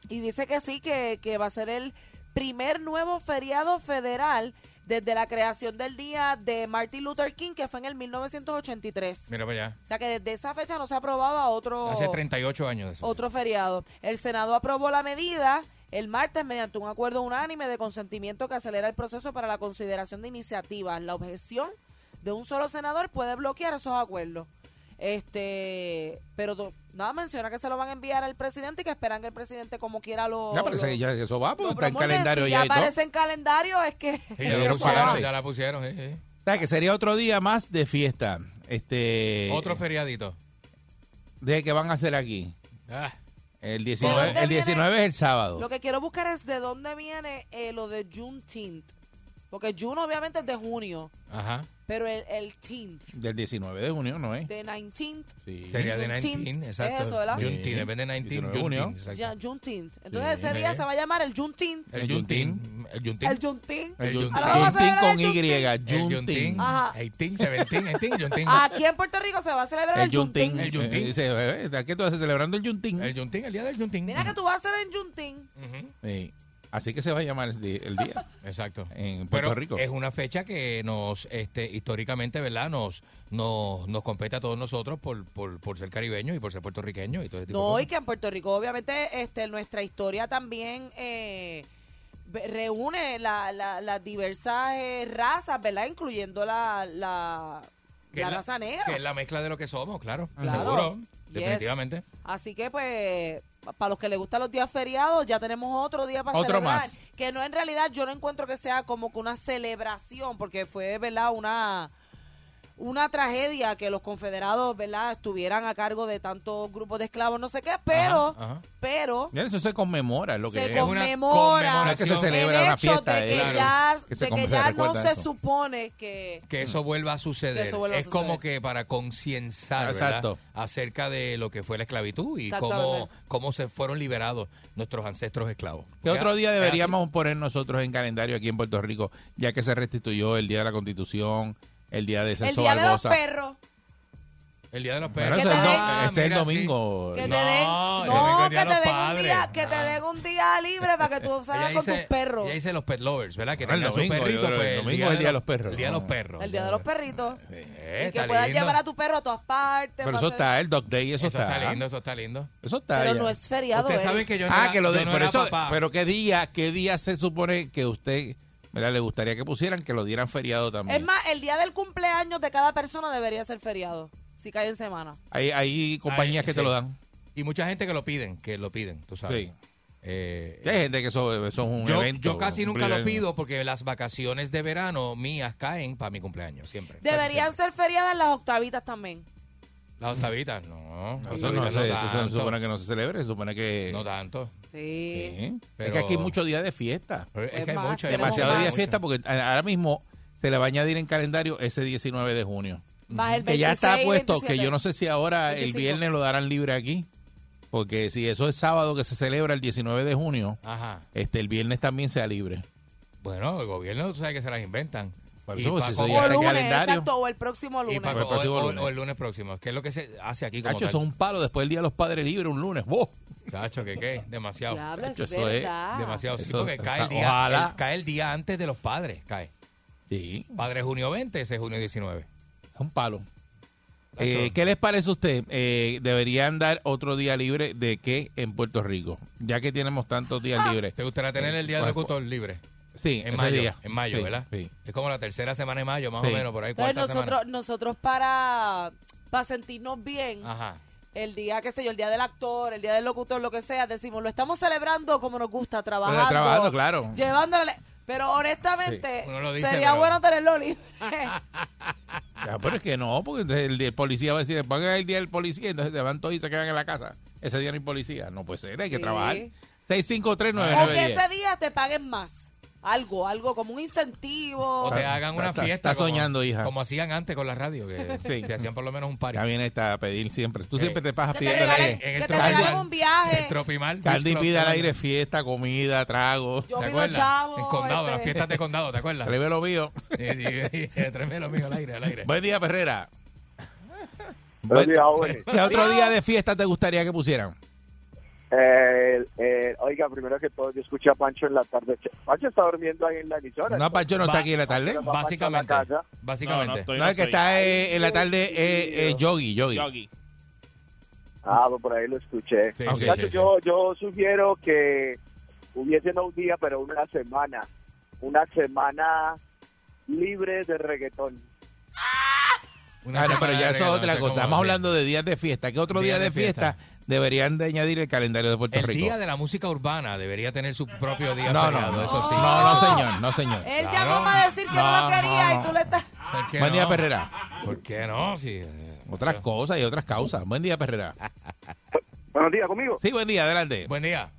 Speaker 5: Y dice que sí, que, que va a ser el primer nuevo feriado federal desde la creación del día de Martin Luther King, que fue en el 1983.
Speaker 4: Mira para allá.
Speaker 5: O sea que desde esa fecha no se aprobaba otro,
Speaker 4: Hace 38 años de eso.
Speaker 5: otro feriado. El Senado aprobó la medida el martes mediante un acuerdo unánime de consentimiento que acelera el proceso para la consideración de iniciativas. La objeción de un solo senador puede bloquear esos acuerdos. Este, pero to- nada menciona que se lo van a enviar al presidente y que esperan que el presidente como quiera lo,
Speaker 3: Ya parece
Speaker 5: lo-
Speaker 3: que ya eso va, porque
Speaker 5: lo
Speaker 3: está en
Speaker 5: promulgue.
Speaker 3: calendario
Speaker 5: Si
Speaker 3: ya.
Speaker 5: ya
Speaker 3: y todo.
Speaker 5: aparece en calendario, es que
Speaker 4: Sí, ya,
Speaker 3: Pero
Speaker 4: la
Speaker 3: fue
Speaker 4: pusieron,
Speaker 3: antes.
Speaker 4: ya la pusieron. sí, sí.
Speaker 3: O sea, que sería otro día más de fiesta. Este,
Speaker 4: Eh, Otro feriadito.
Speaker 3: ¿De qué van a hacer aquí?
Speaker 4: Ah,
Speaker 3: El
Speaker 5: ¿De
Speaker 3: 19,
Speaker 5: dónde
Speaker 3: el
Speaker 5: viene?
Speaker 3: 19 es el sábado.
Speaker 5: Lo que quiero buscar es de dónde viene eh, lo de Juneteenth. Porque June obviamente es de junio,
Speaker 3: Ajá.
Speaker 5: pero el, el teenth,
Speaker 3: Del 19 de junio, ¿no es?
Speaker 5: de 19th,
Speaker 3: Sí.
Speaker 4: Sería de
Speaker 5: Juneteenth.
Speaker 4: 19,
Speaker 5: Es
Speaker 4: exacto.
Speaker 5: eso, ¿verdad?
Speaker 4: Juneteenth,
Speaker 3: Sí.
Speaker 4: en vez de 19,
Speaker 3: 19 junio.
Speaker 4: Juneteenth, exacto.
Speaker 5: ya, Juneteenth. Entonces
Speaker 3: Sí.
Speaker 5: ese día se va a llamar el Juneteenth.
Speaker 4: El
Speaker 3: El
Speaker 4: Juntin. El
Speaker 5: El
Speaker 4: Juntin.
Speaker 5: Juneteenth.
Speaker 3: El
Speaker 4: El
Speaker 3: Juntin
Speaker 5: Ahora vamos a
Speaker 3: Juntin
Speaker 5: celebrar
Speaker 3: con
Speaker 5: el Juntin.
Speaker 3: Y.
Speaker 4: El Juntin.
Speaker 3: Juntin.
Speaker 5: Ajá.
Speaker 4: El Tin, Seventeen, el Tin, Juntin.
Speaker 5: Aquí en Puerto Rico se va a celebrar el,
Speaker 3: El Juntin.
Speaker 5: Juneteenth.
Speaker 4: El Juntin.
Speaker 3: Eh, dice, "Eh, ¿a ¿Qué tú haces celebrando el Juntin?
Speaker 4: El Juntin, el día del Juntin.
Speaker 5: Mira que tú vas a hacer el Juneteenth.
Speaker 4: Ujú.
Speaker 3: Sí. Así que se va a llamar el, di- el día
Speaker 4: Exacto.
Speaker 3: en Puerto
Speaker 4: Pero
Speaker 3: Rico.
Speaker 4: es una fecha que nos, este, históricamente, ¿verdad? Nos, nos, nos compete a todos nosotros por, por, por ser caribeños y por ser puertorriqueños y todo ese tipo
Speaker 5: No,
Speaker 4: de
Speaker 5: y que en Puerto Rico obviamente este, nuestra historia también eh, ve- reúne la- la- las diversas eh, razas, ¿verdad? Incluyendo la, la,
Speaker 4: Que
Speaker 5: la
Speaker 4: es la-
Speaker 5: raza
Speaker 4: cosas. Que es
Speaker 5: negra.
Speaker 4: la mezcla de lo que somos, claro.
Speaker 5: Claro.
Speaker 4: Seguro.
Speaker 5: Yes.
Speaker 4: Definitivamente.
Speaker 5: Así que pues, pa- para los que les gustan los días feriados, ya tenemos otro día para
Speaker 3: Otro
Speaker 5: celebrar.
Speaker 3: más.
Speaker 5: Que no en realidad yo no encuentro que sea como que una celebración, porque fue, ¿verdad? Una una tragedia que los confederados, ¿verdad? Estuvieran a cargo de tantos grupos de esclavos, no sé qué, pero,
Speaker 4: Ajá, ajá.
Speaker 5: pero
Speaker 3: Ya Eso se conmemora, es lo que
Speaker 5: se
Speaker 3: es.
Speaker 4: con- una
Speaker 5: conmemora
Speaker 4: conmemoración.
Speaker 3: Que se celebra
Speaker 5: el
Speaker 3: una
Speaker 5: hecho
Speaker 3: fiesta,
Speaker 5: de que
Speaker 3: claro,
Speaker 5: ya,
Speaker 3: que se
Speaker 5: de
Speaker 3: con-
Speaker 5: que
Speaker 3: se
Speaker 5: ya no
Speaker 3: recuerda
Speaker 5: se
Speaker 3: eso.
Speaker 5: supone que
Speaker 4: Que eso vuelva a suceder.
Speaker 5: Que eso vuelva a
Speaker 4: es
Speaker 5: suceder.
Speaker 4: como que para concienciar ¿verdad?
Speaker 3: Exacto.
Speaker 4: acerca de lo que fue la esclavitud y cómo,
Speaker 5: Exactamente.
Speaker 4: cómo se fueron liberados nuestros ancestros esclavos.
Speaker 3: ¿Qué otro día
Speaker 4: Es así.
Speaker 3: deberíamos poner nosotros en calendario aquí en Puerto Rico, ya que se restituyó el Día de la Constitución, el Día de
Speaker 5: el
Speaker 3: Censo
Speaker 5: día de los
Speaker 3: Barbosa?
Speaker 5: perros
Speaker 4: El día de los
Speaker 3: Pero
Speaker 4: perros.
Speaker 3: eso
Speaker 5: Que
Speaker 3: es,
Speaker 5: te
Speaker 3: do-
Speaker 5: den-
Speaker 4: Ah,
Speaker 3: ese es el
Speaker 4: mira, sí.
Speaker 3: domingo.
Speaker 5: que
Speaker 4: No,
Speaker 5: te den
Speaker 4: yo
Speaker 5: no
Speaker 4: digo el
Speaker 5: que
Speaker 4: día
Speaker 5: te
Speaker 4: de los
Speaker 5: den un
Speaker 4: padres.
Speaker 5: día que te
Speaker 4: Ah.
Speaker 5: den un día libre para que tú
Speaker 4: Ella
Speaker 5: salgas con tus
Speaker 4: dice-
Speaker 5: perros
Speaker 4: Ella dice los pet lovers, ¿verdad? Que
Speaker 3: Bueno, el
Speaker 4: tengan su
Speaker 3: domingo, yo
Speaker 4: perrito.
Speaker 3: creo que
Speaker 4: pues,
Speaker 3: el domingo es el día de los perros.
Speaker 4: El día de los
Speaker 3: No.
Speaker 4: perros.
Speaker 5: el día de los perritos
Speaker 4: Eh,
Speaker 5: y que
Speaker 4: está
Speaker 5: puedas
Speaker 4: lindo.
Speaker 5: llevar a tu perro a todas partes
Speaker 3: Pero
Speaker 5: para
Speaker 3: eso
Speaker 5: hacer-
Speaker 3: está, el Dog Day, eso,
Speaker 4: Eso está lindo,
Speaker 3: está.
Speaker 4: eso está lindo.
Speaker 3: Eso está.
Speaker 5: pero
Speaker 3: ya.
Speaker 5: no es feriado eh.
Speaker 4: Ustedes
Speaker 5: Eric.
Speaker 4: saben que yo no
Speaker 3: ah,
Speaker 4: era-
Speaker 3: que lo
Speaker 4: yo
Speaker 3: de,
Speaker 4: no
Speaker 3: por
Speaker 4: era
Speaker 3: eso,
Speaker 4: papá.
Speaker 3: pero qué día, qué día se supone que usted, ¿verdad? le gustaría que pusieran que lo dieran feriado también.
Speaker 5: es más el día del cumpleaños de cada persona debería ser feriado si cae en semana
Speaker 3: hay, hay compañías
Speaker 4: Ay,
Speaker 3: que te
Speaker 4: sí.
Speaker 3: lo dan.
Speaker 4: Y mucha gente que lo piden, que lo piden, tú sabes.
Speaker 3: Sí.
Speaker 4: Eh,
Speaker 3: Y hay gente que eso, eso es un
Speaker 4: yo,
Speaker 3: evento.
Speaker 4: yo casi nunca
Speaker 3: cumplir
Speaker 4: lo
Speaker 3: el-
Speaker 4: pido porque las vacaciones de verano mías caen para mi cumpleaños, siempre. Casi
Speaker 5: deberían
Speaker 4: siempre.
Speaker 5: ser feriadas las octavitas también
Speaker 4: Las octavitas, no. las
Speaker 3: Eso no,
Speaker 4: octavitas
Speaker 3: se, eso se
Speaker 4: tanto,
Speaker 3: supone que no se celebre, se supone que...
Speaker 4: no tanto.
Speaker 5: sí
Speaker 3: Sí.
Speaker 4: Pero-
Speaker 3: Es que aquí hay muchos días de fiesta.
Speaker 4: Pero es
Speaker 5: Es
Speaker 4: que hay
Speaker 5: más,
Speaker 4: mucho, hay
Speaker 5: tenemos
Speaker 3: Demasiado
Speaker 4: mucho,
Speaker 3: días de
Speaker 4: mucho.
Speaker 3: fiesta porque a- ahora mismo se le va a añadir en calendario ese 19 de junio.
Speaker 5: Más el
Speaker 3: Que ya está
Speaker 5: 26,
Speaker 3: puesto,
Speaker 5: 27.
Speaker 3: que yo no sé si ahora el
Speaker 5: 25.
Speaker 3: viernes lo darán libre aquí. Porque si eso es sábado que se celebra el 19 de junio,
Speaker 4: Ajá.
Speaker 3: este el viernes también sea libre.
Speaker 4: Bueno, el gobierno, tú sabes que se las inventan.
Speaker 3: Por
Speaker 4: Y
Speaker 3: eso, pues,
Speaker 4: pa'
Speaker 3: eso
Speaker 4: co-
Speaker 3: ya
Speaker 5: O
Speaker 3: está en
Speaker 5: lunes,
Speaker 3: calendario.
Speaker 5: exacto, o el próximo
Speaker 4: y
Speaker 5: lunes.
Speaker 4: pa'
Speaker 3: Para el
Speaker 4: co-
Speaker 3: próximo
Speaker 4: o- o-
Speaker 3: lunes.
Speaker 4: o el lunes próximo, que es lo que se hace aquí como
Speaker 3: Cacho,
Speaker 4: tal.
Speaker 3: son un palo después el Día de los Padres Libres, un lunes. ¡Wow!
Speaker 4: Cacho, que qué, demasiado.
Speaker 5: Diablo, es
Speaker 3: Cacho, eso es
Speaker 5: verdad.
Speaker 4: Demasiado, sí,
Speaker 3: Eso-
Speaker 4: porque cae el,
Speaker 3: esa-
Speaker 4: día,
Speaker 3: ojalá.
Speaker 4: el- cae el día antes de los padres, cae.
Speaker 3: Sí,
Speaker 4: Padre junio 20, ese es junio 19.
Speaker 3: es un palo.
Speaker 4: Cacho.
Speaker 3: Eh, ¿Qué les parece a usted? Eh, ¿Deberían dar otro día libre de qué en Puerto Rico? Ya que tenemos tantos días
Speaker 5: Ah.
Speaker 3: libres.
Speaker 4: ¿Te gustaría tener el día del
Speaker 3: Pues,
Speaker 4: locutor libre?
Speaker 3: Sí,
Speaker 4: En
Speaker 3: ese
Speaker 4: mayo,
Speaker 3: día.
Speaker 4: en mayo,
Speaker 3: Sí,
Speaker 4: ¿verdad?
Speaker 3: Sí.
Speaker 4: Es como la tercera semana de mayo, más
Speaker 3: Sí.
Speaker 4: o menos, por ahí cuarta
Speaker 5: Entonces nosotros, nosotros para, para sentirnos bien,
Speaker 4: semana. Ajá.
Speaker 5: el día, qué sé yo, el día del actor, el día del locutor, lo que sea, decimos, lo estamos celebrando como nos gusta, trabajando.
Speaker 3: Pues, trabajando, claro.
Speaker 5: Llevándole... Pero honestamente,
Speaker 4: Sí, uno lo dice,
Speaker 5: sería
Speaker 4: pero-
Speaker 5: bueno tenerlo libre.
Speaker 3: Ya, pero es que no, porque entonces el, el policía va a decir, van el día del policía, entonces se van todos y se quedan en la casa. Ese día no hay policía. No puede ser, hay que
Speaker 5: Sí.
Speaker 3: trabajar. 653
Speaker 5: o que
Speaker 3: 9910
Speaker 5: ese día te paguen más. Algo, algo como un incentivo.
Speaker 4: O te
Speaker 3: Está-
Speaker 4: hagan una
Speaker 3: está-
Speaker 4: fiesta.
Speaker 3: está
Speaker 4: como-
Speaker 3: soñando, hija.
Speaker 4: Como hacían antes con la radio, que
Speaker 3: Sí.
Speaker 4: te hacían por lo menos un par.
Speaker 3: Ya viene esta a pedir siempre. Tú
Speaker 4: Eh,
Speaker 3: siempre te pasas
Speaker 5: que te
Speaker 3: pidiendo
Speaker 5: regalen-
Speaker 3: aire.
Speaker 5: que te regalen un viaje.
Speaker 4: En Tropimar.
Speaker 3: Candy
Speaker 4: Beach Club,
Speaker 3: pide al
Speaker 4: ¿te
Speaker 3: aire fiesta, comida, trago.
Speaker 5: Yo
Speaker 4: acuerdas?
Speaker 5: pido
Speaker 4: ¿Te acuerdas?
Speaker 5: chavo.
Speaker 4: En condado,
Speaker 5: este.
Speaker 4: las fiestas de condado, ¿te acuerdas?
Speaker 3: Le ve lo mío.
Speaker 4: Sí, sí, sí, tráeme lo mío al aire, al aire.
Speaker 3: Buen día, Perrera.
Speaker 6: Buenos días, jóvenes.
Speaker 3: ¿Qué otro día de fiesta te gustaría que pusieran?
Speaker 6: Eh, eh, oiga, primero que todo, yo escuché a Pancho en la tarde. Pancho está durmiendo ahí en la emisora.
Speaker 3: No, Pancho no
Speaker 4: Va-
Speaker 3: está aquí en la tarde.
Speaker 6: Pancho
Speaker 4: Básicamente.
Speaker 6: está en la casa.
Speaker 4: Básicamente.
Speaker 3: No, el que está eh, en la tarde es eh, Yogi, Yogi.
Speaker 6: Ah, pues por ahí lo escuché.
Speaker 4: Sí,
Speaker 3: Ok.
Speaker 4: sí,
Speaker 6: Muchachos,
Speaker 4: sí, sí.
Speaker 6: Yo, yo sugiero que hubiese no un día, pero una semana. Una semana libre de reggaetón.
Speaker 4: Una
Speaker 3: Ah, no,
Speaker 4: semana
Speaker 3: pero ya
Speaker 4: de
Speaker 3: eso es
Speaker 4: reggaetón,
Speaker 3: otra
Speaker 4: no sé
Speaker 3: cosa.
Speaker 4: cómo
Speaker 3: Estamos
Speaker 4: va,
Speaker 3: hablando de días de fiesta. ¿Qué otro
Speaker 4: Días
Speaker 3: día de
Speaker 4: de
Speaker 3: fiesta deberían de añadir el calendario de Puerto
Speaker 4: El
Speaker 3: Rico?
Speaker 4: día de la música urbana debería tener su propio día.
Speaker 3: No, no,
Speaker 4: feriado,
Speaker 3: no,
Speaker 4: eso sí.
Speaker 3: no, no, señor, no, señor.
Speaker 5: Él
Speaker 4: Claro.
Speaker 5: llamó para decir que no,
Speaker 3: No,
Speaker 5: lo quería
Speaker 3: no,
Speaker 5: y tú le estás...
Speaker 4: ¿Por qué
Speaker 3: Buen día,
Speaker 4: Eh, no?
Speaker 3: Perrera.
Speaker 4: ¿Por qué no? Sí, eh,
Speaker 3: Otras cosas y otras causas. Buen día, Perrera.
Speaker 11: Buenos días, conmigo.
Speaker 3: Sí, buen día, adelante.
Speaker 4: Buen día.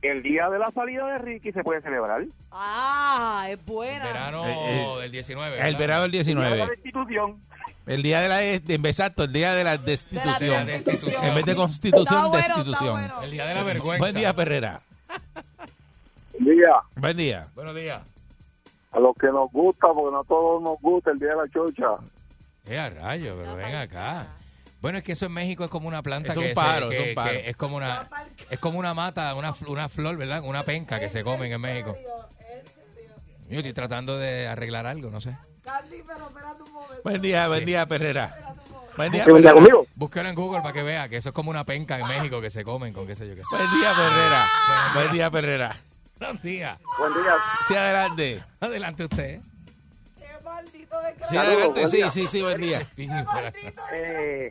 Speaker 11: El día de la salida de Ricky se puede celebrar.
Speaker 5: Ah, es buena.
Speaker 4: Verano
Speaker 3: Eh, eh,
Speaker 4: del 19.
Speaker 3: El
Speaker 4: ¿verdad?
Speaker 3: verano del
Speaker 11: La
Speaker 3: 19.
Speaker 11: destitución.
Speaker 3: El día de la des- de, exacto, el día de la destitución.
Speaker 4: destitución.
Speaker 3: En vez de constitución,
Speaker 5: Está bueno, está
Speaker 3: destitución.
Speaker 5: bueno.
Speaker 4: El día de la vergüenza.
Speaker 3: Buen día, Perrera.
Speaker 6: Mira,
Speaker 3: Buen día.
Speaker 4: Buenos días.
Speaker 6: a los que nos gusta, porque no a todos nos gusta el día de la chocha.
Speaker 4: Eh, a rayo, pero ven acá. Bueno, es que eso en México es como una planta
Speaker 3: Es
Speaker 4: que
Speaker 3: un
Speaker 4: se-
Speaker 3: paro,
Speaker 4: que-
Speaker 3: es un paro.
Speaker 4: que es como una es como una mata, una, fl- una flor, ¿verdad? Una penca que se comen en México. Yo estoy tratando de arreglar algo, no sé.
Speaker 3: Buen día, buen día, Perrera. Buen día,
Speaker 11: ¿Qué buen día,
Speaker 3: Perrera.
Speaker 11: conmigo?
Speaker 4: Búsquelo en Google para que vea que eso es como una penca en México que se comen con qué sé yo qué. Ah.
Speaker 3: Buen día, Perrera. Buen día, Perrera.
Speaker 4: Buenos días.
Speaker 11: Buen día.
Speaker 3: Sí, adelante.
Speaker 4: Adelante usted.
Speaker 3: Sí,
Speaker 11: Saludos,
Speaker 3: adelante.
Speaker 11: buen
Speaker 3: Sí,
Speaker 11: día.
Speaker 3: sí, sí, buen día.
Speaker 11: Eh,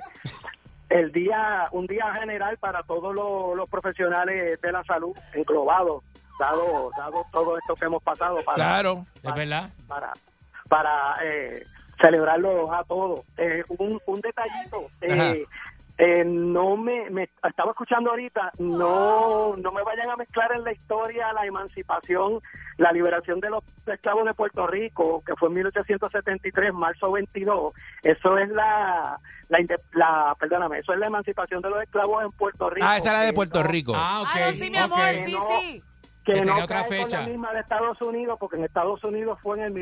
Speaker 11: el día, un día general para todos los, los profesionales de la salud englobados, dado, dado todo esto que hemos pasado para,
Speaker 3: Claro.
Speaker 4: Es verdad. Ah,
Speaker 11: para, para eh, celebrarlos a todos. Eh, un, un detallito,
Speaker 3: Ajá.
Speaker 11: eh, eh, no me, me- estaba escuchando ahorita, no, no me vayan a mezclar en la historia la emancipación, la liberación de los esclavos de Puerto Rico, que fue en 1873, marzo 22. Eso es la, la, inde- la perdóname, eso es la emancipación de los esclavos en Puerto Rico.
Speaker 3: Ah, esa era de
Speaker 11: que
Speaker 3: Puerto
Speaker 11: no-
Speaker 3: Rico.
Speaker 4: Ah, ok.
Speaker 5: Ah, no, sí, mi
Speaker 4: ok.
Speaker 5: amor, sí,
Speaker 11: No.
Speaker 5: sí.
Speaker 11: que,
Speaker 4: Que
Speaker 11: no
Speaker 4: tenía otra
Speaker 11: cae con
Speaker 4: fecha.
Speaker 11: la misma de Estados Unidos, porque en Estados Unidos fue en el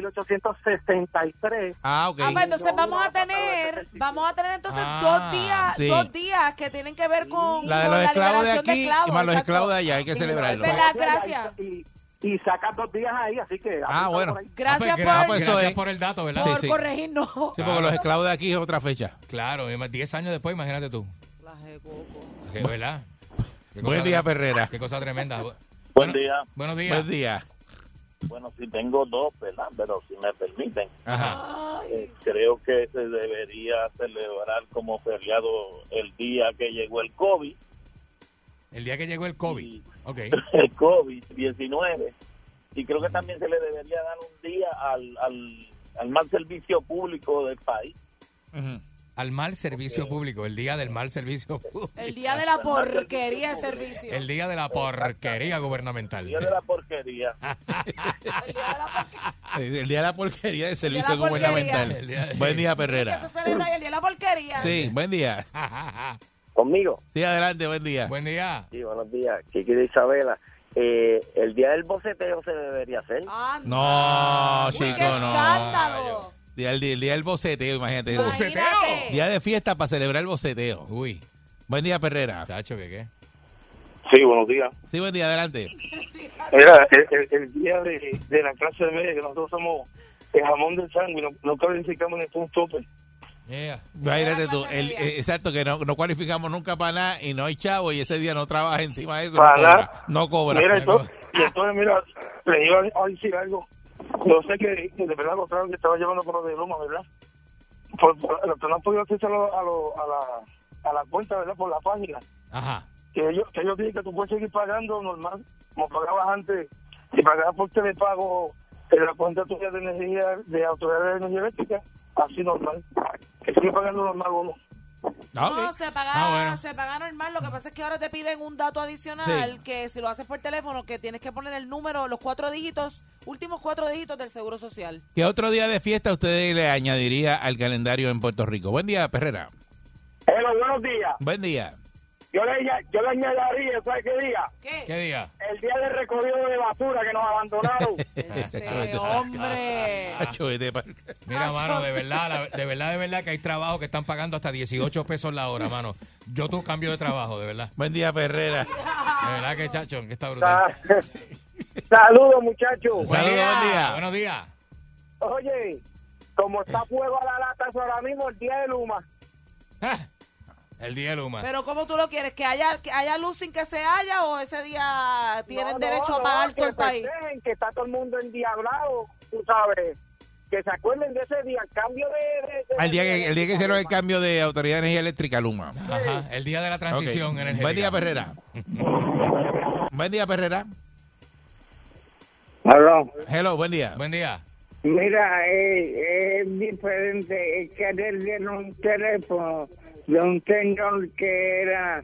Speaker 11: 1863.
Speaker 3: Ah, ok.
Speaker 5: Ah, pues entonces
Speaker 11: No,
Speaker 5: vamos a
Speaker 11: no, no, no,
Speaker 5: tener,
Speaker 11: no, no.
Speaker 5: vamos a tener entonces
Speaker 4: Ah,
Speaker 5: dos días,
Speaker 3: sí.
Speaker 5: dos días que tienen que ver con
Speaker 3: La de
Speaker 5: con
Speaker 3: los esclavos de
Speaker 5: liberación
Speaker 3: aquí y más los
Speaker 5: exacto.
Speaker 3: esclavos de allá. Hay que
Speaker 11: Sí,
Speaker 3: celebrarlo.
Speaker 5: es verdad. gracias.
Speaker 11: Y, y sacas dos días ahí, así que...
Speaker 3: Ah,
Speaker 11: apunta
Speaker 3: bueno.
Speaker 11: por ahí.
Speaker 5: Gracias
Speaker 4: Ah, pues,
Speaker 5: por,
Speaker 4: gra-
Speaker 3: Ah, pues, eso
Speaker 4: gracias
Speaker 3: es.
Speaker 4: por el dato, ¿verdad?
Speaker 5: por
Speaker 3: Sí, sí.
Speaker 5: corregirnos.
Speaker 3: Sí, porque los esclavos de aquí es otra fecha.
Speaker 4: Claro, y más 10 años después, imagínate tú. Que, ¿Verdad? Qué cosa
Speaker 3: Buen día,
Speaker 4: tre-
Speaker 3: Perrera.
Speaker 4: Qué cosa tremenda.
Speaker 7: Buen
Speaker 4: Bueno,
Speaker 7: día.
Speaker 4: Buenos días.
Speaker 3: Buen día.
Speaker 7: Bueno, si tengo dos, ¿verdad? Pero si me permiten,
Speaker 4: Ajá.
Speaker 7: eh, creo que se debería celebrar como feriado el día que llegó el COVID,
Speaker 4: El día que llegó el COVID.
Speaker 7: Sí.
Speaker 4: Ok.
Speaker 7: el COVID-19, y creo que también se le debería dar un día al, al, al mal servicio público del país.
Speaker 4: Al mal servicio público. El día del mal servicio público.
Speaker 5: El día de la porquería de servicio.
Speaker 4: El día de la porquería gubernamental.
Speaker 7: Día de la porquería.
Speaker 3: Ah,
Speaker 5: El día de la porquería.
Speaker 3: El día de la porquería de servicio
Speaker 5: de la porquería.
Speaker 4: El día
Speaker 3: gubernamental.
Speaker 4: de-
Speaker 3: Buen día,
Speaker 5: Que se
Speaker 3: Perrera.
Speaker 5: celebra y el día de la porquería.
Speaker 3: Sí, buen día.
Speaker 11: Conmigo.
Speaker 3: Sí, adelante, buen día.
Speaker 4: Buen día.
Speaker 11: Sí, buenos días. Kiki de Isabela. Eh, el día del boceteo se debería hacer.
Speaker 5: Ah,
Speaker 3: No,
Speaker 5: Uy,
Speaker 3: chico,
Speaker 5: qué
Speaker 3: no.
Speaker 5: escándalo.
Speaker 3: Día, el, día- el día del boceteo, imagínate.
Speaker 5: Imagínate.
Speaker 3: Día de fiesta para celebrar el boceteo.
Speaker 4: Uy,
Speaker 3: Buen día, Perrera.
Speaker 4: chacho, que qué.
Speaker 7: Sí, buenos días.
Speaker 3: Sí, buen día, adelante.
Speaker 11: Mira, el, el- el día de, de la clase media, que nosotros somos el jamón del sándwich, no, no calificamos ni un tope.
Speaker 4: Yeah.
Speaker 3: Imagínate tú,
Speaker 5: clase
Speaker 3: el-
Speaker 5: media.
Speaker 3: eh, exacto, que no, no cualificamos nunca para nada y no hay chavo y ese día no trabaja encima de eso.
Speaker 11: Para
Speaker 3: no
Speaker 11: nada.
Speaker 3: cobra. No cobra.
Speaker 11: Mira, entonces, y entonces, mira, le iba a decir algo. Yo sé que que de verdad contaron que estaba llevando por lo de Luma, ¿verdad? Por, por- lo que no han podido hacerse a, lo- a lo- a la, a la cuenta, ¿verdad? Por la página.
Speaker 4: Ajá.
Speaker 11: que ellos, que ellos dicen que tú puedes seguir pagando normal, como pagabas antes, si pagabas por telepago en la cuenta tuya de energía, de autoridad de energía eléctrica, así normal, que sigue pagando normal uno.
Speaker 3: Ah,
Speaker 5: No,
Speaker 3: ok.
Speaker 5: se paga,
Speaker 4: Ah, bueno.
Speaker 5: se paga normal. Lo que pasa es que ahora te piden un dato adicional
Speaker 3: Sí.
Speaker 5: que si lo haces por teléfono, que tienes que poner el número, los cuatro dígitos, últimos cuatro dígitos del Seguro Social.
Speaker 3: ¿Qué otro día de fiesta usted le añadiría al calendario en Puerto Rico? Buen día, Perrera.
Speaker 11: Hola, buenos días.
Speaker 3: Buen día.
Speaker 11: Yo le, yo le añadiría, ¿sabes qué día?
Speaker 4: ¿Qué
Speaker 5: ¿Qué?
Speaker 4: día?
Speaker 11: El día del recorrido de basura que nos abandonaron.
Speaker 5: Este hombre.
Speaker 3: Chacho, vete pa'l-
Speaker 4: Ah. Mira, mano, de verdad, la- de verdad, de verdad que hay trabajos que están pagando hasta 18 pesos la hora, mano. Yo tu cambio de trabajo, de verdad.
Speaker 3: Buen día, Perrera.
Speaker 4: De verdad que, chacho, que está brutal.
Speaker 11: Saludos, muchachos.
Speaker 3: Saludos, buen día.
Speaker 4: Buenos días.
Speaker 11: Oye, como está fuego a la lata ahora mismo, el día de Luma.
Speaker 4: Ah, El día de Luma.
Speaker 5: Pero ¿cómo tú lo quieres? ¿Que haya, que haya luz sin que se haya o ese día tienen
Speaker 11: No,
Speaker 5: derecho
Speaker 11: no,
Speaker 5: a pagar
Speaker 11: no,
Speaker 5: todo el
Speaker 11: que
Speaker 5: país?
Speaker 11: festejen, que está todo el mundo endiablado, tú sabes. Que se acuerden de ese día, el cambio de... de- de-
Speaker 3: Al día que, el día que hicieron el cambio de Autoridad de Energía Eléctrica, Luma.
Speaker 4: Ajá, el día de la transición
Speaker 3: Ok.
Speaker 4: energética.
Speaker 3: Buen día, Perrera. buen día, Perrera.
Speaker 11: Aló.
Speaker 3: Hello, buen día.
Speaker 4: Buen día.
Speaker 11: Mira, eh, es diferente es que desde un teléfono de un señor que era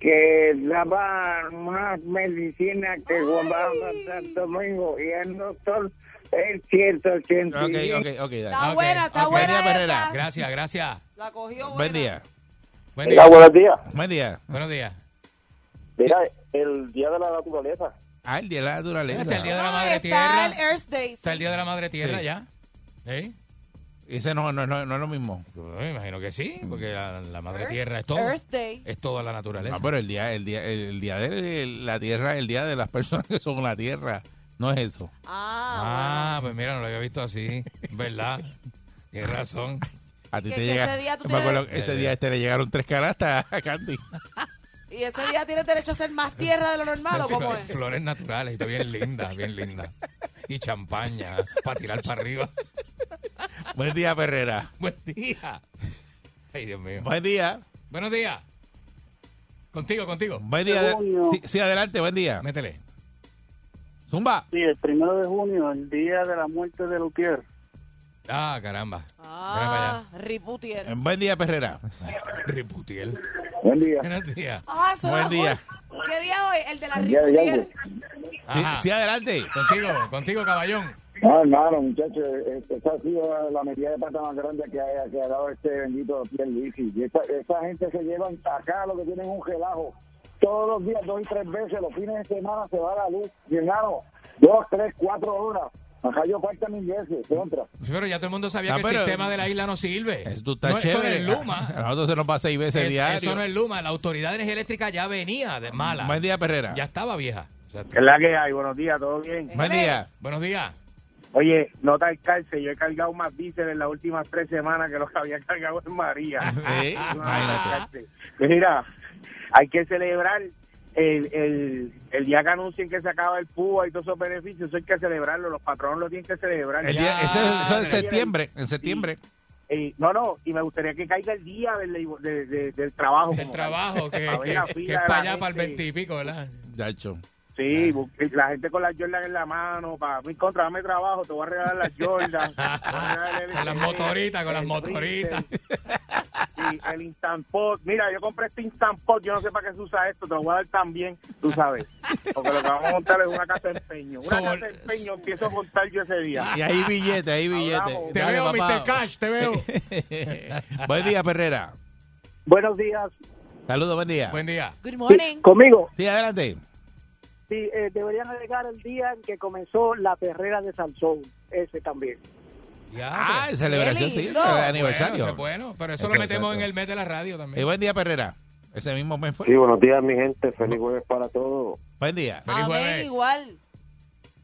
Speaker 12: que daban unas medicinas que guardaba Santo Domingo y el doctor es 180.
Speaker 3: Ok, ok, ok. dale.
Speaker 5: Está
Speaker 3: Ok,
Speaker 5: buena, está
Speaker 3: ok. Buen
Speaker 5: buena
Speaker 3: día, Perrera.
Speaker 5: esa.
Speaker 4: Gracias, gracias.
Speaker 5: La cogió
Speaker 3: Buen día. Buen
Speaker 4: Hola, buenos días.
Speaker 3: Buen día.
Speaker 4: Buenos días.
Speaker 7: Mira, el Día de la Naturaleza.
Speaker 3: Ah, el día de la naturaleza.
Speaker 4: Está Este, el día de la
Speaker 5: Ahí
Speaker 4: madre
Speaker 5: está el
Speaker 4: tierra.
Speaker 5: Earth Day.
Speaker 4: Está el día de la madre tierra
Speaker 3: Sí.
Speaker 4: ya. ¿Sí?
Speaker 3: ¿Eh? Ese no, no, no, no es lo mismo.
Speaker 4: Yo Pues, me imagino que sí, porque la, la madre
Speaker 5: Earth-
Speaker 4: tierra es todo.
Speaker 5: Earth Day.
Speaker 4: Es toda la naturaleza.
Speaker 3: Ah, pero el día, el día, el, el día de la tierra, el día de las personas que son la tierra, no es eso.
Speaker 5: Ah,
Speaker 4: Ah, pues mira, no lo había visto así. ¿Verdad? Tienes razón.
Speaker 3: A ti
Speaker 5: Que-
Speaker 3: te
Speaker 5: que
Speaker 3: llega.
Speaker 5: ese día tú
Speaker 3: me
Speaker 5: tienes-
Speaker 3: acuerdo que ese
Speaker 4: Ya, ya.
Speaker 3: día este le llegaron tres canastas a Candy.
Speaker 5: bueno. Y ese día tienes derecho a ser más tierra de lo normal, ¿o cómo
Speaker 4: Flores-
Speaker 5: es?
Speaker 4: Flores naturales, y está bien linda, bien linda. Y champaña para tirar para arriba.
Speaker 3: Buen día, Ferrera.
Speaker 4: Buen día. Ay, Dios mío.
Speaker 3: Buen día.
Speaker 4: Buenos días. Contigo, contigo.
Speaker 3: Buen día. de- Sí, sí, adelante, buen día.
Speaker 4: Métele.
Speaker 3: Zumba.
Speaker 11: Sí, el primero de junio, el día de la muerte de Lutier.
Speaker 4: Ah, caramba.
Speaker 5: Ah, Riputier.
Speaker 3: Buen día, Perrera.
Speaker 4: Riputiel.
Speaker 12: Buen día.
Speaker 4: Buenos días.
Speaker 5: Ah, eso
Speaker 3: Buen
Speaker 5: era
Speaker 3: día.
Speaker 5: hoy. ¿Qué día hoy? El de la
Speaker 12: Ya, ya, ya.
Speaker 5: Riputier.
Speaker 3: Sí,
Speaker 4: Ajá.
Speaker 3: sí, adelante.
Speaker 4: Contigo, contigo, caballón.
Speaker 12: No, Ah, hermano, muchachos, este, esa ha sido la medida de pata más grande que, ha- que ha dado este bendito Pierluisi. Y esa, esa gente se llevan acá lo que tienen es un relajo. Todos los días, dos y tres veces, los fines de semana se va la luz. Y hermano, dos, tres, cuatro horas. Acá yo falta mil veces, contra.
Speaker 4: Pero ya todo el mundo
Speaker 3: Ah,
Speaker 4: sabía que el
Speaker 3: pero-
Speaker 4: sistema de la isla no sirve.
Speaker 3: Eso tú estás
Speaker 4: No,
Speaker 3: chévere.
Speaker 4: Eso no es Luma.
Speaker 3: A nosotros se nos va seis veces
Speaker 4: Es-
Speaker 3: diario.
Speaker 4: Eso no es Luma. La autoridad de energía eléctrica ya venía de mala.
Speaker 3: Buen día, Perrera.
Speaker 4: Ya estaba vieja. O sea,
Speaker 11: Es la que hay, buenos días, ¿todo bien?
Speaker 3: Buen día.
Speaker 4: buenos días.
Speaker 11: Oye, no te alcance, yo he cargado más bíceps en las últimas tres semanas que los que había cargado en María.
Speaker 3: Sí, imagínate.
Speaker 11: Mira, hay que celebrar el, el, el día que anuncien que se acaba el PUA y todos esos beneficios, eso hay que celebrarlo, los patronos lo tienen que celebrar.
Speaker 3: El día-
Speaker 4: Ya,
Speaker 3: ese es- eso es en
Speaker 4: ya.
Speaker 3: septiembre. En septiembre.
Speaker 11: Eh, no, no, y me gustaría que caiga el día del, de- de- del trabajo.
Speaker 4: El
Speaker 11: como
Speaker 4: trabajo que,
Speaker 11: A ver la
Speaker 4: que-
Speaker 11: fila
Speaker 4: que
Speaker 11: de
Speaker 4: es
Speaker 11: la
Speaker 4: para allá, para el
Speaker 11: gente.
Speaker 4: 20 y pico, ¿verdad?
Speaker 3: Yacho.
Speaker 11: tal. Sí, bu- la gente con las Jordan en la mano, para mí contra, dame trabajo, te voy a regalar las Jordan. te voy a regalar el-
Speaker 4: Con las motoritas, con las
Speaker 11: el
Speaker 4: motoritas.
Speaker 11: Sí, el Instant Pot. Mira, yo compré este Instant Pot. Yo no sé para qué se usa esto. Te lo voy a dar también, tú sabes. Porque lo que vamos a montar es una casa de empeño. Una
Speaker 4: Sobol-
Speaker 11: casa de empeño empiezo a montar yo ese día.
Speaker 3: Y ahí billete, ahí billete.
Speaker 11: Hablamos.
Speaker 4: Te
Speaker 3: Dale,
Speaker 4: veo,
Speaker 3: papá.
Speaker 4: Mr. Cash, te veo.
Speaker 3: Buen día, Perrera.
Speaker 11: Buenos días.
Speaker 3: Saludos, buen día.
Speaker 4: Buen día.
Speaker 5: Good morning.
Speaker 11: Conmigo.
Speaker 3: Sí, adelante.
Speaker 11: Sí, eh, deberían agregar el día en que comenzó la perrera de Sansón. Ese también.
Speaker 4: Ya,
Speaker 3: Ah,
Speaker 4: pero-
Speaker 3: en celebración, sí,
Speaker 5: lindo.
Speaker 3: es el
Speaker 5: Bueno,
Speaker 3: aniversario.
Speaker 4: Bueno, eso es bueno, pero eso
Speaker 3: Eso
Speaker 4: lo
Speaker 3: es
Speaker 4: metemos
Speaker 3: exacto.
Speaker 4: en el mes de la radio
Speaker 3: Y
Speaker 4: también.
Speaker 3: buen día, Perrera. Ese mismo mes fue.
Speaker 6: Sí, buenos días, mi gente. Feliz jueves para todos.
Speaker 3: Buen día.
Speaker 4: Feliz
Speaker 5: Amén,
Speaker 4: jueves.
Speaker 5: igual.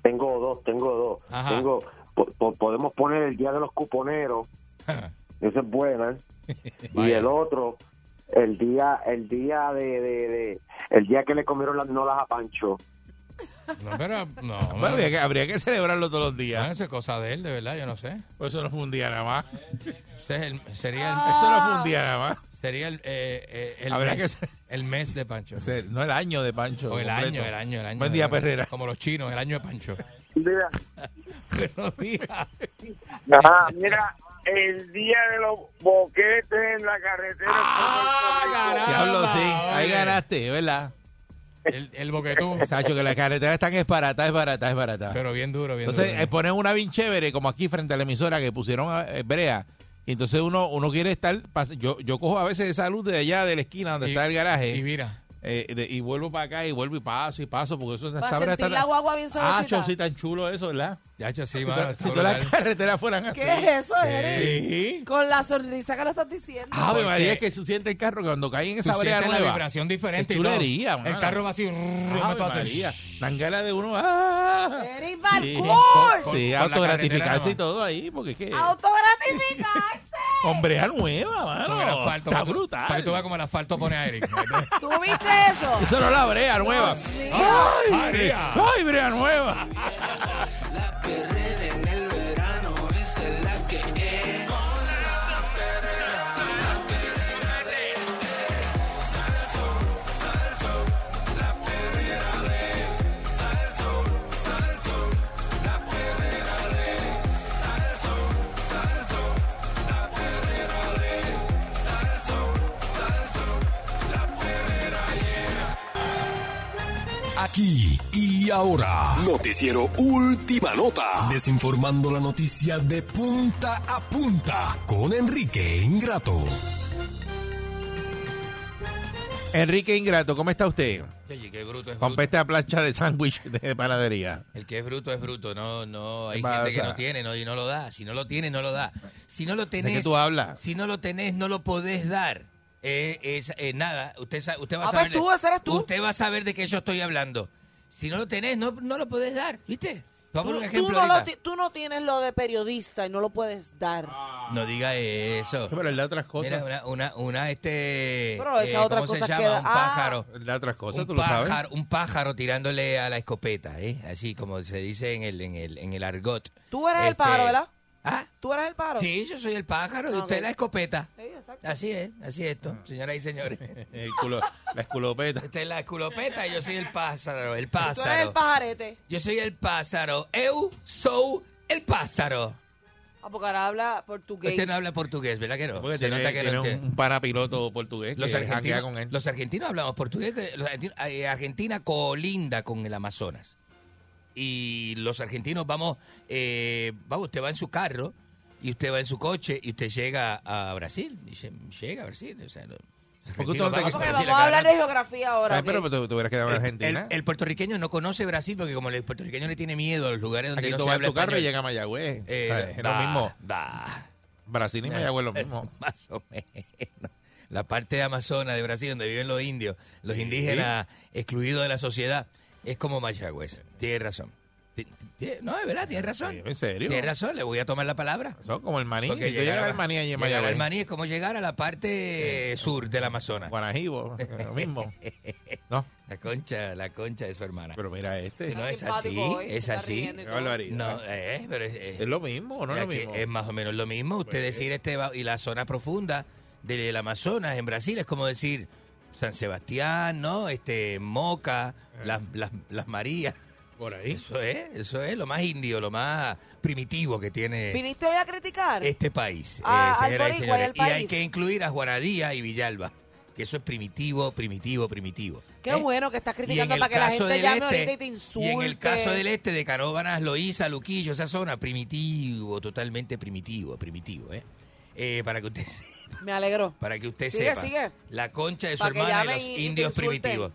Speaker 6: Tengo dos, tengo dos.
Speaker 4: Ajá.
Speaker 6: Tengo, po- po- podemos poner el Día de los Cuponeros. Esa es buena. y
Speaker 4: Vaya.
Speaker 6: el otro, el día, el día de, de- de- el día que le comieron las nolas a Pancho.
Speaker 4: No, pero no.
Speaker 3: Bueno,
Speaker 4: no.
Speaker 3: habría, que, habría que celebrarlo todos los
Speaker 4: Bueno,
Speaker 3: días.
Speaker 4: eso es cosa de él, de verdad, yo no sé.
Speaker 3: Pues eso no fue un día nada más.
Speaker 4: Ese es el, sería el,
Speaker 3: Eso no fue un día nada más.
Speaker 4: sería el, eh, eh, el
Speaker 3: Habrá
Speaker 4: mes,
Speaker 3: que
Speaker 4: el mes de Pancho.
Speaker 3: O sea, no el año de Pancho.
Speaker 4: O el
Speaker 3: completo.
Speaker 4: año, el año, el año.
Speaker 3: Buen día, Perrera.
Speaker 4: Como los chinos, el año de Pancho.
Speaker 11: Mira,
Speaker 4: Buenos días.
Speaker 11: mira, el día de los boquetes en la carretera.
Speaker 4: Ah, caramba,
Speaker 3: Diablo, sí. Ahí
Speaker 4: oye.
Speaker 3: ganaste, ¿verdad?
Speaker 4: El, el boquetú.
Speaker 3: Sacho, que la carretera es tan esbarata, es barata, es barata.
Speaker 4: Pero bien duro, bien
Speaker 3: Entonces,
Speaker 4: duro.
Speaker 3: eh, ponen una bien chévere, como aquí frente a la emisora que pusieron eh, brea. Y entonces uno, uno quiere estar. pas- Yo, yo cojo a veces esa luz de allá de la esquina donde
Speaker 4: Y-
Speaker 3: está el garaje.
Speaker 4: Y mira.
Speaker 3: eh, de- y vuelvo para acá y vuelvo y paso y paso, porque eso
Speaker 5: Para
Speaker 3: sabrá
Speaker 5: sentir
Speaker 3: estar-
Speaker 5: la guagua bien
Speaker 3: Ah,
Speaker 5: suavecita.
Speaker 3: cho, sí, tan chulo eso, ¿verdad?
Speaker 4: Ya, hecho sí, mano.
Speaker 3: si
Speaker 4: esto
Speaker 3: todas las
Speaker 4: brutal.
Speaker 3: carreteras fueran así.
Speaker 5: ¿Qué es eso, Jerry?
Speaker 3: Sí. Ah,
Speaker 5: Con la sonrisa que lo estás diciendo.
Speaker 3: Ave
Speaker 4: Porque-
Speaker 3: María, es que se siente el carro que cuando cae en
Speaker 4: Tú
Speaker 3: esa brea
Speaker 4: sientes
Speaker 3: nueva.
Speaker 4: la vibración diferente
Speaker 3: Es
Speaker 4: y todo.
Speaker 3: chulería, mano.
Speaker 4: El carro va así. yo me
Speaker 3: Ave
Speaker 4: paso.
Speaker 3: María, tangala de uno. ¡ah!
Speaker 5: Jerry
Speaker 3: Sí,
Speaker 5: Balcour.
Speaker 4: Con-
Speaker 3: sí,
Speaker 4: la carretera
Speaker 3: autogratificarse
Speaker 4: nomás.
Speaker 3: y todo ahí, porque es que...
Speaker 5: Ah, Autogratificarse.
Speaker 3: Hombrea nueva, mano.
Speaker 4: Como el asfalto.
Speaker 3: Está
Speaker 4: para que-
Speaker 3: brutal.
Speaker 4: Para que tú veas como el asfalto pone a Eric.
Speaker 5: ¿Tú viste eso?
Speaker 3: Eso no es la brea nueva.
Speaker 5: Sí.
Speaker 3: ¡Ay,
Speaker 4: María!
Speaker 3: brea- ¡Ay, brea nueva!
Speaker 2: Sal, sol, la perrera de. Sal, sol, sal, sol, la perrera yeah.
Speaker 1: Aquí y ahora. Noticiero Última Nota. Desinformando la noticia de punta a punta con Enrique Ingrato.
Speaker 3: Enrique Ingrato, ¿cómo está usted?
Speaker 4: Oye, qué bruto es
Speaker 3: Con
Speaker 4: bruto.
Speaker 3: esta plancha de sándwich de panadería.
Speaker 4: El que es bruto es bruto. No, no, hay
Speaker 3: ¿Qué
Speaker 4: gente que
Speaker 3: pasa?
Speaker 4: no tiene no, y no lo da. Si no lo tiene, no lo da. Si no lo
Speaker 3: qué
Speaker 4: tenés.
Speaker 3: tú hablas?
Speaker 4: Si no lo tenés, no lo podés dar. Eh, es, eh, nada, usted, sa- usted va a
Speaker 5: Ah, pues
Speaker 4: saber. de-
Speaker 5: tú, ese eres tú.
Speaker 4: Usted va a saber de qué yo estoy hablando. Si no lo tenés, no, no lo podés dar, ¿viste? Vamos
Speaker 5: Tú,
Speaker 4: a un
Speaker 5: tú
Speaker 4: ejemplo
Speaker 5: no lo
Speaker 4: ahorita.
Speaker 5: ti- tú no tienes lo de periodista y no lo puedes dar.
Speaker 4: No diga eso.
Speaker 3: Pero él da otras cosas.
Speaker 4: Mira, una, una, una, este.
Speaker 5: Pero esa otra
Speaker 4: ¿Cómo
Speaker 5: cosa
Speaker 4: se llama?
Speaker 5: queda-
Speaker 4: Un
Speaker 5: Ah.
Speaker 4: pájaro.
Speaker 3: La otras cosas,
Speaker 4: un
Speaker 3: tú lo
Speaker 4: pájaro,
Speaker 3: sabes.
Speaker 4: Un pájaro tirándole a la escopeta, ¿eh? Así como se dice en el, en el, en el argot.
Speaker 5: Tú eres el
Speaker 4: Este,
Speaker 5: pájaro, ¿verdad?
Speaker 4: ¿Ah?
Speaker 5: ¿Tú eres el pájaro?
Speaker 4: Sí, yo soy el pájaro y
Speaker 5: Ah,
Speaker 4: usted
Speaker 5: ok.
Speaker 4: la escopeta.
Speaker 5: Sí, exacto.
Speaker 4: Así es, así es esto, señoras y señores.
Speaker 3: El culo- la esculopeta.
Speaker 4: Usted es la esculopeta y yo soy el pájaro, el
Speaker 5: Tú eres el
Speaker 4: pájaro.
Speaker 5: pajarete.
Speaker 4: Yo soy el pájaro. Eu soy el pájaro.
Speaker 5: Ah, porque ahora habla portugués. Ah,
Speaker 4: Usted Este no habla portugués, ¿verdad que no?
Speaker 3: Porque
Speaker 4: Se
Speaker 3: tiene,
Speaker 4: nota que no
Speaker 3: tiene
Speaker 4: entiende.
Speaker 3: un parapiloto portugués
Speaker 4: Los
Speaker 3: que hackea
Speaker 4: argentinos,
Speaker 3: con él.
Speaker 4: los argentinos hablamos portugués. que los argentinos- eh, Argentina colinda con el Amazonas. Y los argentinos vamos, eh, vamos, usted va en su carro y usted va en su coche y usted llega a Brasil. Y lle- llega a Brasil. O sea, los argentinos
Speaker 5: Ah,
Speaker 4: vamos
Speaker 5: porque
Speaker 4: a Brasil
Speaker 5: vamos a
Speaker 4: cada
Speaker 5: hablar
Speaker 4: rato.
Speaker 5: de geografía ahora.
Speaker 3: Ay, pero
Speaker 5: ok.
Speaker 3: tú, tú hubieras quedado en
Speaker 4: el,
Speaker 3: Argentina.
Speaker 4: el puertorriqueño no conoce Brasil porque como el puertorriqueño le tiene miedo a los lugares Eh, donde
Speaker 3: Aquí
Speaker 4: no
Speaker 3: tú
Speaker 4: se
Speaker 3: vas en
Speaker 4: habla
Speaker 3: tu carro y
Speaker 4: español.
Speaker 3: llega a Mayagüez.
Speaker 4: Eh,
Speaker 3: ¿sabes? es lo
Speaker 4: bah,
Speaker 3: mismo.
Speaker 4: bah.
Speaker 3: Brasil y Mayagüez es lo mismo.
Speaker 4: Más o menos. La parte de Amazonas de Brasil, donde viven los indios, los
Speaker 3: Sí.
Speaker 4: indígenas excluidos de la sociedad, es como Mayagüez. Tiene razón. Ti- ti- No, es verdad, tiene razón.
Speaker 3: ¿En serio?
Speaker 4: Tiene razón, le voy a tomar la palabra.
Speaker 3: Son como el maní.
Speaker 4: Porque
Speaker 3: si tú llegas
Speaker 4: a-
Speaker 3: al maní allí en
Speaker 4: llegar al
Speaker 3: Mayagüez.
Speaker 4: maní es como llegar a la parte eh, sur del Amazonas.
Speaker 3: Guanajibo, lo mismo. No.
Speaker 4: La concha, la concha de su hermana.
Speaker 3: Pero mira este.
Speaker 4: No es así,
Speaker 5: simpático hoy, se
Speaker 4: es
Speaker 5: está
Speaker 4: así.
Speaker 5: riendo y
Speaker 3: Qué
Speaker 5: todo.
Speaker 3: barbaridad.
Speaker 4: No, eh, pero es, es-
Speaker 3: Es lo mismo, ¿no es
Speaker 4: Ya
Speaker 3: lo
Speaker 4: que
Speaker 3: mismo? Pues, eh.
Speaker 4: Es más o menos lo mismo. Usted decir este va- y la zona profunda del Amazonas en Brasil es como decir San Sebastián, ¿no? Este Moca, las, las, las Marías.
Speaker 3: Eh. Por ahí.
Speaker 4: Eso es, eso es lo más indio, lo más primitivo que tiene
Speaker 5: ¿Viniste hoy a criticar?
Speaker 4: este país, eh,
Speaker 5: Ah, al
Speaker 4: señoras y
Speaker 5: boricua y
Speaker 4: señores.
Speaker 5: al
Speaker 4: Y hay
Speaker 5: país.
Speaker 4: que incluir a Juanadía y Villalba, que eso es primitivo, primitivo, primitivo.
Speaker 5: Qué
Speaker 4: ¿eh?
Speaker 5: bueno que estás
Speaker 4: Y en
Speaker 5: criticando
Speaker 4: el
Speaker 5: para que la
Speaker 4: caso
Speaker 5: gente
Speaker 4: del
Speaker 5: llame
Speaker 4: este,
Speaker 5: ahorita y te insulte.
Speaker 4: Y en el caso del este, de Canóvanas, Loíza, Luquillo, esa zona, primitivo, totalmente primitivo, primitivo, ¿eh? Eh, para que usted,
Speaker 5: Me alegro.
Speaker 4: para que usted
Speaker 5: Sigue,
Speaker 4: sepa.
Speaker 5: sigue.
Speaker 4: La concha de su
Speaker 5: Pa' que
Speaker 4: hermana y
Speaker 5: llamen
Speaker 4: los
Speaker 5: y- y te
Speaker 4: indios
Speaker 5: insulten.
Speaker 4: primitivos.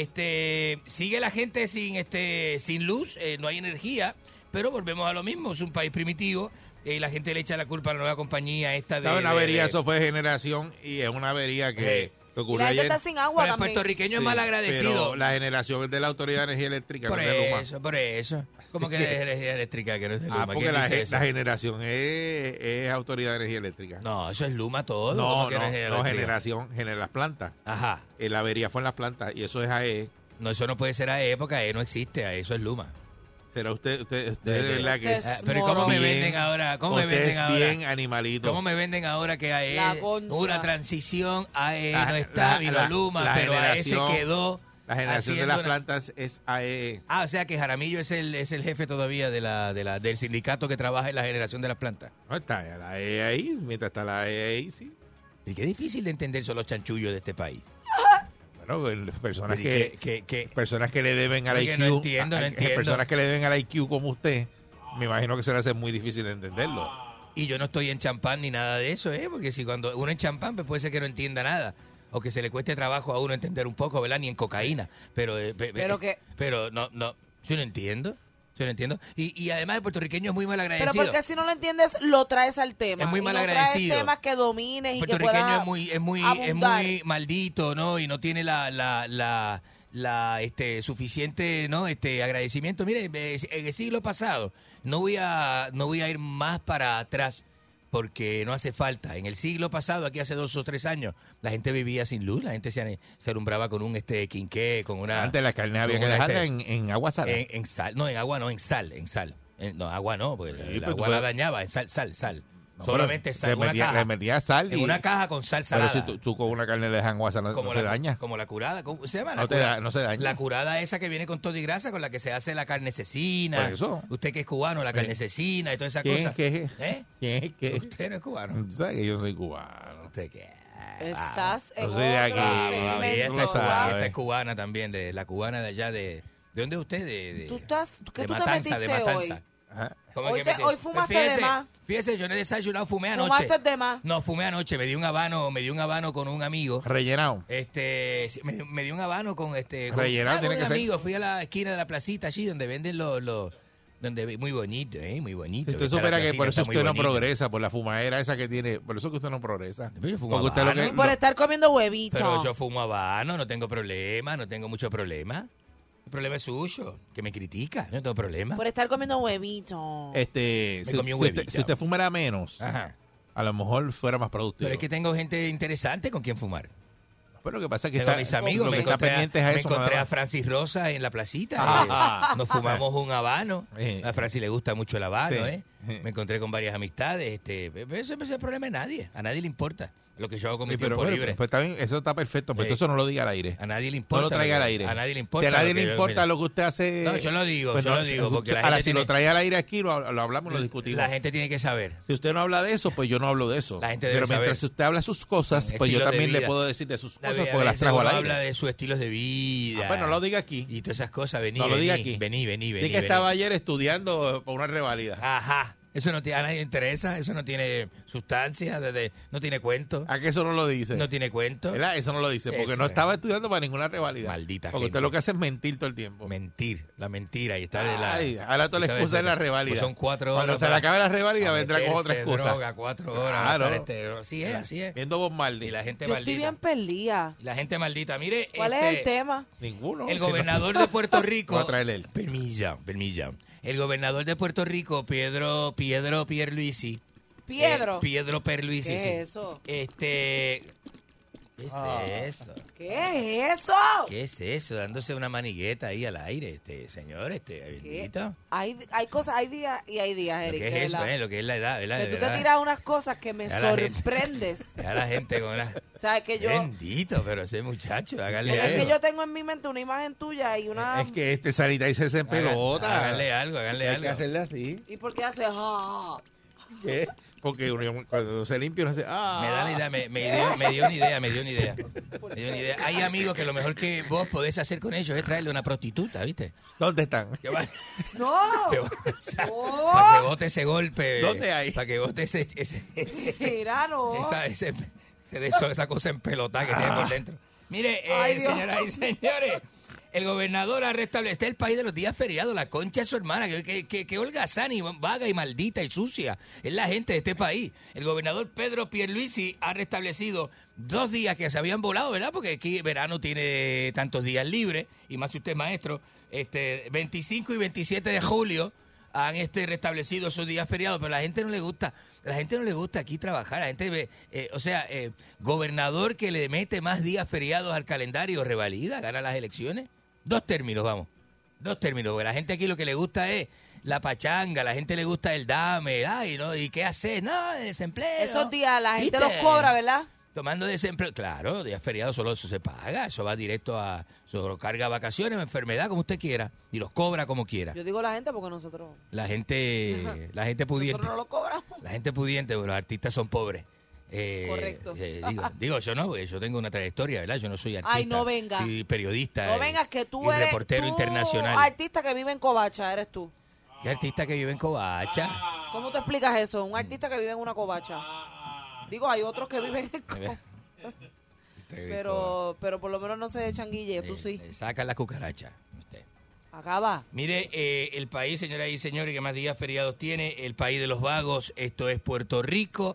Speaker 4: Este, sigue la gente sin, este, sin luz, eh, no hay energía, pero volvemos a lo mismo, es un país primitivo. eh, y la gente le echa la culpa a la nueva compañía esta de...
Speaker 3: ¿Sabes? Una
Speaker 4: de-
Speaker 3: avería,
Speaker 4: de-
Speaker 3: eso fue generación y es una avería que,
Speaker 4: Sí.
Speaker 3: que
Speaker 5: Y
Speaker 3: ocurrió
Speaker 5: la gente
Speaker 3: ayer.
Speaker 5: está sin agua
Speaker 4: Pero el
Speaker 5: también.
Speaker 4: puertorriqueño
Speaker 3: Sí,
Speaker 4: es mal agradecido.
Speaker 3: Pero la generación es de la Autoridad de Energía Eléctrica,
Speaker 4: Por
Speaker 3: no de Luma.
Speaker 4: eso, por eso. ¿Cómo que es energía eléctrica que no es de Luma?
Speaker 3: Ah, porque
Speaker 4: ¿Quién
Speaker 3: la,
Speaker 4: dice
Speaker 3: ge-
Speaker 4: eso?
Speaker 3: la generación es, es Autoridad de Energía Eléctrica.
Speaker 4: No, eso es Luma todo. ¿Cómo
Speaker 3: no, no,
Speaker 4: que energía
Speaker 3: no,
Speaker 4: eléctrica?
Speaker 3: generación, genera las plantas.
Speaker 4: Ajá.
Speaker 3: Eh, La avería fue en las plantas y eso es E. AE.
Speaker 4: No, eso no puede ser AE porque AE no existe, AE eso es Luma.
Speaker 3: Será usted, usted, usted
Speaker 4: Desde-
Speaker 3: de verdad que
Speaker 5: Ustedes
Speaker 4: Ah,
Speaker 3: es
Speaker 4: pero ¿y cómo me
Speaker 3: bien-
Speaker 4: venden ahora? ¿Cómo me
Speaker 3: usted
Speaker 4: venden
Speaker 3: es
Speaker 4: ahora?
Speaker 3: bien animalito.
Speaker 4: ¿Cómo me venden ahora que AE
Speaker 5: La concha.
Speaker 4: una transición? AE no
Speaker 3: La-
Speaker 4: está,
Speaker 3: la-
Speaker 4: vino
Speaker 3: la-
Speaker 4: Luma,
Speaker 3: la
Speaker 4: pero AE se
Speaker 3: generación-
Speaker 4: quedó.
Speaker 3: La generación de las
Speaker 4: haciendo una-
Speaker 3: plantas es E AE.
Speaker 4: Ah, o sea que Jaramillo es el, es el jefe todavía de la, de la, del sindicato que trabaja en la generación de las plantas.
Speaker 3: No está la AE ahí, mientras está la AE ahí, sí.
Speaker 4: Y qué difícil de entender son los chanchullos de este país.
Speaker 3: Bueno, el- personas
Speaker 4: Y
Speaker 3: que,
Speaker 4: que- que-
Speaker 3: personas que le deben al
Speaker 4: Oye,
Speaker 3: IQ,
Speaker 4: no entiendo, no
Speaker 3: a- a-
Speaker 4: entiendo.
Speaker 3: personas que le deben al IQ como usted, me imagino que se le hace muy difícil de entenderlo.
Speaker 4: Y yo no estoy en champán ni nada de eso, ¿eh? Porque si cuando uno en champán, pues puede ser que no entienda nada. O que se le cueste trabajo a uno entender un poco, ¿verdad? Ni en cocaína. Pero, eh, pe- pe-
Speaker 5: Pero que-
Speaker 4: Pero no, no. Yo no entiendo. Yo no entiendo. Y, y además el puertorriqueño es muy mal
Speaker 5: Pero
Speaker 4: agradecido.
Speaker 5: porque si no lo entiendes, lo traes al tema.
Speaker 4: Es muy
Speaker 5: Y
Speaker 4: mal
Speaker 5: no
Speaker 4: agradecido.
Speaker 5: Traes temas que domines
Speaker 4: el
Speaker 5: y que
Speaker 4: puertorriqueño
Speaker 5: puedas
Speaker 4: es muy, es muy, es
Speaker 5: abundar.
Speaker 4: muy maldito, ¿no? Y no tiene la, la, la, la, este, suficiente, ¿no? Este agradecimiento. Mire, eh, en el siglo pasado, no voy a, no voy a ir más para atrás porque no hace falta. En el siglo pasado, aquí hace dos o tres años, la gente vivía sin luz, la gente se, ane- se alumbraba con un este quinqué, con una.
Speaker 3: Antes las carnes había
Speaker 4: con
Speaker 3: que
Speaker 4: una,
Speaker 3: dejarla
Speaker 4: este,
Speaker 3: en, en agua salada.
Speaker 4: en, en sal, no, en agua no, en sal, en sal. En- no, agua no, porque
Speaker 3: Sí,
Speaker 4: el
Speaker 3: pero tú
Speaker 4: agua la
Speaker 3: puedes-
Speaker 4: dañaba, en sal, sal, sal.
Speaker 3: No, pero
Speaker 4: Solamente sal,
Speaker 3: le
Speaker 4: una
Speaker 3: metía-
Speaker 4: caja.
Speaker 3: le metía sal
Speaker 4: En
Speaker 3: y-
Speaker 4: una caja con sal
Speaker 3: Pero
Speaker 4: salada.
Speaker 3: si tú, tú con una carne le dejas en agua salada, no,
Speaker 4: como
Speaker 3: se
Speaker 4: la,
Speaker 3: daña.
Speaker 4: Como la curada, ¿cómo se llama? La
Speaker 3: No, te
Speaker 4: cura-
Speaker 3: da- no se daña.
Speaker 4: La curada esa que viene con todo y grasa, con la que se hace la carnecesina.
Speaker 3: Por eso.
Speaker 4: Usted que es cubano, la
Speaker 3: Sí.
Speaker 4: carnecesina y toda esa
Speaker 3: ¿Quién
Speaker 4: cosa.
Speaker 3: es que-
Speaker 4: ¿Eh?
Speaker 3: ¿Qué? ¿Qué?
Speaker 4: Usted no es cubano.
Speaker 3: ¿Sabes que yo soy cubano?
Speaker 4: Usted que-
Speaker 13: Estás en
Speaker 4: Yo soy de
Speaker 13: otro
Speaker 4: aquí,
Speaker 13: segmento.
Speaker 4: mami, Ah, esta, es
Speaker 13: Tú
Speaker 4: cubana, esta es cubana también, de la cubana de allá de... ¿De dónde es usted? De, de-
Speaker 5: ¿Tú estás, ¿Qué
Speaker 4: de
Speaker 5: tú
Speaker 4: Matanza,
Speaker 5: te
Speaker 4: de
Speaker 5: metiste
Speaker 4: Matanza. ¿Cómo
Speaker 5: Hoy
Speaker 4: que
Speaker 5: te-
Speaker 4: metí?
Speaker 5: hoy fumaste de
Speaker 4: fíjese,
Speaker 5: más.
Speaker 4: Fíjese, yo no he desayunado, fumé
Speaker 5: hoy?
Speaker 4: anoche.
Speaker 5: Fumaste de más.
Speaker 4: No, fumé anoche, me di un habano, me di un habano con un amigo.
Speaker 3: Rellenado.
Speaker 4: Este, sí, me, me di un habano con este con-
Speaker 3: Rellenado
Speaker 4: ah,
Speaker 3: tiene
Speaker 4: con
Speaker 3: que
Speaker 4: un
Speaker 3: ser.
Speaker 4: amigo, fui a la esquina de la placita allí donde venden los, los donde ve- muy bonito, eh, muy bonito.
Speaker 3: Usted
Speaker 4: Está la
Speaker 3: supera que
Speaker 4: placita,
Speaker 3: por eso
Speaker 4: está muy
Speaker 3: usted no
Speaker 4: bonito.
Speaker 3: progresa, por la fumadera esa que tiene. Por eso que usted no progresa. Porque
Speaker 4: fumo
Speaker 3: usted lo que-
Speaker 5: Y por
Speaker 3: lo-
Speaker 5: estar comiendo huevitos.
Speaker 4: Pero yo fumo habano, no tengo problema, no tengo mucho problema. El problema es suyo, que me critica, no tengo problema.
Speaker 5: Por estar comiendo huevitos.
Speaker 3: Este,
Speaker 4: Me
Speaker 3: si,
Speaker 4: comí un
Speaker 3: si usted-
Speaker 4: huevito.
Speaker 3: si usted fumara menos,
Speaker 4: Ajá.
Speaker 3: a lo mejor fuera más productivo.
Speaker 4: Pero es que tengo gente interesante con quien fumar.
Speaker 3: Pero lo que pasa es que
Speaker 4: Tengo
Speaker 3: está,
Speaker 4: mis amigos,
Speaker 3: lo
Speaker 4: me
Speaker 3: que está
Speaker 4: encontré, a-
Speaker 3: pendiente es a
Speaker 4: me
Speaker 3: eso. nada
Speaker 4: encontré a
Speaker 3: más.
Speaker 4: Francis Rosa en la placita.
Speaker 3: Ah.
Speaker 4: eh, nos fumamos un habano.
Speaker 3: Eh.
Speaker 4: A Francis le gusta mucho el habano,
Speaker 3: Sí.
Speaker 4: ¿eh? Me encontré con varias amistades. Este, pero ese ese es el problema de nadie. A nadie le importa lo que yo hago con mi
Speaker 3: Sí, pero,
Speaker 4: tiempo
Speaker 3: pero-
Speaker 4: libre.
Speaker 3: pues está bien, eso está perfecto, pero pues,
Speaker 4: Sí.
Speaker 3: eso no lo diga al aire.
Speaker 4: a nadie le importa.
Speaker 3: no lo traiga
Speaker 4: que-
Speaker 3: al aire.
Speaker 4: A nadie le
Speaker 3: Si
Speaker 4: importa.
Speaker 3: a nadie
Speaker 4: lo
Speaker 3: le
Speaker 4: que yo-
Speaker 3: importa
Speaker 4: mira.
Speaker 3: lo que usted hace.
Speaker 4: No, yo lo digo,
Speaker 3: pues
Speaker 4: yo
Speaker 3: no,
Speaker 4: lo digo, porque la
Speaker 3: ahora,
Speaker 4: gente
Speaker 3: si lo
Speaker 4: tiene- Mm.
Speaker 3: trae al aire aquí, lo, lo hablamos, lo discutimos.
Speaker 4: La gente tiene que saber.
Speaker 3: Si usted no habla de eso, pues yo no hablo de eso.
Speaker 4: La gente debe
Speaker 3: Pero mientras
Speaker 4: saber.
Speaker 3: usted habla sus cosas,
Speaker 4: Un
Speaker 3: pues yo
Speaker 4: estilo de
Speaker 3: también le
Speaker 4: vida.
Speaker 3: puedo decir de sus
Speaker 4: La
Speaker 3: cosas
Speaker 4: vida,
Speaker 3: porque
Speaker 4: a
Speaker 3: las
Speaker 4: veces
Speaker 3: traigo al
Speaker 4: uno
Speaker 3: aire.
Speaker 4: habla de sus estilos de vida.
Speaker 3: Ah, bueno, lo diga aquí.
Speaker 4: Y todas esas cosas, vení,
Speaker 3: No lo
Speaker 4: vení,
Speaker 3: diga aquí.
Speaker 4: vení, vení, vení.
Speaker 3: Dí que
Speaker 4: vení.
Speaker 3: estaba ayer estudiando por una revalida.
Speaker 4: Ajá. Eso no tiene, a nadie le interesa, eso no tiene sustancia, desde- no tiene cuento.
Speaker 3: ¿A que eso no lo dice?
Speaker 4: No tiene cuento.
Speaker 3: ¿Verdad? Ah, Eso no lo dice, porque
Speaker 4: Eso
Speaker 3: no
Speaker 4: es.
Speaker 3: estaba estudiando para ninguna revalida.
Speaker 4: Maldita
Speaker 3: Porque
Speaker 4: gente.
Speaker 3: usted lo que hace es mentir todo el tiempo.
Speaker 4: Mentir, la mentira. Y está de la,
Speaker 3: Ay, ahora toda la
Speaker 4: y está
Speaker 3: excusa es la reválida.
Speaker 4: pues son cuatro horas.
Speaker 3: Cuando se le
Speaker 4: para-
Speaker 3: acabe la reválida,
Speaker 4: para
Speaker 3: vendrá con otra
Speaker 4: meterse
Speaker 3: excusa.
Speaker 4: droga, cuatro horas.
Speaker 3: Claro.
Speaker 4: para este- así es, así es.
Speaker 3: Viendo Bob Marley.
Speaker 4: Y la gente
Speaker 5: Yo estoy
Speaker 4: maldita.
Speaker 5: bien perdida.
Speaker 4: y Este La gente maldita. Mire,
Speaker 5: ¿Cuál
Speaker 4: este,
Speaker 5: es el tema?
Speaker 3: Ninguno.
Speaker 4: El
Speaker 3: si no-
Speaker 4: gobernador de Puerto Rico.
Speaker 3: Voy a traerle él.
Speaker 4: Permilla, permilla. El gobernador de Puerto Rico, Pedro, Pedro Pierluisi.
Speaker 5: Piedro.
Speaker 4: Eh, Pedro Pierluisi.
Speaker 5: ¿Qué
Speaker 4: sí.
Speaker 5: es eso?
Speaker 4: Este. ¿Qué es
Speaker 5: Ah.
Speaker 4: eso?
Speaker 5: ¿Qué es eso?
Speaker 4: ¿Qué es eso? Dándose una manigueta ahí al aire, este señor, este bendito.
Speaker 5: Hay, hay cosas, hay días y hay días,
Speaker 4: Lo
Speaker 5: Eric.
Speaker 4: que es
Speaker 5: de
Speaker 4: eso,
Speaker 5: verdad.
Speaker 4: eh, lo que es la edad, ¿verdad?
Speaker 5: Que
Speaker 4: De
Speaker 5: tú te
Speaker 4: verdad.
Speaker 5: tiras unas cosas que me
Speaker 4: Ya la gente-
Speaker 5: sorprendes.
Speaker 4: Ya la gente con la...
Speaker 5: ¿Sabes que yo,
Speaker 4: Bendito, pero ese muchacho, hágale
Speaker 5: es que
Speaker 4: algo.
Speaker 5: yo tengo en mi mente una imagen tuya y una...
Speaker 3: Es que este sanitizer se en
Speaker 4: Haga-
Speaker 3: pelota.
Speaker 4: Háganle algo, háganle
Speaker 3: Hay que
Speaker 4: algo.
Speaker 3: hacerle así.
Speaker 5: ¿Y por qué haces? ah?
Speaker 3: ¿Qué? Porque uno- cuando se limpia uno hace... Ah.
Speaker 4: Me da la idea, me, me dio, me dio una idea, me dio una idea. Me dio una idea. Hay amigos que lo mejor que vos podés hacer con ellos es traerle una prostituta, ¿viste?
Speaker 3: ¿Dónde están?
Speaker 4: Que va-
Speaker 5: ¡No!
Speaker 4: que va- o sea,
Speaker 5: Oh.
Speaker 4: Para que bote ese golpe.
Speaker 3: ¿Dónde hay?
Speaker 4: Para que bote ese, ese-
Speaker 5: Mira, no.
Speaker 4: esa, ese- ese de eso- esa cosa en pelota que tiene por dentro. Mire, eh,
Speaker 5: Ah. Ay, Dios.
Speaker 4: señoras y señores, el gobernador ha restablecido el país de los días feriados, la concha de su hermana, que, que, que, que holgazán y vaga y maldita y sucia es la gente de este país. El gobernador Pedro Pierluisi ha restablecido dos días que se habían volado, ¿verdad? Porque aquí verano tiene tantos días libres, y más si usted es maestro, este 25 y 27 de julio han este restablecido sus días feriados, pero a la gente no le gusta, a la gente no le gusta aquí trabajar, la gente ve, eh, o sea, eh, gobernador que le mete más días feriados al calendario, revalida, gana las elecciones, dos términos, vamos, dos términos, porque la gente aquí lo que le gusta es la pachanga, la gente le gusta el dame, ay, ¿no? ¿Y qué hacer? No, desempleo.
Speaker 5: Esos días la gente
Speaker 4: ¿Viste?
Speaker 5: los cobra, ¿verdad?
Speaker 4: Tomando desempleo, claro, días feriados solo eso se paga, eso va directo a, solo carga vacaciones, enfermedad, como usted quiera, y los cobra como quiera.
Speaker 5: Yo digo la gente porque nosotros,
Speaker 4: La gente, la gente pudiente.
Speaker 5: nosotros no lo cobramos.
Speaker 4: La gente pudiente, porque los artistas son pobres. Eh,
Speaker 5: Correcto.
Speaker 4: eh, digo, digo, yo no, porque yo tengo una trayectoria, ¿verdad? Yo no soy artista.
Speaker 5: no venga.
Speaker 4: Y periodista.
Speaker 5: No
Speaker 4: eh,
Speaker 5: vengas que tú
Speaker 4: y
Speaker 5: eres
Speaker 4: reportero
Speaker 5: tú,
Speaker 4: internacional.
Speaker 5: artista que vive en Covacha, eres tú.
Speaker 4: Y artista que vive en Covacha.
Speaker 5: ¿Cómo tú explicas eso? Un artista que vive en una covacha. Digo, hay otros que viven en co-
Speaker 4: Este,
Speaker 5: pero pero por lo menos no se echan guille, tú sí.
Speaker 4: saca la cucaracha. Usted.
Speaker 5: Acaba.
Speaker 4: Mire, eh, el país, señoras y señores, que más días feriados tiene, el país de los vagos, esto es Puerto Rico,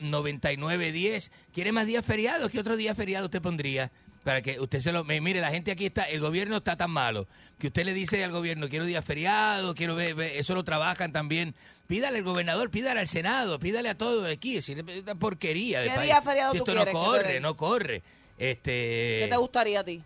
Speaker 4: 653-9910. ¿Quiere más días feriados? ¿Qué otro día feriado usted pondría? Para que usted se lo... me- Mire, la gente aquí está, el gobierno está tan malo, que usted le dice al gobierno, quiero días feriados, quiero ver, ver- eso lo trabajan también. Pídale al gobernador, pídale al Senado, pídale a todos aquí, es una porquería de
Speaker 5: ¿Qué
Speaker 4: país.
Speaker 5: día feriado
Speaker 4: Si
Speaker 5: tú
Speaker 4: esto
Speaker 5: quieres que
Speaker 4: no
Speaker 5: te
Speaker 4: corre,
Speaker 5: den?
Speaker 4: no corre. Este,
Speaker 5: ¿Qué te gustaría a ti?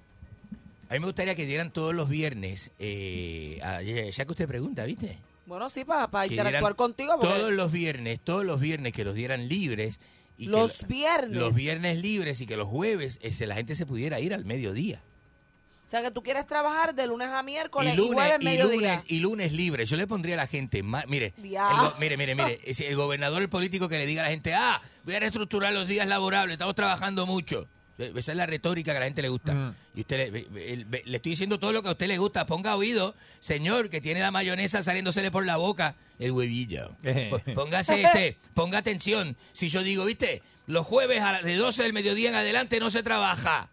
Speaker 4: a mí me gustaría que dieran todos los viernes, eh, a- ya ya que usted pregunta, ¿viste?
Speaker 5: Bueno, sí, para, para
Speaker 4: Que dieran
Speaker 5: interactuar contigo. porque
Speaker 4: Todos los viernes, todos los viernes que los dieran libres. Y que
Speaker 5: los
Speaker 4: lo-
Speaker 5: viernes.
Speaker 4: los viernes libres y que los jueves eh, se- la gente se pudiera ir al mediodía.
Speaker 5: O sea, que tú quieres trabajar de lunes a miércoles
Speaker 4: Y
Speaker 5: y,
Speaker 4: lunes,
Speaker 5: jueves
Speaker 4: y,
Speaker 5: mediodía.
Speaker 4: lunes, y lunes libre. Yo le pondría a la gente más. Mire, el
Speaker 5: Ya.
Speaker 4: go- mire, mire, mire. es El gobernador, el político que le diga a la gente, ah, voy a reestructurar los días laborables, estamos trabajando mucho. Eh, Esa es la retórica que a la gente le gusta. Y usted le, ve- ve- el- ve- le estoy diciendo todo lo que a usted le gusta. Ponga oído, señor, que tiene la mayonesa saliéndosele por la boca, el huevillo. Po- Póngase este, ponga atención. Si yo digo, viste, los jueves a las de 12 del mediodía en adelante no se trabaja.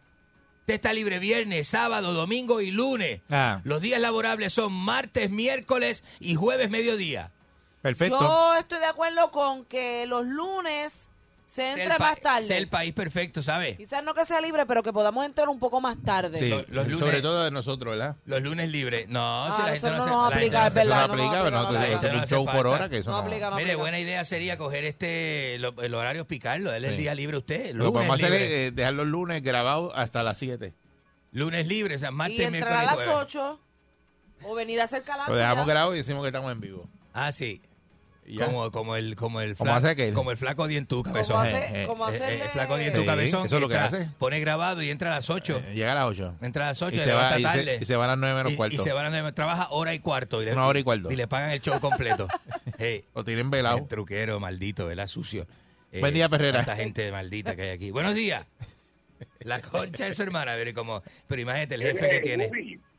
Speaker 4: Usted está libre viernes, sábado, domingo y lunes.
Speaker 3: Ah,
Speaker 4: Los días laborables son martes, miércoles y jueves mediodía.
Speaker 3: perfecto.
Speaker 5: Yo estoy de acuerdo con que los lunes se
Speaker 4: Sea el
Speaker 5: entre
Speaker 4: pa-
Speaker 5: más tarde.
Speaker 4: sea el país perfecto, ¿sabes?
Speaker 5: Quizás no que sea libre, pero que podamos entrar un poco más tarde.
Speaker 3: Sí,
Speaker 4: los lunes-
Speaker 3: sobre todo de nosotros, ¿verdad?
Speaker 4: Los lunes libres. No,
Speaker 5: Ah,
Speaker 4: si la gente
Speaker 5: eso
Speaker 4: no,
Speaker 5: no
Speaker 4: se
Speaker 5: nos
Speaker 4: la
Speaker 5: aplica,
Speaker 4: gente
Speaker 5: es verdad,
Speaker 4: se-
Speaker 5: no nos
Speaker 3: aplica, pero nosotros
Speaker 4: aplica.
Speaker 3: hacemos
Speaker 4: No
Speaker 3: un
Speaker 4: hace
Speaker 3: show
Speaker 4: falta.
Speaker 3: por hora que eso
Speaker 5: No
Speaker 3: no.
Speaker 5: aplica, no
Speaker 4: Mire,
Speaker 5: aplica.
Speaker 4: buena idea sería coger este lo- el horario picarlo, darle el
Speaker 3: Sí.
Speaker 4: día libre a usted.
Speaker 3: Lo que
Speaker 4: Lunes
Speaker 3: podemos hacer es
Speaker 4: libre.
Speaker 3: eh, dejar los lunes grabados hasta las 7.
Speaker 4: Lunes libre, o sea, martes,
Speaker 5: Y entrar
Speaker 4: este miércoles
Speaker 5: a
Speaker 4: y
Speaker 5: las
Speaker 4: jueves.
Speaker 5: 8 o venir a hacer
Speaker 3: Lo
Speaker 5: calambre.
Speaker 3: dejamos grabado y decimos que estamos en vivo.
Speaker 4: Ah, sí.
Speaker 3: Y ya.
Speaker 4: Como, como el como el
Speaker 3: Como
Speaker 4: fla-
Speaker 3: hace aquel.
Speaker 4: como el flaco dientú cabezón.
Speaker 5: Como
Speaker 4: Eh,
Speaker 5: hace,
Speaker 4: eh,
Speaker 5: como
Speaker 4: eh,
Speaker 5: hacerle-
Speaker 4: el flaco dientú
Speaker 3: Sí,
Speaker 4: cabezón.
Speaker 3: eso es lo que
Speaker 4: entra-
Speaker 3: hace.
Speaker 4: Pone grabado y entra a las 8.
Speaker 3: Eh, Llega a las 8.
Speaker 4: Entra a las 8
Speaker 3: Y
Speaker 4: y,
Speaker 3: se, va,
Speaker 4: levanta
Speaker 3: y,
Speaker 4: tarde.
Speaker 3: se, y se van a las 9 menos cuarto.
Speaker 4: Y se van a trabaja hora y cuarto. Y le,
Speaker 3: Una hora y cuarto.
Speaker 4: Y le pagan el show completo. Hey,
Speaker 3: O tienen velado.
Speaker 4: el truquero, maldito, ¿verdad? Sucio. Eh,
Speaker 3: Buen día, Perrera.
Speaker 4: Tanta gente maldita que hay aquí. Buenos días. La concha de su hermana, pero, como, pero imagínate el jefe que tiene.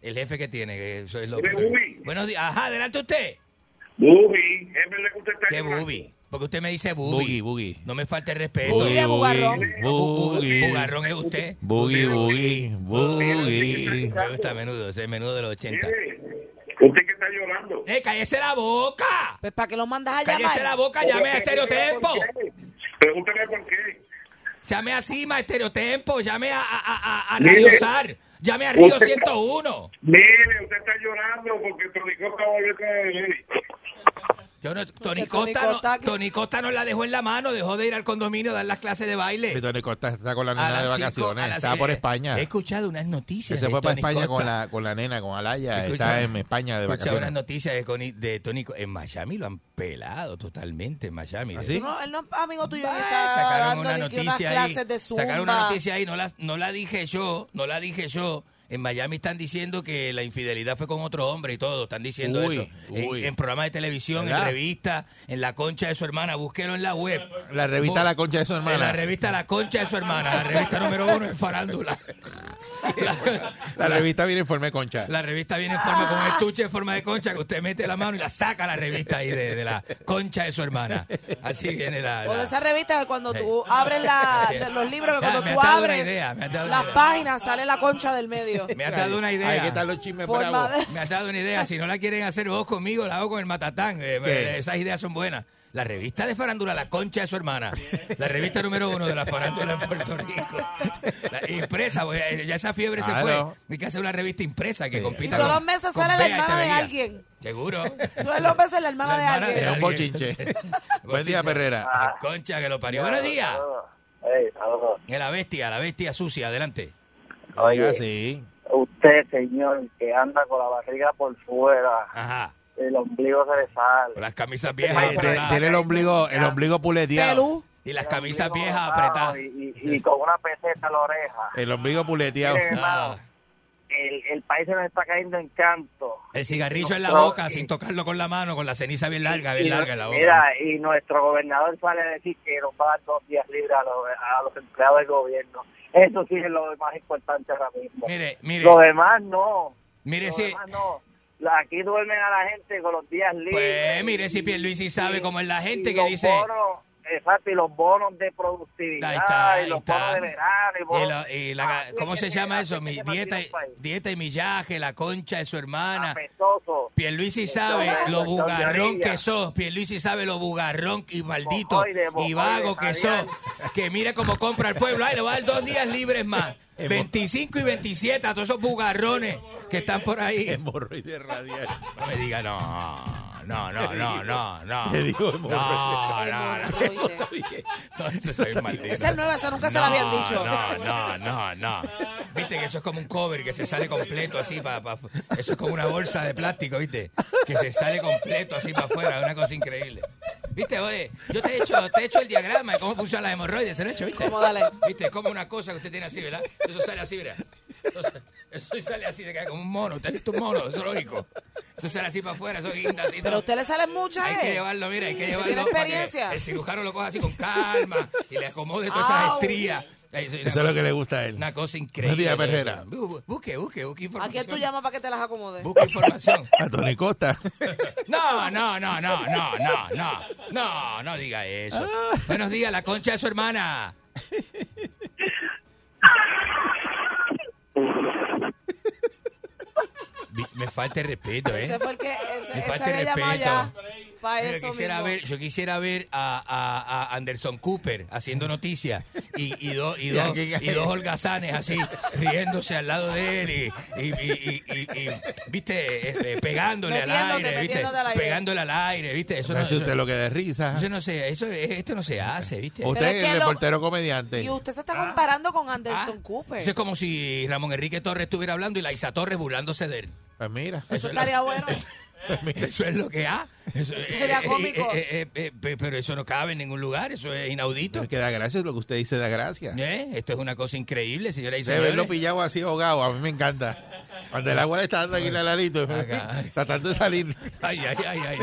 Speaker 4: El jefe que tiene, que eso es lo
Speaker 13: Mire, Bubi.
Speaker 4: Buenos días. Ajá, adelante usted.
Speaker 13: Bubi, es verdad que usted está
Speaker 4: ¿Qué
Speaker 13: llamando.
Speaker 4: bubi? Porque usted me dice
Speaker 3: Boogie,
Speaker 4: bubi.
Speaker 3: boogie.
Speaker 4: No me falte el respeto.
Speaker 3: Boogie,
Speaker 5: bugarrón.
Speaker 4: Bu-
Speaker 3: boogie.
Speaker 4: Bugarrón es usted.
Speaker 3: Boogie, boogie, boogie.
Speaker 4: Me gusta menudo, ese es menudo de los 80.
Speaker 13: Mire, usted que está llorando.
Speaker 4: ¡Eh, cállese la boca!
Speaker 5: Pues para que los mandas a
Speaker 4: ¡Cállese la
Speaker 5: llamar.
Speaker 4: boca! ¡Llame a Estereotempo!
Speaker 13: Pregúntame por qué.
Speaker 4: Llame a Cima, a Estereotempo. Llame a, a, a- a- a
Speaker 13: Mire.
Speaker 4: Radio Sar. Llame a Río
Speaker 13: Usted-
Speaker 4: 101.
Speaker 13: Mire, usted está llorando porque el prodigio está volviendo a beber.
Speaker 4: Yo no, Tony,
Speaker 5: Tony
Speaker 4: Costa no,
Speaker 5: Costa que-
Speaker 4: Tony Costa no la dejó en la mano. Dejó de ir al condominio a dar las clases de baile.
Speaker 3: Tony Costa está con la
Speaker 4: Eh, A
Speaker 3: nena de
Speaker 4: las cinco-
Speaker 3: vacaciones.
Speaker 4: a las-
Speaker 3: Está por España.
Speaker 4: He escuchado unas
Speaker 3: Se
Speaker 4: noticias. de
Speaker 3: fue para
Speaker 4: Tony
Speaker 3: España con
Speaker 4: Costa.
Speaker 3: la, con la nena, con Alaya.
Speaker 4: Escucha-
Speaker 3: Está en España de
Speaker 4: Escuchaba unas
Speaker 3: vacaciones.
Speaker 4: noticias de, Connie- de Tony Co- en Miami lo han pelado totalmente en Miami.
Speaker 3: ¿Ah, sí?
Speaker 5: Tú no- él no es amigo tuyo. que
Speaker 4: Ah,
Speaker 5: está
Speaker 4: sacaron
Speaker 5: dando
Speaker 4: una
Speaker 5: de que unas
Speaker 4: noticia ahí.
Speaker 5: clases de zumba.
Speaker 4: Sacaron una noticia ahí, no la, no la dije yo, no la dije yo. En Miami están diciendo que la infidelidad fue con otro hombre y todo, están diciendo
Speaker 3: Uy,
Speaker 4: eso.
Speaker 3: uy.
Speaker 4: En, en programas de televisión, en
Speaker 3: ¿Verdad?
Speaker 4: revistas, en la concha de su hermana, búsquelo en la web.
Speaker 3: La revista
Speaker 4: Bu-
Speaker 3: La Concha de su
Speaker 4: en la
Speaker 3: hermana.
Speaker 4: revista La Concha de su hermana, la revista número uno en farándula. La-
Speaker 3: La revista viene en forma de concha.
Speaker 4: la revista viene en forma con un estuche en forma de concha que usted mete la mano y la saca la revista ahí de, de la concha de su hermana. Así viene la.
Speaker 5: O de
Speaker 4: la-
Speaker 5: esas revistas que cuando tú abres la- de los libros, que
Speaker 4: Ah. Ya,
Speaker 5: cuando
Speaker 4: me
Speaker 5: tú
Speaker 4: has dado una
Speaker 5: abres
Speaker 4: idea, me has dado una
Speaker 5: las
Speaker 4: idea.
Speaker 5: páginas sale la concha del medio.
Speaker 4: Me has dado una idea.
Speaker 3: Ahí que están los chismes
Speaker 5: Forma
Speaker 3: bravos.
Speaker 5: de-
Speaker 4: Me has dado una idea. Si no la quieren hacer vos conmigo, la hago con el matatán. Eh,
Speaker 3: ¿Qué?
Speaker 4: esas ideas son buenas. La revista de farándula, La Concha de su hermana. La revista número uno de la farándula en Puerto Rico. La impresa, pues, eh, ya esa fiebre se
Speaker 3: Claro.
Speaker 4: fue. Hay que hacer una revista impresa que
Speaker 5: Y
Speaker 4: compita.
Speaker 5: todos
Speaker 4: con-
Speaker 5: los meses
Speaker 4: con
Speaker 5: sale la
Speaker 4: Bea y
Speaker 5: hermana de
Speaker 4: Tevería.
Speaker 5: alguien.
Speaker 4: Seguro.
Speaker 5: Todos los meses la hermana de
Speaker 3: de
Speaker 5: alguien.
Speaker 3: alguien. bochinche. Buen día, Perrera.
Speaker 4: La concha que lo parió. Buenos días.
Speaker 6: Ey, saludos.
Speaker 4: Y La bestia, la bestia sucia, adelante.
Speaker 3: Oiga,
Speaker 6: Oye.
Speaker 3: sí.
Speaker 6: Usted, señor, que anda con la barriga por fuera,
Speaker 4: Ajá.
Speaker 6: el ombligo se le
Speaker 4: Con
Speaker 6: sale.
Speaker 4: las camisas
Speaker 3: Eh,
Speaker 4: viejas
Speaker 3: te-
Speaker 4: apretadas.
Speaker 3: Tiene el ombligo, el ombligo puleteado.
Speaker 5: Pelú.
Speaker 4: Y las
Speaker 6: El
Speaker 4: camisas
Speaker 6: ombligo
Speaker 4: viejas
Speaker 6: bajado
Speaker 4: apretadas.
Speaker 6: Y, y- y con una peseta en la oreja.
Speaker 3: El ombligo puleteado.
Speaker 6: Mire, hermano,
Speaker 4: Ah.
Speaker 6: el, el país se nos está cayendo en canto.
Speaker 4: El cigarrillo en la
Speaker 6: Nuestro-
Speaker 4: boca, sin tocarlo con la mano, con la ceniza bien larga,
Speaker 6: Y
Speaker 4: bien
Speaker 6: no-
Speaker 4: larga en la boca.
Speaker 6: Mira, y nuestro gobernador sale a decir que nos va a dar dos días libres a los, a los empleados del gobierno. Eso sí es lo más importante ahora mismo.
Speaker 4: Mire, mire,
Speaker 6: Lo demás no.
Speaker 4: mire
Speaker 6: Lo
Speaker 4: si...
Speaker 6: demás no. La- Aquí duermen a la gente con los días libres.
Speaker 4: Pues mire si Pierluisi sabe cómo es la gente
Speaker 6: y
Speaker 4: que
Speaker 6: los
Speaker 4: dice...
Speaker 6: bonos, exacto, y los bonos de productividad,
Speaker 4: Ahí está, ahí
Speaker 6: y los
Speaker 4: está.
Speaker 6: bonos de verano, y,
Speaker 4: Y
Speaker 6: bonos-
Speaker 4: la- y la-
Speaker 6: Así es
Speaker 4: ¿Cómo
Speaker 6: que
Speaker 4: se
Speaker 6: se-
Speaker 4: llama
Speaker 6: así
Speaker 4: eso?
Speaker 6: es que
Speaker 4: Mi
Speaker 6: se
Speaker 4: dieta,
Speaker 6: mantiene el país.
Speaker 4: dieta y millaje, la concha de su hermana.
Speaker 6: apestoso.
Speaker 4: Pierluisi sabe
Speaker 6: Entonces,
Speaker 4: lo
Speaker 6: entonces,
Speaker 4: bugarrón
Speaker 6: Orilla.
Speaker 4: que sos. Pierluisi sabe lo bugarrón y maldito
Speaker 6: Mojoide,
Speaker 4: y
Speaker 6: mojoide,
Speaker 4: vago que sos.
Speaker 6: Javier.
Speaker 4: Que mira cómo compra el pueblo. Ay, le va a dar dos días libres más. 25 y 27 a todos esos bugarrones que están por ahí.
Speaker 3: Hemorroide radial.
Speaker 4: No me diga, no, no, no, no, no, no.
Speaker 3: Te digo,
Speaker 4: No, no, no.
Speaker 5: Hemorroide.
Speaker 4: No, eso soy un maldito.
Speaker 5: Esa es nueva, esa nunca se la habían dicho.
Speaker 4: No, no, no, no. Viste que eso es como un cover que se sale completo así para. eso es como una bolsa de plástico, ¿viste? Que se sale completo así para afuera, una cosa increíble. ¿Viste, oye? Yo te he hecho, te he hecho el diagrama de cómo funcionan las hemorroides, se lo he hecho, ¿viste?
Speaker 5: ¿Cómo dale?
Speaker 4: ¿Viste? Es como una cosa que usted tiene así, ¿verdad? Eso sale así, mira. Entonces, eso sale así, se cae como un mono. Usted es un mono, eso es lógico. Eso sale así para afuera, eso guinda así.
Speaker 5: Pero a
Speaker 4: todo.
Speaker 5: usted le salen muchas,
Speaker 4: Hay que
Speaker 5: ¿eh?
Speaker 4: llevarlo, mira, hay que
Speaker 5: ¿Tiene
Speaker 4: llevarlo. para que
Speaker 5: experiencia?
Speaker 4: El cirujano lo coja así con calma y le acomode todas esas
Speaker 5: Au.
Speaker 4: estrías. Eso
Speaker 3: Eso es lo que le gusta a él.
Speaker 4: Una cosa increíble.
Speaker 3: María Perrera.
Speaker 4: Bu- bu- Busque, busque, busque
Speaker 5: ¿A quién
Speaker 4: información.
Speaker 5: tú llamas para que te las acomodes?
Speaker 4: Busca información.
Speaker 3: A Tony Costa.
Speaker 4: No, no, no, no, no, no, no, no, no diga eso.
Speaker 5: Ah.
Speaker 4: Buenos días, la concha de su hermana. Vi- Me falta el respeto, ¿eh?
Speaker 5: Ese fue el que. Ese,
Speaker 4: Me
Speaker 5: ese
Speaker 4: falta
Speaker 5: había llamado
Speaker 4: respeto.
Speaker 5: ya. Para
Speaker 4: Mira,
Speaker 5: eso
Speaker 4: quisiera
Speaker 5: mismo.
Speaker 4: ver, yo quisiera ver a, a- a Anderson Cooper haciendo noticias y, y, do-
Speaker 3: Y
Speaker 4: y, do-
Speaker 3: aquí-
Speaker 4: y dos holgazanes así riéndose al lado de él y, y- y- y- y- y, viste este, pegándole al
Speaker 5: Metiéndote,
Speaker 4: aire, viste
Speaker 5: metiéndote al aire.
Speaker 4: pegándole al aire, viste eso
Speaker 3: No
Speaker 4: no,
Speaker 3: sé
Speaker 4: eso,
Speaker 3: usted lo que de risa.
Speaker 4: eso no se, eso esto no se hace, viste.
Speaker 3: Usted
Speaker 5: Pero es
Speaker 3: es
Speaker 5: que
Speaker 3: el
Speaker 5: lo-
Speaker 3: reportero comediante.
Speaker 5: Y usted se está comparando con Anderson Cooper.
Speaker 4: Ah. Eso es como si Ramón Enrique Torres estuviera hablando y Laisa Torres burlándose de él.
Speaker 3: Pues mira.
Speaker 5: Eso estaría bueno.
Speaker 4: Eso es lo que ha. Eso,
Speaker 5: Sería cómico.
Speaker 4: eh, eh, eh, pe- pero eso no cabe en ningún lugar, eso es inaudito.
Speaker 3: Porque da gracias lo que usted dice, da gracias.
Speaker 4: ¿Eh? Esto es una cosa increíble, señora y
Speaker 3: Se verlo
Speaker 4: señores.
Speaker 3: pillado así ahogado, a mí me encanta. Cuando el agua le está dando aquí la lalito,
Speaker 4: Acá.
Speaker 3: tratando de salir.
Speaker 4: Ay, ay, ay, ay.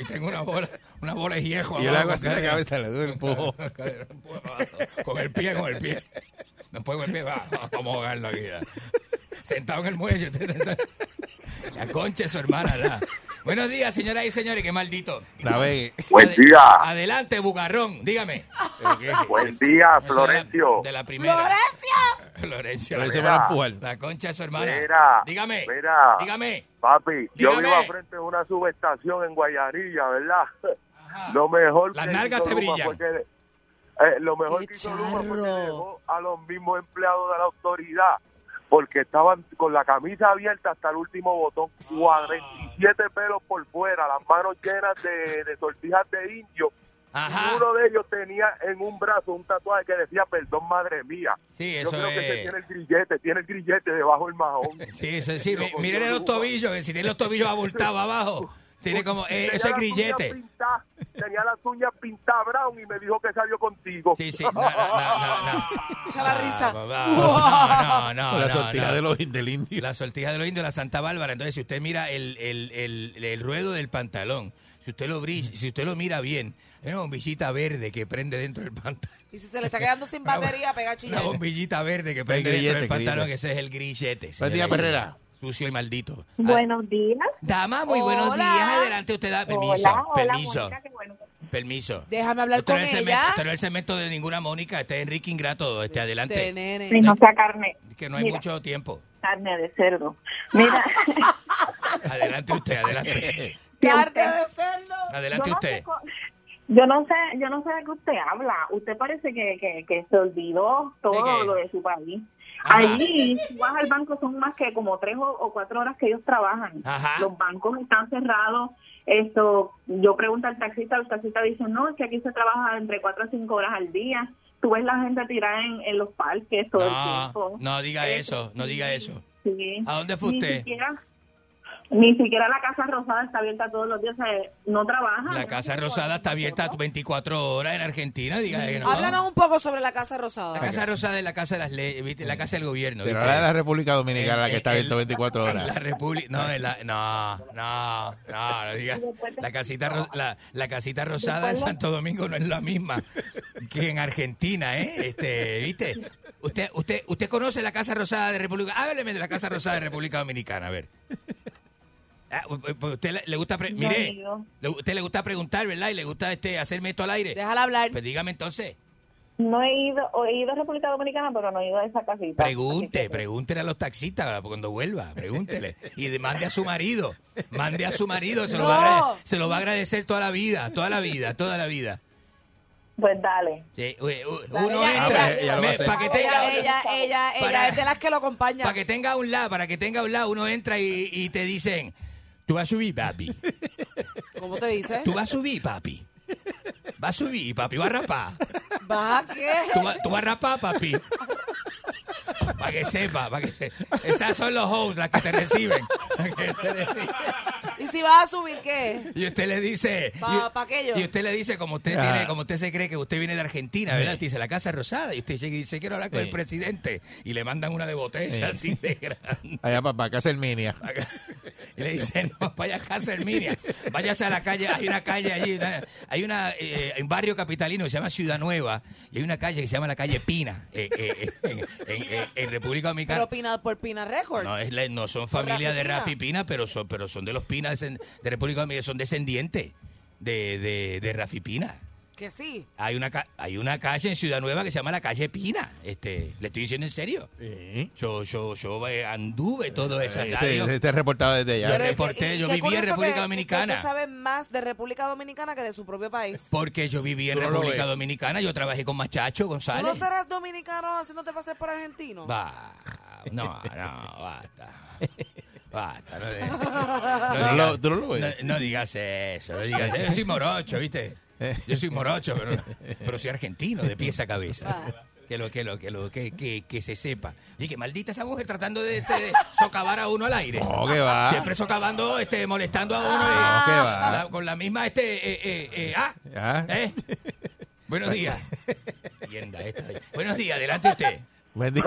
Speaker 4: Y tengo una bola, una bola de hierro.
Speaker 3: Y el
Speaker 4: abajo,
Speaker 3: agua así en la
Speaker 4: cadera.
Speaker 3: cabeza, le doy un empujo.
Speaker 4: Cadera, empujo abajo. Con el pie, con el pie. Después con el pie, va, vamos a ahogarlo aquí. ya. Sentado en el muelle. La concha de su hermana. la. Buenos días, señoras y señores, qué maldito.
Speaker 3: La ve.
Speaker 13: Buen
Speaker 4: Ade-
Speaker 13: día,
Speaker 4: Adelante, bugarrón, dígame.
Speaker 13: buen día,
Speaker 4: Eso de la-
Speaker 13: Florencio.
Speaker 4: De la primera.
Speaker 5: ¡Florencia!
Speaker 4: Florencia.
Speaker 3: Pero
Speaker 4: la-
Speaker 3: ahí se van a empujar.
Speaker 4: La concha de su hermana.
Speaker 13: Mira,
Speaker 4: Dígame.
Speaker 13: mira,
Speaker 4: Dígame.
Speaker 13: papi, yo
Speaker 4: Dígame.
Speaker 13: vivo al frente de una subestación en Guayanilla, ¿verdad? Lo mejor
Speaker 4: Las
Speaker 13: que
Speaker 4: nalgas
Speaker 13: hizo
Speaker 4: te
Speaker 13: Luma
Speaker 4: brillan.
Speaker 13: fue que- eh, lo mejor
Speaker 5: ¡Qué
Speaker 13: que hizo Luma fue que
Speaker 5: charro!
Speaker 13: dejó a los mismos empleados de la autoridad porque estaban con la camisa abierta hasta el último botón, 47 pelos por fuera, las manos llenas de, de tortijas de indio.
Speaker 4: Ajá.
Speaker 13: Y uno de ellos tenía en un brazo un tatuaje que decía, perdón, madre mía.
Speaker 4: Sí,
Speaker 13: Yo
Speaker 4: eso
Speaker 13: creo que ese
Speaker 4: es.
Speaker 13: tiene el grillete, tiene el grillete debajo del majón.
Speaker 4: Sí, eso es. Sí, mi- mírenle los tobillos, que si tiene los tobillos abultados abajo, tiene como. eh, eso es grillete.
Speaker 13: tenía las uñas pintadas brown y me dijo que salió contigo.
Speaker 4: Sí, sí. No, no, no, no, no.
Speaker 5: Echa
Speaker 3: Ah,
Speaker 5: la risa.
Speaker 4: No, Ah, no, no. no,
Speaker 3: Con la
Speaker 4: no,
Speaker 3: sortija
Speaker 4: no.
Speaker 3: de los del indio.
Speaker 4: La sortija de los indios, la Santa Bárbara. Entonces, si usted mira el, el, el, el ruedo del pantalón, si usted lo brilla, si usted lo mira bien, es una bombillita verde que prende dentro del pantalón.
Speaker 5: Y si se le está quedando sin batería, pega
Speaker 4: Una
Speaker 5: chillero.
Speaker 4: bombillita verde que prende dentro
Speaker 3: grillete,
Speaker 4: del pantalón,
Speaker 3: grillete.
Speaker 4: ese es el grillete.
Speaker 3: Buen
Speaker 4: señoras
Speaker 3: día,
Speaker 4: y señores.
Speaker 3: Perrera.
Speaker 4: Sucio y maldito.
Speaker 10: Buenos días.
Speaker 4: Ah, Dama, muy buenos
Speaker 5: Hola.
Speaker 4: días. Adelante, usted da Ah, permiso.
Speaker 10: hola, hola,
Speaker 4: permiso.
Speaker 10: Mónica, qué bueno.
Speaker 4: Permiso.
Speaker 5: Déjame hablar
Speaker 4: Usted
Speaker 5: con
Speaker 4: no es el cemento-
Speaker 5: ella.
Speaker 4: usted no es el cemento de ninguna Mónica, este es Enrique Ingrato, este
Speaker 5: Este
Speaker 4: adelante.
Speaker 5: nene.
Speaker 10: Sí, no sea carne,
Speaker 4: Que no hay
Speaker 10: Mira.
Speaker 4: mucho tiempo.
Speaker 10: carne de cerdo. Mira,
Speaker 4: Adelante usted, adelante.
Speaker 5: Tarde de serlo.
Speaker 4: Adelante
Speaker 10: yo, no
Speaker 4: usted.
Speaker 10: sé, co- yo no sé, yo no sé de qué usted habla. Usted parece que, que, que se olvidó
Speaker 4: ¿De
Speaker 10: todo
Speaker 4: qué?
Speaker 10: lo de su país.
Speaker 4: Ajá.
Speaker 10: Allí, si vas al banco, son más que como tres o, o cuatro horas que ellos trabajan.
Speaker 4: Ajá.
Speaker 10: Los bancos están cerrados. Esto, yo pregunto al taxista, el taxista dice, no, es que aquí se trabaja entre cuatro a cinco horas al día. Tú ves la gente tirada en, en los parques todo el
Speaker 4: No,
Speaker 10: tiempo.
Speaker 4: no diga eso, no diga eso.
Speaker 10: Sí.
Speaker 4: Ah. ¿A dónde fue
Speaker 10: Ni
Speaker 4: usted?
Speaker 10: Siquiera, ni siquiera la Casa Rosada está abierta todos los días. o sea, Ah, no trabaja.
Speaker 4: La Casa Rosada está abierta 24 horas en Argentina, diga que no.
Speaker 5: Háblanos un poco sobre la Casa Rosada.
Speaker 4: La Casa Rosada es la casa de las leyes, ¿viste? la casa del gobierno.
Speaker 3: Pero
Speaker 4: ¿viste?
Speaker 3: ahora es la República Dominicana la que está
Speaker 4: El-
Speaker 3: abierta 24
Speaker 4: La
Speaker 3: horas.
Speaker 4: República. No, es la- no, no, no, no digas. La casita, ro- la, la casita rosada en Santo Domingo no es la misma que en Argentina, ¿eh? Este, ¿Viste? Usted, usted, usted conoce la Casa Rosada de República. Hábleme de la Casa Rosada de República Dominicana, a ver. Ah, pues usted le- le gusta. pre-
Speaker 10: No,
Speaker 4: mire,
Speaker 10: amigo.
Speaker 4: le- usted le gusta preguntar, ¿verdad? Y le gusta este, hacerme esto al aire.
Speaker 5: Déjala hablar.
Speaker 4: Pues dígame entonces.
Speaker 10: No he ido, o he ido a República Dominicana, pero no he ido a esa casita.
Speaker 4: Pregunte, pregúntele a los taxistas cuando vuelva, pregúntele. Y de- mande a su marido, mande a su marido, se lo, va, a
Speaker 5: No.
Speaker 4: agrade- se lo va a agradecer toda la vida, toda la vida, toda la vida.
Speaker 10: Pues dale.
Speaker 4: Sí, u- u-
Speaker 5: Dale,
Speaker 4: uno
Speaker 5: ya,
Speaker 4: entra,
Speaker 3: ya, ya lo va a hacer.
Speaker 4: para que
Speaker 5: Ella,
Speaker 4: tenga...
Speaker 5: ella, ella,
Speaker 4: Para-
Speaker 5: ella es de las que lo acompaña.
Speaker 4: Para que tenga un lado, para que tenga un lado, uno entra y, y te dicen, tú vas a subir, papi,
Speaker 5: ¿Cómo te dice?
Speaker 4: tú vas a subir, papi, vas a subir, papi, vas a rapar,
Speaker 5: ¿Vas a qué?
Speaker 4: tú, vas- tú vas a rapar, papi. Para que sepa, para que sepa. Esas son los hosts las que te reciben. Las que te reciben.
Speaker 5: ¿Y si vas a subir qué?
Speaker 4: Y usted le dice.
Speaker 5: Pa-
Speaker 4: y-
Speaker 5: pa' aquello.
Speaker 4: Y usted le dice, como usted
Speaker 3: Ah.
Speaker 4: tiene, como usted se cree que usted viene de Argentina, ¿verdad?
Speaker 3: Sí.
Speaker 4: Usted dice la Casa Rosada. Y usted llega y dice, quiero hablar con
Speaker 3: Sí.
Speaker 4: el presidente. Y le mandan una de botella
Speaker 3: Sí.
Speaker 4: así de grande.
Speaker 3: Allá para acá es el minia.
Speaker 4: Y le dicen, no, vaya a Casa Herminia, váyase a la calle, hay una calle allí, una- hay una, eh, un barrio capitalino que se llama Ciudad Nueva, y hay una calle que se llama la calle Pina, eh, eh, en, en- en- en República Dominicana.
Speaker 5: Pero Pina, por Pina Records.
Speaker 4: No, es la- no son
Speaker 5: Por
Speaker 4: familia
Speaker 5: Rafi
Speaker 4: de
Speaker 5: Pina.
Speaker 4: Rafi Pina, pero son, pero son de los Pinas de República Dominicana, son descendientes de, de, de Rafi Pina.
Speaker 5: Que sí.
Speaker 4: Hay una, ca- hay una calle en Ciudad Nueva que se llama la calle Pina. Este, le estoy diciendo en serio. Yo, yo, yo eh, anduve todo eso.
Speaker 3: Este, este es reportado desde allá.
Speaker 4: Yo reporté, yo
Speaker 5: Qué
Speaker 4: viví
Speaker 5: curioso
Speaker 4: en
Speaker 5: que-
Speaker 4: República
Speaker 5: que- que
Speaker 4: Dominicana.
Speaker 5: usted sabe más de República Dominicana que de su propio país.
Speaker 4: Porque yo viví en
Speaker 3: Tú no lo
Speaker 4: República
Speaker 3: ves.
Speaker 4: Dominicana, yo trabajé con Machacho
Speaker 5: ¿Tú no
Speaker 4: González.
Speaker 5: serás dominicano haciéndote pasar por argentino?
Speaker 4: Va, no, no, basta. Basta, no, de-
Speaker 3: Tú no lo- tú no lo ves.
Speaker 4: no- no digas eso, no digas eso. Yo soy morocho, ¿viste? Yo soy morocho, pero, pero soy argentino de pies a cabeza. Que lo que lo que lo que, que, que se sepa. Y que maldita esa mujer tratando de, este, de socavar a uno al aire.
Speaker 3: No, que va.
Speaker 4: Siempre socavando, este, molestando a uno. y-
Speaker 3: No, que va.
Speaker 4: la- con la misma este eh, eh, eh, Oh, ah,
Speaker 3: Ah.
Speaker 4: eh. Buenos días. Tienda esta. Buenos días, adelante usted.
Speaker 3: Buen día.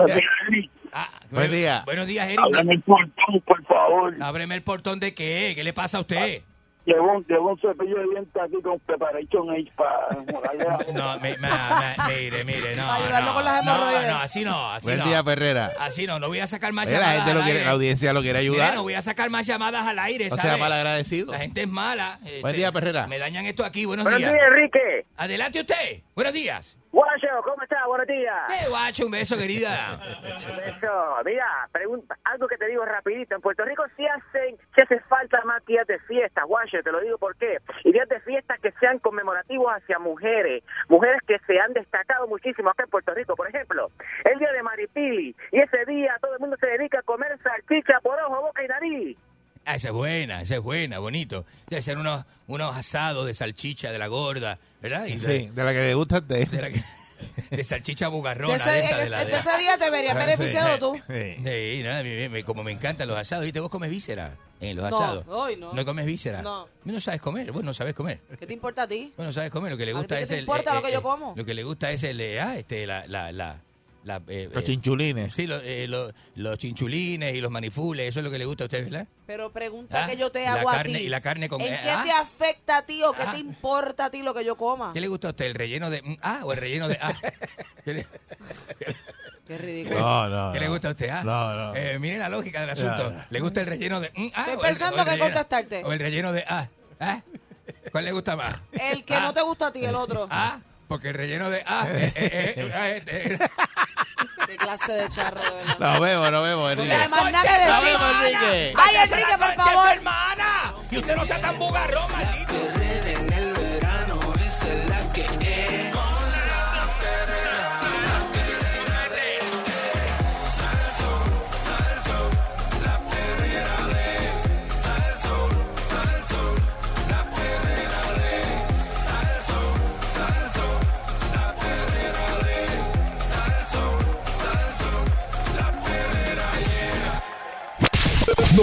Speaker 4: Ah,
Speaker 3: Buen día.
Speaker 4: Buenos días, Eric.
Speaker 14: Ábreme el portón, por favor.
Speaker 4: Ábreme el portón de qué? ¿Qué le pasa a usted?
Speaker 14: Llevo, un- llevo un cepillo de dientes aquí con preparation ahí para morarle a-
Speaker 4: No, me, me- me- mire, mire, no.
Speaker 5: Para ayudarlo
Speaker 4: no,
Speaker 5: con las
Speaker 4: no,
Speaker 5: hemorroides.
Speaker 4: no, así no, así
Speaker 3: Buen
Speaker 4: no.
Speaker 3: día, Ferrera.
Speaker 4: Así no, no voy a sacar más
Speaker 3: Oye, la
Speaker 4: llamadas.
Speaker 3: gente lo
Speaker 4: al
Speaker 3: quiere-
Speaker 4: aire.
Speaker 3: la audiencia lo quiere ayudar.
Speaker 4: Mire, no voy a sacar más llamadas al aire,
Speaker 3: No
Speaker 4: ¿sabe?
Speaker 3: sea mal agradecido.
Speaker 4: La gente es mala. este,
Speaker 3: día, Perrera.
Speaker 4: Me dañan esto aquí. Buenos,
Speaker 15: Buenos días, Enrique.
Speaker 4: Adelante usted. Buenos días.
Speaker 15: Guacho, ¿cómo estás? Buenos días.
Speaker 4: Eh, guacho, un beso, querida.
Speaker 15: Eso, mira, pregunta, algo que te digo rapidito. En Puerto Rico sí hacen, sí hace falta más días de fiesta, guacho, te lo digo por qué. Y días de fiesta que sean conmemorativos hacia mujeres, mujeres que se han destacado muchísimo acá en Puerto Rico. Por ejemplo, el día de Maripili, y ese día todo el mundo se dedica a comer salchicha por ojo, boca y nariz.
Speaker 4: Ah, esa es buena, esa es buena, bonito. Debe ser unos, unos asados de salchicha de la gorda, ¿verdad? Y
Speaker 3: Sí, de la que le gusta a usted.
Speaker 4: De, la que- de salchicha
Speaker 5: De
Speaker 4: bugarrona,
Speaker 5: ese,
Speaker 4: de, esa de
Speaker 5: en-
Speaker 4: la
Speaker 5: de
Speaker 4: de la-
Speaker 5: ese día te verías beneficiado tú.
Speaker 4: Sí, nada, me- me- como me encantan los asados, ¿viste? Vos comes víscera en los
Speaker 5: No,
Speaker 4: asados.
Speaker 5: hoy no.
Speaker 4: comes víscera.
Speaker 5: No.
Speaker 4: No sabes comer, vos no sabes comer.
Speaker 5: ¿Qué te importa a ti?
Speaker 4: Bueno, sabes comer, lo que le
Speaker 5: ¿A ti
Speaker 4: gusta
Speaker 5: qué
Speaker 4: es
Speaker 5: te
Speaker 4: el. eh,
Speaker 5: importa lo que yo como?
Speaker 4: Lo que le gusta es el. eh, ah, este, la. la, la, la, eh,
Speaker 3: Los
Speaker 4: eh,
Speaker 3: chinchulines.
Speaker 4: Sí, lo- eh, lo- los chinchulines y los manifules, eso es lo que le gusta a usted, ¿verdad?
Speaker 5: Pero pregunta
Speaker 4: Ah,
Speaker 5: que yo te
Speaker 4: la
Speaker 5: hago a
Speaker 4: carne-
Speaker 5: ti.
Speaker 4: y la carne con-
Speaker 5: ¿En qué
Speaker 4: ah.
Speaker 5: te afecta a ti o qué
Speaker 4: Ah.
Speaker 5: te importa a ti lo que yo coma?
Speaker 4: ¿Qué le gusta a usted? ¿El relleno de mm, ah o el relleno de ah? ¿Qué le,
Speaker 5: Qué ridículo.
Speaker 3: No, no.
Speaker 4: qué le
Speaker 3: no.
Speaker 4: gusta a usted? Ah?
Speaker 3: No, no.
Speaker 4: Eh, mire la lógica del
Speaker 3: No,
Speaker 4: asunto.
Speaker 3: no.
Speaker 4: ¿Le gusta el relleno de mm, ah?
Speaker 5: Estoy
Speaker 4: o el-
Speaker 5: pensando
Speaker 4: o el
Speaker 5: qué
Speaker 4: relleno-
Speaker 5: contestarte.
Speaker 4: ¿O el relleno de ah? ¿Ah? ¿Cuál le gusta más?
Speaker 5: El que
Speaker 4: Ah.
Speaker 5: no te gusta a ti, el otro.
Speaker 4: Ah, porque el relleno de ah. eh, eh, eh, eh, eh, eh.
Speaker 5: Qué clase de charro, de verdad.
Speaker 3: Nos vemos, nos vemos, Enrique.
Speaker 5: Además, nada que
Speaker 4: ¡Concha
Speaker 5: decir.
Speaker 4: de su hermana!
Speaker 3: Enrique.
Speaker 5: Ay,
Speaker 4: ¡Váyase
Speaker 5: Enrique,
Speaker 4: la
Speaker 5: por
Speaker 4: concha de su
Speaker 5: favor.
Speaker 4: hermana! Y usted no sea tan bugarrón, maldito.
Speaker 2: En el verano, esa es la que es.
Speaker 1: punto